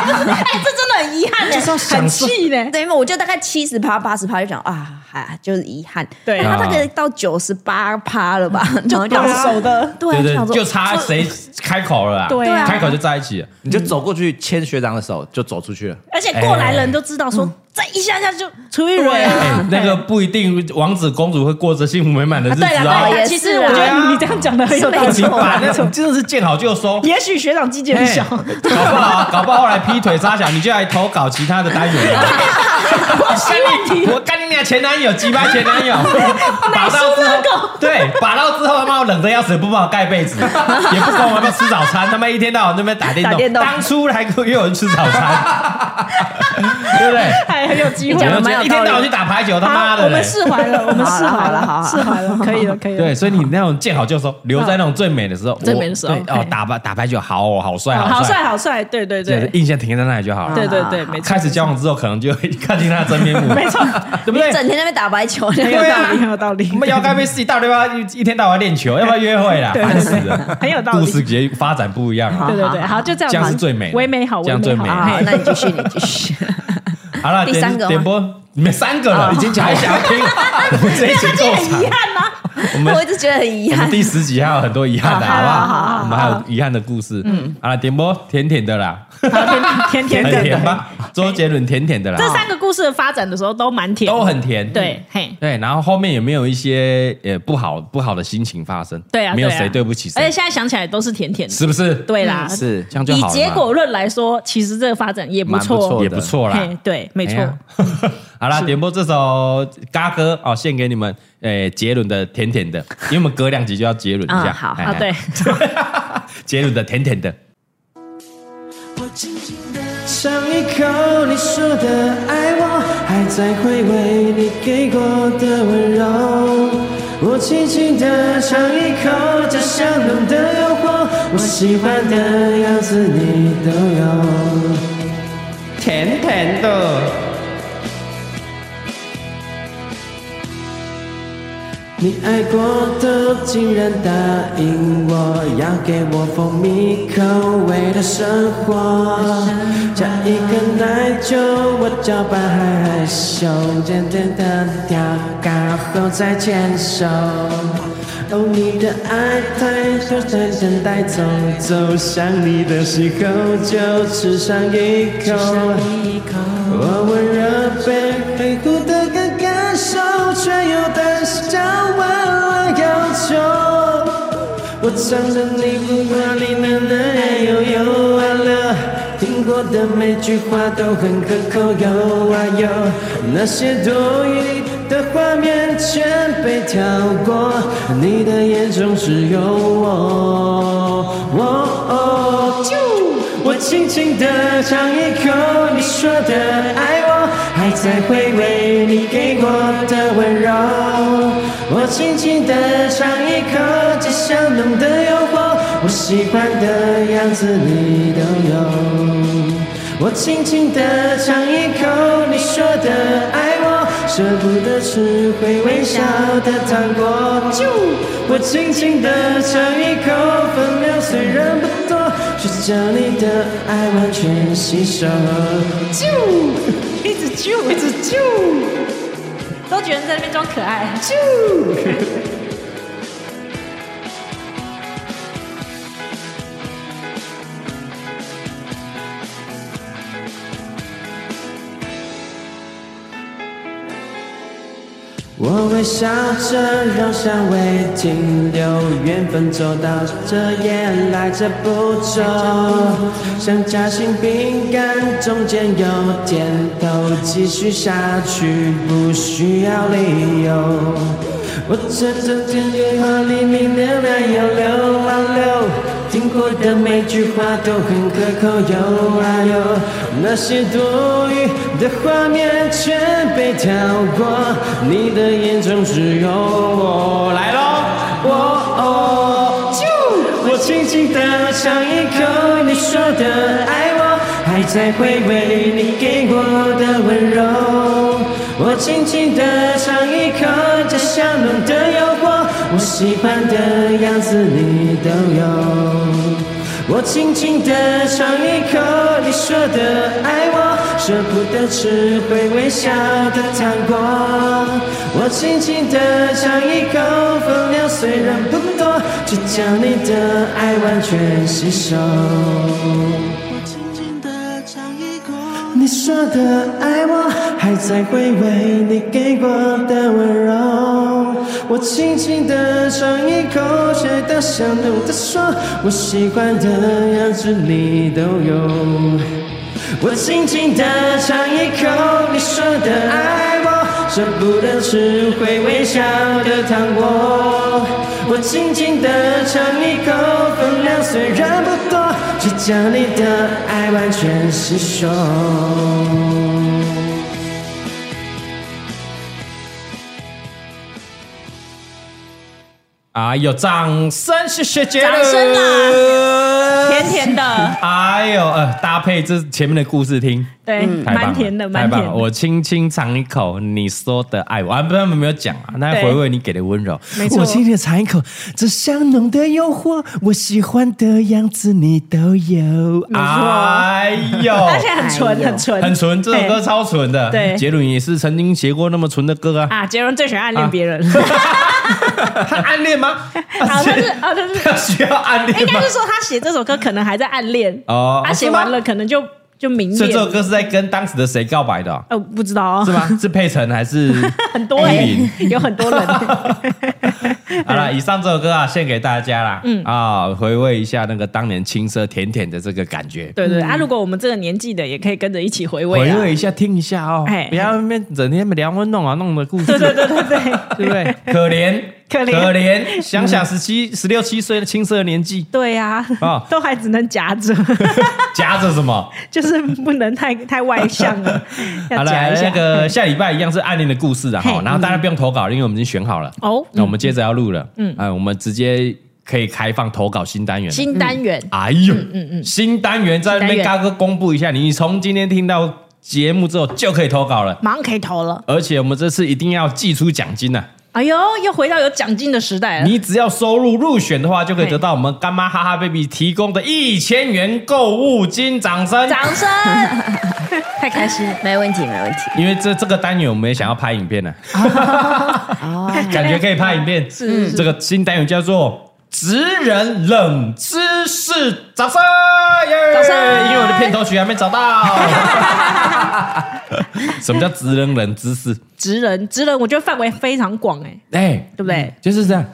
Speaker 4: 这真的很遗憾呢，很气
Speaker 6: (laughs)
Speaker 4: 呢。
Speaker 6: 对，因为我就大概七十趴、八十趴就讲啊，还就是遗憾。
Speaker 4: 对啊
Speaker 6: 他大概到九十八趴了吧， (laughs) 然后就
Speaker 4: 到手的，
Speaker 6: 对
Speaker 2: 对
Speaker 6: 啊，就
Speaker 2: 对
Speaker 6: 想，说
Speaker 2: 就差谁开口了啊？
Speaker 4: 对啊
Speaker 2: 开口就在一起了。
Speaker 5: (laughs) 你就走过去牵学长的手，就走出去了。
Speaker 4: 而且过来人都知道说，再一下下就出一
Speaker 2: 嗯对
Speaker 4: 蕊
Speaker 2: 啊
Speaker 4: 啊，，
Speaker 2: 那个不一定，王子公主会过着幸福美满的日子
Speaker 6: 啊对啦
Speaker 2: 哦
Speaker 6: 对。啦
Speaker 4: 其实我觉
Speaker 6: 对
Speaker 4: 得
Speaker 2: 啊
Speaker 4: 你这样讲的很有道
Speaker 6: 没
Speaker 2: 你
Speaker 4: 理
Speaker 6: 错。
Speaker 2: 把那种真的是见好就收，
Speaker 4: (laughs) 也许学长肌腱小，
Speaker 2: 哎搞不好搞不好后来劈腿杀小，你就来投稿其他的单元了。我干你，我干你俩前男友，鸡巴前男友，把到之后，对，把到之后他妈冷的要死，不帮我盖被子，也不管我要不要吃早餐，他妈一天到晚那边打电
Speaker 6: 打电动
Speaker 2: 当初还约我去吃早餐，对不对？
Speaker 4: (laughs) 还很有机
Speaker 2: 我
Speaker 4: 会。
Speaker 6: 讲得
Speaker 2: 就
Speaker 6: 蛮有
Speaker 2: 觉得一
Speaker 6: 道理
Speaker 2: 天到晚去打排球，他妈
Speaker 4: 好，
Speaker 2: 的嘞！
Speaker 4: 我们释
Speaker 2: (laughs)
Speaker 4: 怀了，我们释怀
Speaker 6: 好了好了
Speaker 4: 了，
Speaker 6: 好
Speaker 4: 释
Speaker 6: 了
Speaker 4: 怀了，可以了，可以了。
Speaker 2: 对，所以你那种见好就收，留在那种最美的时候，
Speaker 4: 最
Speaker 2: 我
Speaker 4: 美的时候
Speaker 2: 对哦
Speaker 4: 嘿，
Speaker 2: 打排打排球好哦，好帅，
Speaker 4: 好好
Speaker 2: 帅，
Speaker 4: 帅，好帅，对对对，
Speaker 2: 对，印象停在那里就好了。
Speaker 4: 对对对，
Speaker 2: (laughs)
Speaker 4: 没错
Speaker 2: 开，始交往之后，可能就会 (laughs) 看清他的真面目，
Speaker 4: (laughs) 没错，
Speaker 2: 对不对？哎
Speaker 6: 整天在那边打白球，
Speaker 4: 很有
Speaker 2: (laughs)
Speaker 4: 道理，很有道理
Speaker 2: 我，们姚该被自己到底要不要一一天到晚练球，要不要约会啦？
Speaker 4: 对
Speaker 2: 烦死了！
Speaker 4: 很有道
Speaker 2: 故
Speaker 4: 理。
Speaker 2: 事结发展不一样啊。
Speaker 4: (laughs) 对对对，好，就这样吧，
Speaker 2: 这样是最美的
Speaker 4: 唯美好，
Speaker 2: 这样
Speaker 4: 唯
Speaker 2: 最美
Speaker 4: 好
Speaker 6: 好，
Speaker 4: 嘿
Speaker 6: 那你继续，你继续。
Speaker 2: 好了，
Speaker 6: 第
Speaker 2: 点
Speaker 6: 三个吗
Speaker 2: 点播，你们三个
Speaker 4: 哦
Speaker 2: 了，已经还想要
Speaker 4: (laughs)
Speaker 2: 听，我们这一集够长
Speaker 4: 很遗，憾吗？
Speaker 2: (laughs) 我们
Speaker 6: (laughs) 我一直觉得很遗
Speaker 2: 我们
Speaker 6: 憾。
Speaker 2: 第十集还有很多遗憾的，好不
Speaker 4: 哦好好好
Speaker 2: 好？我们还有遗憾的故事。嗯，好了，点播甜甜的啦，
Speaker 4: 好甜甜甜
Speaker 2: 很
Speaker 4: 的，哎
Speaker 2: 甜吧？周杰伦甜甜的啦，
Speaker 4: 这三个故事的发展的时候都蛮甜，
Speaker 2: 都很甜。
Speaker 4: 对，嘿，
Speaker 2: 对，然后后面有没有一些呃不好不好的心情发生？
Speaker 4: 对啊，
Speaker 2: 没有
Speaker 4: 啊
Speaker 2: 谁对不起
Speaker 4: 而且
Speaker 2: 谁，
Speaker 4: 现在想起来都是甜甜的，
Speaker 2: 是不是？
Speaker 4: 对啦，
Speaker 5: 嗯是
Speaker 2: 这样就
Speaker 4: 啊以
Speaker 2: 好了嘛。
Speaker 4: 结果论来说，其实这个发展也不
Speaker 5: 蛮不
Speaker 4: 错，
Speaker 5: 错
Speaker 2: 也不错啦
Speaker 4: 嘿，，对，没错，
Speaker 2: 哎呀。 (laughs) 好啦，点播这首嘎歌哦，献给你们，诶，杰伦的甜甜的，因为我们隔两集就要杰伦一下。
Speaker 6: 嗯好
Speaker 2: 哎
Speaker 4: 啊，对，， (laughs)
Speaker 2: 哎杰伦的甜甜的。
Speaker 7: 尝一口你说的爱我，还在回味你给过的温柔。我轻轻地尝一口这香浓的诱惑，我喜欢的样子你都有。甜甜的。你爱过的竟然答应我，要给我蜂蜜口味的生活，加一个奶酒，我搅拌还害羞，简单的调糕后再牵手。哦，你的爱太多，太想带走，走向你的时候就吃上一口，我温热被呵护的感感受，却又唱着你不怕你奶奶哟哟啊了，听过的每句话都很可口哟啊哟，那些多余的画面全被跳过，你的眼中只有我。我哦我轻轻地尝一口你说的爱我，还在回味你给我的温柔。我轻轻地尝一口这香浓的诱惑，我喜欢的样子你都有。我轻轻地尝一口你说的爱我，舍不得吃会微笑的糖果。啾我轻轻地尝一口，分量虽然不多，却将你的爱完全吸收。
Speaker 3: 一直啾，一直啾，
Speaker 4: 都觉得在那边装可爱。 (laughs)
Speaker 7: 我微笑着让香味停留，缘分走到这也来者不走。像夹心饼干，中间有甜头，继续下去不需要理由。我吃着甜点和里面的奶油流啊流，听过的每句话都很可口有啊有，那些多余的画面全被跳过，你的眼中只有我。来喽，我哦，啾，我轻轻地尝一口你说的爱我，还在回味你给我的温柔。我轻轻地尝一口这香浓的诱惑，我喜欢的样子你都有。我轻轻地尝一口你说的爱我，舍不得吃会微笑的糖果。我轻轻地尝一口，分量虽然不多，却将你的爱完全吸收。你说的爱我，还在回味你给我的温柔。我轻轻地尝一口，却大声地说，我喜欢的样子你都有。我轻轻地尝一口，你说的爱我，舍不得吃会微笑的糖果。我轻轻地尝一口，分量虽然不多，却将你的爱完全吸收。
Speaker 2: 哎呦，掌声，谢谢杰
Speaker 4: 掌声
Speaker 2: 啊！
Speaker 4: 甜
Speaker 2: (laughs)
Speaker 4: 甜的，
Speaker 2: 哎呦，呃，搭配这前面的故事听，
Speaker 4: 对，
Speaker 2: 太棒
Speaker 4: 蛮
Speaker 2: 了
Speaker 4: 甜的，
Speaker 2: 太
Speaker 4: 蛮
Speaker 2: 棒
Speaker 4: 甜
Speaker 2: 了！
Speaker 4: 的。
Speaker 2: 我轻轻尝一口你说的爱我，啊，不，他们没有讲啊，那
Speaker 4: 对
Speaker 2: 回味你给的温柔。
Speaker 4: 没错
Speaker 7: 我轻轻地尝一口，这香浓的诱惑，我喜欢的样子你都有。
Speaker 2: 哎呦，
Speaker 4: (laughs) 而且很
Speaker 6: 哎
Speaker 4: 纯，
Speaker 6: 呦
Speaker 4: 很纯，
Speaker 2: 很纯，这首歌超纯的。
Speaker 4: 对
Speaker 2: 杰伦也是曾经写过那么纯的歌啊。
Speaker 4: 啊！杰伦最喜欢暗恋别人，
Speaker 2: (laughs) 他暗恋吗？
Speaker 4: (laughs) 好
Speaker 2: 他
Speaker 4: 像
Speaker 2: 需
Speaker 4: 是，好
Speaker 2: (laughs)
Speaker 4: 像是，
Speaker 2: 他需要暗
Speaker 4: 应
Speaker 2: 恋吗
Speaker 4: 该？是说他写这首歌可能还在暗恋，
Speaker 2: 哦
Speaker 4: 他写完了可能就就明
Speaker 2: 所以
Speaker 4: 恋
Speaker 2: 这。首歌是在跟当时的谁告白的哦？
Speaker 4: 呃，不知道哦
Speaker 2: 是吗？是佩晨还是
Speaker 4: (laughs) 很
Speaker 2: (laughs)
Speaker 4: 多
Speaker 2: 依
Speaker 4: 哎
Speaker 2: 林？，
Speaker 4: 有
Speaker 2: (laughs)
Speaker 4: 很多人
Speaker 2: 好了，以上这首歌啊，献给大家啦。嗯啊，回味一下那个当年青涩甜甜的这个感觉，
Speaker 4: 对对啊！如果我们这个年纪的，也可以跟着一起回
Speaker 2: 嗯
Speaker 4: 味
Speaker 2: 回
Speaker 4: 啊！
Speaker 2: 味一下，听一下哦
Speaker 4: 哎，
Speaker 2: 不要那边整天聊温弄啊弄的故事，
Speaker 4: (laughs) 对对对对
Speaker 2: 对
Speaker 4: 对，
Speaker 2: (laughs) 不
Speaker 4: (laughs)
Speaker 2: 对？可怜
Speaker 4: 可怜
Speaker 2: 可
Speaker 4: (laughs)
Speaker 2: 怜，想想十七、十六七岁的青涩的年纪，
Speaker 4: 对呀、
Speaker 2: 啊
Speaker 4: (laughs) 都还只能夹着，
Speaker 2: 夹着什么？
Speaker 4: 就是不能太太外向
Speaker 2: (laughs)
Speaker 4: 了，
Speaker 2: 好
Speaker 4: (laughs) 要
Speaker 2: 了，
Speaker 4: 夹一下。
Speaker 2: 那个下礼拜一样是暗恋的故事啊，
Speaker 4: 嘿嗯
Speaker 2: 哈，然后大家不用投稿了，因为我们已经选好了。
Speaker 4: 哦
Speaker 2: 那我们接着要录了，嗯，哎，我们直接可以开放投稿新单元了。
Speaker 4: 新单元、
Speaker 2: 哎呦，新单元在那边
Speaker 4: 新单
Speaker 2: 嘎哥公布一下，你从今天听到节目之后就可以投稿了，
Speaker 4: 马上可以投了。
Speaker 2: 而且我们这次一定要寄出奖金呐、
Speaker 4: 哎呦，又回到有奖金的时代了。
Speaker 2: 你只要收入入选的话，就可以
Speaker 4: 嘿
Speaker 2: 得到我们干妈哈哈 baby 提供的一千元购物金，掌声！
Speaker 4: 掌声，太开心了。
Speaker 6: 没问题，没问题。
Speaker 2: 因为这这个单元我们也想要拍影片呢、
Speaker 6: 哦，
Speaker 2: (laughs) 感觉可以拍影片。
Speaker 4: 是是
Speaker 2: 这个新单元叫做“职人冷知识”，掌声！耶
Speaker 4: 掌声
Speaker 2: 因为我的片头曲还没找
Speaker 4: (laughs)
Speaker 2: 到。什么叫职人冷知识？
Speaker 4: 职人，职人，我觉得范围非常广哎、
Speaker 2: 哎、
Speaker 4: 对不对？
Speaker 2: 就是这样。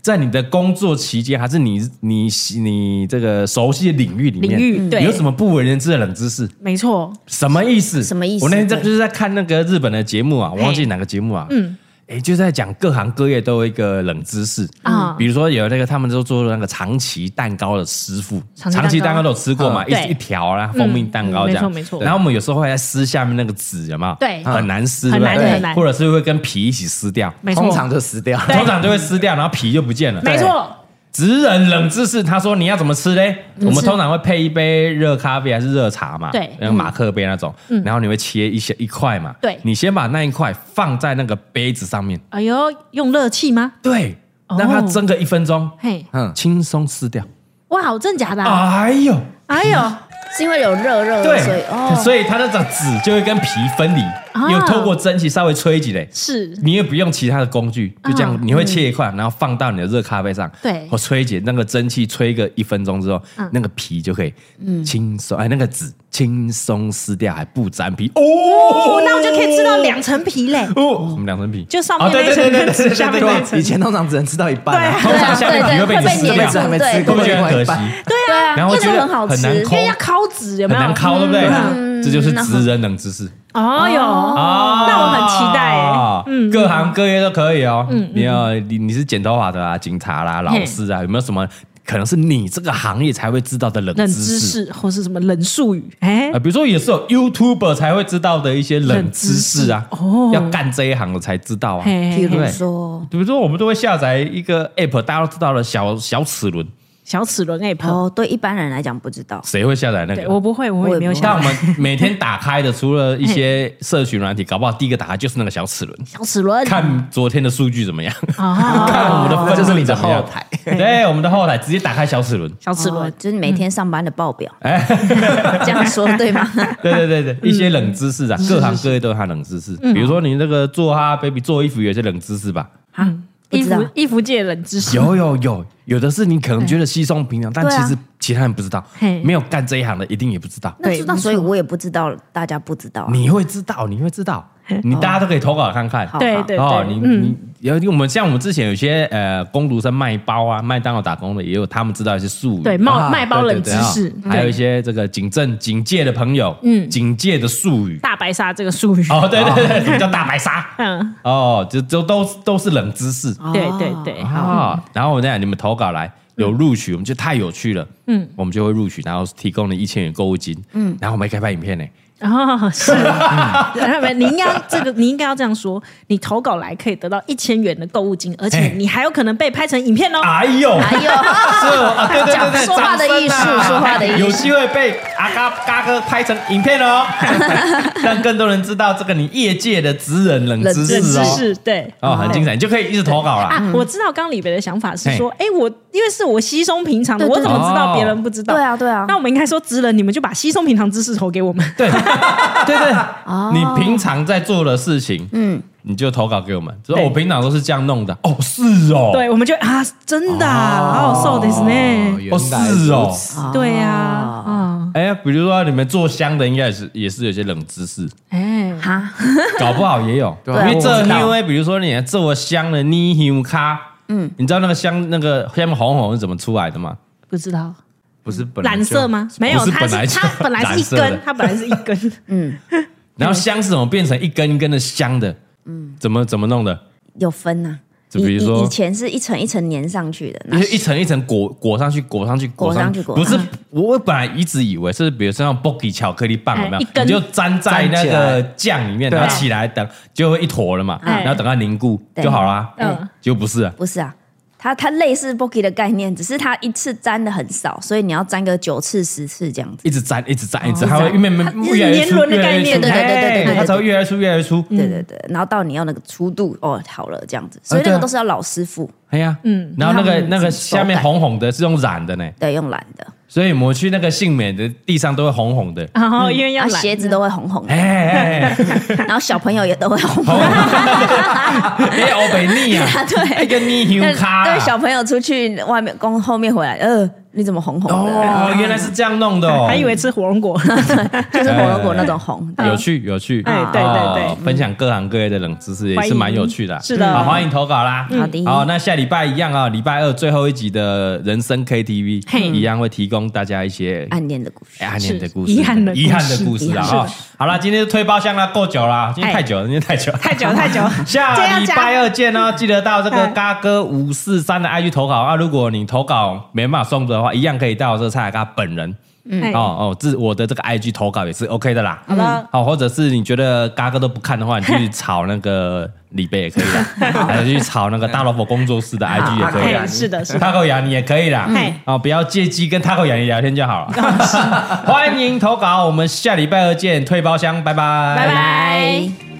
Speaker 2: 在你的工作期间，还是你你你这个熟悉的领域里面，
Speaker 4: 领域对
Speaker 2: 有什么不为人知的冷知识？
Speaker 4: 没错，
Speaker 2: 什么意思？
Speaker 6: 什么意思
Speaker 2: 我那天在
Speaker 6: 对
Speaker 2: 就是在看那个日本的节目啊，我忘记哪个节目啊，嗯，哎，就在讲各行各业都有一个冷知识
Speaker 4: 啊
Speaker 2: 比如说有那个他们都做那个长崎蛋糕的师傅，
Speaker 4: 长崎
Speaker 2: 蛋
Speaker 4: 蛋糕
Speaker 2: 糕都有吃过嘛，
Speaker 4: 嗯对
Speaker 2: 一一条啊，蜂蜜蛋糕这样，
Speaker 4: 嗯没错没错
Speaker 2: 然后我们有时候会在撕下面那个纸，有没有？
Speaker 4: 对
Speaker 2: 很难撕，
Speaker 4: 很
Speaker 2: 对不对
Speaker 4: 难
Speaker 2: 对
Speaker 4: 很难
Speaker 2: 或者是会跟皮一起撕掉，
Speaker 4: 没错，
Speaker 5: 通常就死掉了。
Speaker 2: 通常就会撕掉，然后皮就不见了。
Speaker 4: 没错，
Speaker 2: 职人冷知识，他说你要怎么吃嘞？我们通常会配一杯热咖啡还是热茶嘛？
Speaker 4: 对
Speaker 2: 那个马克杯那种，然后你会切一些一块嘛？
Speaker 4: 对
Speaker 2: 你先把那一块放在那个杯子上面，
Speaker 4: 哎呦，用热气吗？
Speaker 2: 对，
Speaker 4: 哦
Speaker 2: 让它蒸个一分钟，
Speaker 4: 嘿，
Speaker 5: 嗯，
Speaker 2: 轻松吃掉。
Speaker 4: 哇，真假的啊？
Speaker 2: 哎呦，
Speaker 4: 哎呦，
Speaker 6: 是因为有热热
Speaker 2: 对
Speaker 6: 的，所以哦，，
Speaker 2: 所以它那张纸就会跟皮分离，又透过蒸汽稍微吹几嘞。
Speaker 4: 是
Speaker 2: 你也不用其他的工具，就这样
Speaker 4: 啊，
Speaker 2: 你会切一块，然后放到你的热咖啡上，
Speaker 4: 对
Speaker 2: 或吹解那个蒸汽吹个一分钟之后，那个皮就可以轻松，哎，那个纸轻松撕掉，还不沾皮哦
Speaker 4: 哦，那我就可以吃到两层皮嘞，
Speaker 2: 哦，什么两层皮？
Speaker 4: 就上
Speaker 2: 啊
Speaker 4: 面
Speaker 2: 对
Speaker 4: 那一
Speaker 2: 对对
Speaker 4: 层
Speaker 2: 对
Speaker 4: 跟
Speaker 2: 对
Speaker 4: (laughs) 纸
Speaker 2: 对
Speaker 4: 下面
Speaker 2: 对
Speaker 4: 那
Speaker 2: 对
Speaker 4: 一
Speaker 2: 对
Speaker 4: 层
Speaker 5: 以，前通常只能吃到一半啊，
Speaker 2: 通常下面皮会被你撕
Speaker 6: 对
Speaker 2: 掉
Speaker 6: 对
Speaker 5: 一，直还没
Speaker 6: 对
Speaker 5: 吃
Speaker 2: 会
Speaker 5: 过，
Speaker 2: 不会觉得很可惜？
Speaker 4: 对啊，
Speaker 2: 啊然后我觉
Speaker 6: 那
Speaker 2: 得
Speaker 6: 个很好吃
Speaker 2: 难抠
Speaker 4: 因，为要烤纸，有
Speaker 2: 很
Speaker 4: 没有
Speaker 2: 难？抠，对不对？
Speaker 6: 嗯
Speaker 2: 这就是
Speaker 6: 那好
Speaker 2: 职人冷知识。
Speaker 4: 哦哟，
Speaker 2: 哦，
Speaker 4: 那我很期待
Speaker 2: 啊
Speaker 4: 哎，嗯，
Speaker 2: 各行各业都可以哦。你要你你是剪头发的啊，警察啦，老师啊，有没有什么可能是你这个行业才会知道的冷
Speaker 4: 冷
Speaker 2: 知
Speaker 4: 知
Speaker 2: 识？
Speaker 4: 识或是什么冷术语，哎
Speaker 2: 啊，，比如说也是有 YouTuber 才会知道的一些冷知识啊，
Speaker 4: 哦
Speaker 2: 要干这一行的才知道啊。
Speaker 4: 嘿
Speaker 6: 比
Speaker 4: 嘿嘿
Speaker 6: 如说
Speaker 2: 比如说我们都会下载一个 App，大家都知道的小小齿轮，
Speaker 4: 小齿轮 app，
Speaker 6: 哦，对一般人来讲不知道，
Speaker 2: 谁会下载那
Speaker 4: 对
Speaker 2: 个？
Speaker 4: 我不会，我
Speaker 6: 我
Speaker 4: 也
Speaker 6: 也
Speaker 4: 没有
Speaker 6: 不会
Speaker 2: (laughs) 但
Speaker 4: 想到
Speaker 2: 我们每天打开的，除了一些社群软体，搞不好第一个打开就是那个小齿轮。
Speaker 4: 小齿轮
Speaker 2: 看昨天的数据怎么样，看我
Speaker 4: (laughs) 啊，
Speaker 2: 们的
Speaker 5: 那
Speaker 2: 分
Speaker 5: 就是
Speaker 2: 数
Speaker 5: 你的
Speaker 2: 怎么样
Speaker 5: 后台。
Speaker 2: (laughs) 对，我们的后台直接打开小
Speaker 5: (laughs)
Speaker 2: 齿轮。
Speaker 4: 小齿
Speaker 6: 哦
Speaker 4: 轮
Speaker 6: 就是每天上班的报表，
Speaker 2: 嗯
Speaker 6: (laughs) 这样说对吗？
Speaker 2: 对对
Speaker 5: 嗯
Speaker 2: 对对，一些冷知识啊，各行各业都有它冷知识。比如说你那个做哈 baby 做衣服，有些冷知识
Speaker 5: (laughs)
Speaker 2: 吧？
Speaker 6: 不
Speaker 4: 衣
Speaker 6: 嗯知道
Speaker 4: 服衣服界冷知识，
Speaker 2: 有有有，有的是你可能觉得稀松平常，但
Speaker 6: 对
Speaker 2: 其
Speaker 6: 啊
Speaker 2: 实其他人不知道
Speaker 4: 嘿，
Speaker 2: 没有干这一行的一定也不知道。
Speaker 6: 那
Speaker 4: (laughs) 对
Speaker 6: 知道，
Speaker 4: 没错
Speaker 6: 所以我也不知道，大家不知
Speaker 5: 哦
Speaker 6: 道啊，
Speaker 4: (laughs)
Speaker 2: 你会知道，你会知道，你大家都可以投稿看看。
Speaker 6: 好
Speaker 4: 对
Speaker 6: 好
Speaker 4: 对
Speaker 2: 哦，
Speaker 4: 对嗯
Speaker 2: 你，你有我们像我们之前有些呃工读生卖包啊，麦当劳打工的也有他们知道一些术语，
Speaker 4: 对
Speaker 5: 啊
Speaker 4: 冒卖包
Speaker 5: 对
Speaker 4: 冷知
Speaker 5: 对对啊
Speaker 4: 识，
Speaker 2: 哦还有
Speaker 4: 对
Speaker 2: 一些这个警政警戒的朋友，嗯，警戒的术语。
Speaker 4: 大白鲨这个术语，
Speaker 2: 哦，对对对，什么叫大白鲨？
Speaker 4: (laughs) 嗯，
Speaker 2: 哦，就就都都是冷知识
Speaker 6: 哦
Speaker 4: 对对对，
Speaker 2: 啊。然后我再讲，你们投稿来有
Speaker 4: 嗯
Speaker 2: 录取，我们就太有趣了，嗯，我们就会录取，然后提供了一千元购物金，嗯，然后我们还可以拍影片呢，
Speaker 4: 哦，是，嗯、你应该这个，你应该要这样说，你投稿来可以得到一千元的购物金，而且
Speaker 2: 哎
Speaker 4: 你还有可能被拍成影片哦。
Speaker 2: 哎呦，
Speaker 6: 哎呦，
Speaker 2: 是哦，啊对对对对，
Speaker 6: 讲说话的艺术
Speaker 2: 掌声啊
Speaker 6: 说话的艺术
Speaker 2: 有机会被阿嘎嘎哥拍成影片哦，让更多人知道这个你业界的职人冷知
Speaker 4: 冷
Speaker 2: 识
Speaker 4: 知
Speaker 2: 哦，
Speaker 4: 识，对。
Speaker 2: 哦，很精彩，你就可以一直投稿啦。
Speaker 6: 嗯
Speaker 4: 啊，我知道刚李北的想法是说，哎，我因为是我稀松平常的，
Speaker 6: 对对
Speaker 4: 我怎么知道
Speaker 2: 哦
Speaker 4: 别人不知道？
Speaker 6: 对啊对啊
Speaker 4: 那我们应该说，直人，你们就把稀松平常知识投给我们。
Speaker 2: 对对对， (laughs) 你平常在做的事情，嗯，你就投稿给我们。就说
Speaker 4: 对
Speaker 2: 我平常都是这样弄的。哦，是哦，
Speaker 4: 对，我们就啊，真的啊，哦，so this
Speaker 5: 哦
Speaker 4: 呢？
Speaker 5: 原
Speaker 2: 哦
Speaker 5: 来
Speaker 2: 是
Speaker 5: 如
Speaker 2: 哦
Speaker 5: 此。
Speaker 4: 对呀，啊，
Speaker 2: 哎，比如说你们做香的，应该也是也是有些冷知识，
Speaker 4: 哎，
Speaker 6: 哈，
Speaker 5: (laughs)
Speaker 2: 搞不好也有。因
Speaker 5: 对啊
Speaker 2: 为
Speaker 5: 我
Speaker 2: 这
Speaker 5: 知道
Speaker 2: 因为比如说你做香的你香咖，嗯，你知道那个香那个下面红红是怎么出来的吗？
Speaker 4: 不知道
Speaker 5: 不是本来就
Speaker 4: 蓝色？吗？没
Speaker 2: 不
Speaker 4: 有，
Speaker 2: 是
Speaker 4: 它
Speaker 2: 本来
Speaker 4: 是
Speaker 2: 就
Speaker 4: 它本来是一
Speaker 2: 蓝色的
Speaker 4: 根，它本来是一根。
Speaker 2: (laughs) 然后香是怎么变成一根一根的香的？嗯，怎么怎么弄的？
Speaker 6: 有分呐，
Speaker 2: 就比
Speaker 6: 以
Speaker 2: 如说
Speaker 6: 以以前是一层一层粘上去的，那
Speaker 2: 就是一层一层裹裹上去，裹上去，
Speaker 6: 裹上去裹
Speaker 2: 不
Speaker 6: 上去
Speaker 2: 是，我本来一直以为是，比如像 b o g g y 巧克力棒有没
Speaker 4: 哎一
Speaker 2: 有？
Speaker 4: 根
Speaker 2: 你就粘在那
Speaker 5: 粘起
Speaker 2: 个
Speaker 5: 来
Speaker 2: 酱里面，
Speaker 5: 对
Speaker 2: 然后起来等，就会一坨了嘛。
Speaker 4: 哎
Speaker 2: 然后等它凝固
Speaker 6: 对
Speaker 2: 就好啦。
Speaker 4: 嗯
Speaker 2: 就不是啊
Speaker 6: 不是啊，它它类似 Boki 的概念，只是它一次粘的很少，所以你要粘个九次十次这样子。
Speaker 2: 一直粘，一直粘，一直它会越慢慢
Speaker 4: 它是
Speaker 2: 越来越
Speaker 4: 年
Speaker 2: 粗，
Speaker 4: 轮的
Speaker 2: 越来越粗，
Speaker 4: 概念
Speaker 6: 对对对对对
Speaker 2: 哎
Speaker 6: 对
Speaker 2: 它才会越来越粗，越来越粗。
Speaker 4: 嗯
Speaker 6: 对对对，然后到你要那个粗度哦，好了这样子，所以那
Speaker 2: 对啊
Speaker 6: 个都是要老师傅，
Speaker 2: 哎呀，嗯，然后那
Speaker 6: 它
Speaker 2: 个
Speaker 6: 们
Speaker 2: 那个下
Speaker 6: 手感
Speaker 2: 面红红的是用染的呢，
Speaker 6: 对，用蓝的，
Speaker 2: 所以我们去那个杏美的地上都会红红的。
Speaker 4: 然后因为要
Speaker 6: 然后
Speaker 4: 懒
Speaker 6: 啊鞋子都会红红的，
Speaker 2: 哎哎哎，
Speaker 6: 然后小朋友也都会红
Speaker 2: 红
Speaker 6: 红的。
Speaker 2: 哎，欧北逆啊，
Speaker 6: 对
Speaker 2: 一个逆 U
Speaker 6: 但 (laughs)
Speaker 2: 咖啊，
Speaker 6: 对小朋友出去外面公后面回来，呃，你怎么红红的？
Speaker 2: 哦，原来是这样弄的哦，
Speaker 4: 还以为吃火
Speaker 2: (laughs)
Speaker 4: 龙果，
Speaker 6: 就是火龙果那种红。
Speaker 2: 有趣有趣，
Speaker 4: 哎对
Speaker 2: 哦
Speaker 4: 对对
Speaker 2: 分享各行各业的冷知识也是蛮有趣的啊，
Speaker 4: 是的
Speaker 2: 好，欢迎投稿啦，
Speaker 6: 好的
Speaker 2: 好，那下礼拜一样啊，礼拜二最后一集的人生 KTV
Speaker 4: 嘿
Speaker 2: 一样会提供大家一些
Speaker 6: 暗恋的故事，
Speaker 2: 哎暗恋的故事，
Speaker 4: 遗憾的故事
Speaker 2: 遗憾的故事啊，
Speaker 6: 遗憾
Speaker 2: 哈，好啦，今天就推包厢啦，够久啦，今天太久了，今天太久了。
Speaker 4: 太久太久，
Speaker 2: 下礼拜二见哦！记得到这个
Speaker 4: 哎
Speaker 2: 嘎哥五四三的 IG 投稿啊！如果你投稿没办法送的话，一样可以到这个蔡雅嘎本人
Speaker 4: 哎
Speaker 2: 哦哦，自我的这个 IG 投稿也是 OK 的啦。好
Speaker 4: 的，
Speaker 2: 好，或者是你觉得嘎哥都不看的话，你去炒那个李贝也可以啦，还有去炒那个大萝卜工作室的 IG 也可以啦
Speaker 4: 哎。是的是的，
Speaker 2: 塔口雅你也可以啦
Speaker 4: 嗯，
Speaker 2: 哦，不要借机跟塔口雅你聊天就好 (laughs) 了。欢迎投稿，我们下礼拜二见，退包厢，拜拜，
Speaker 4: 拜拜。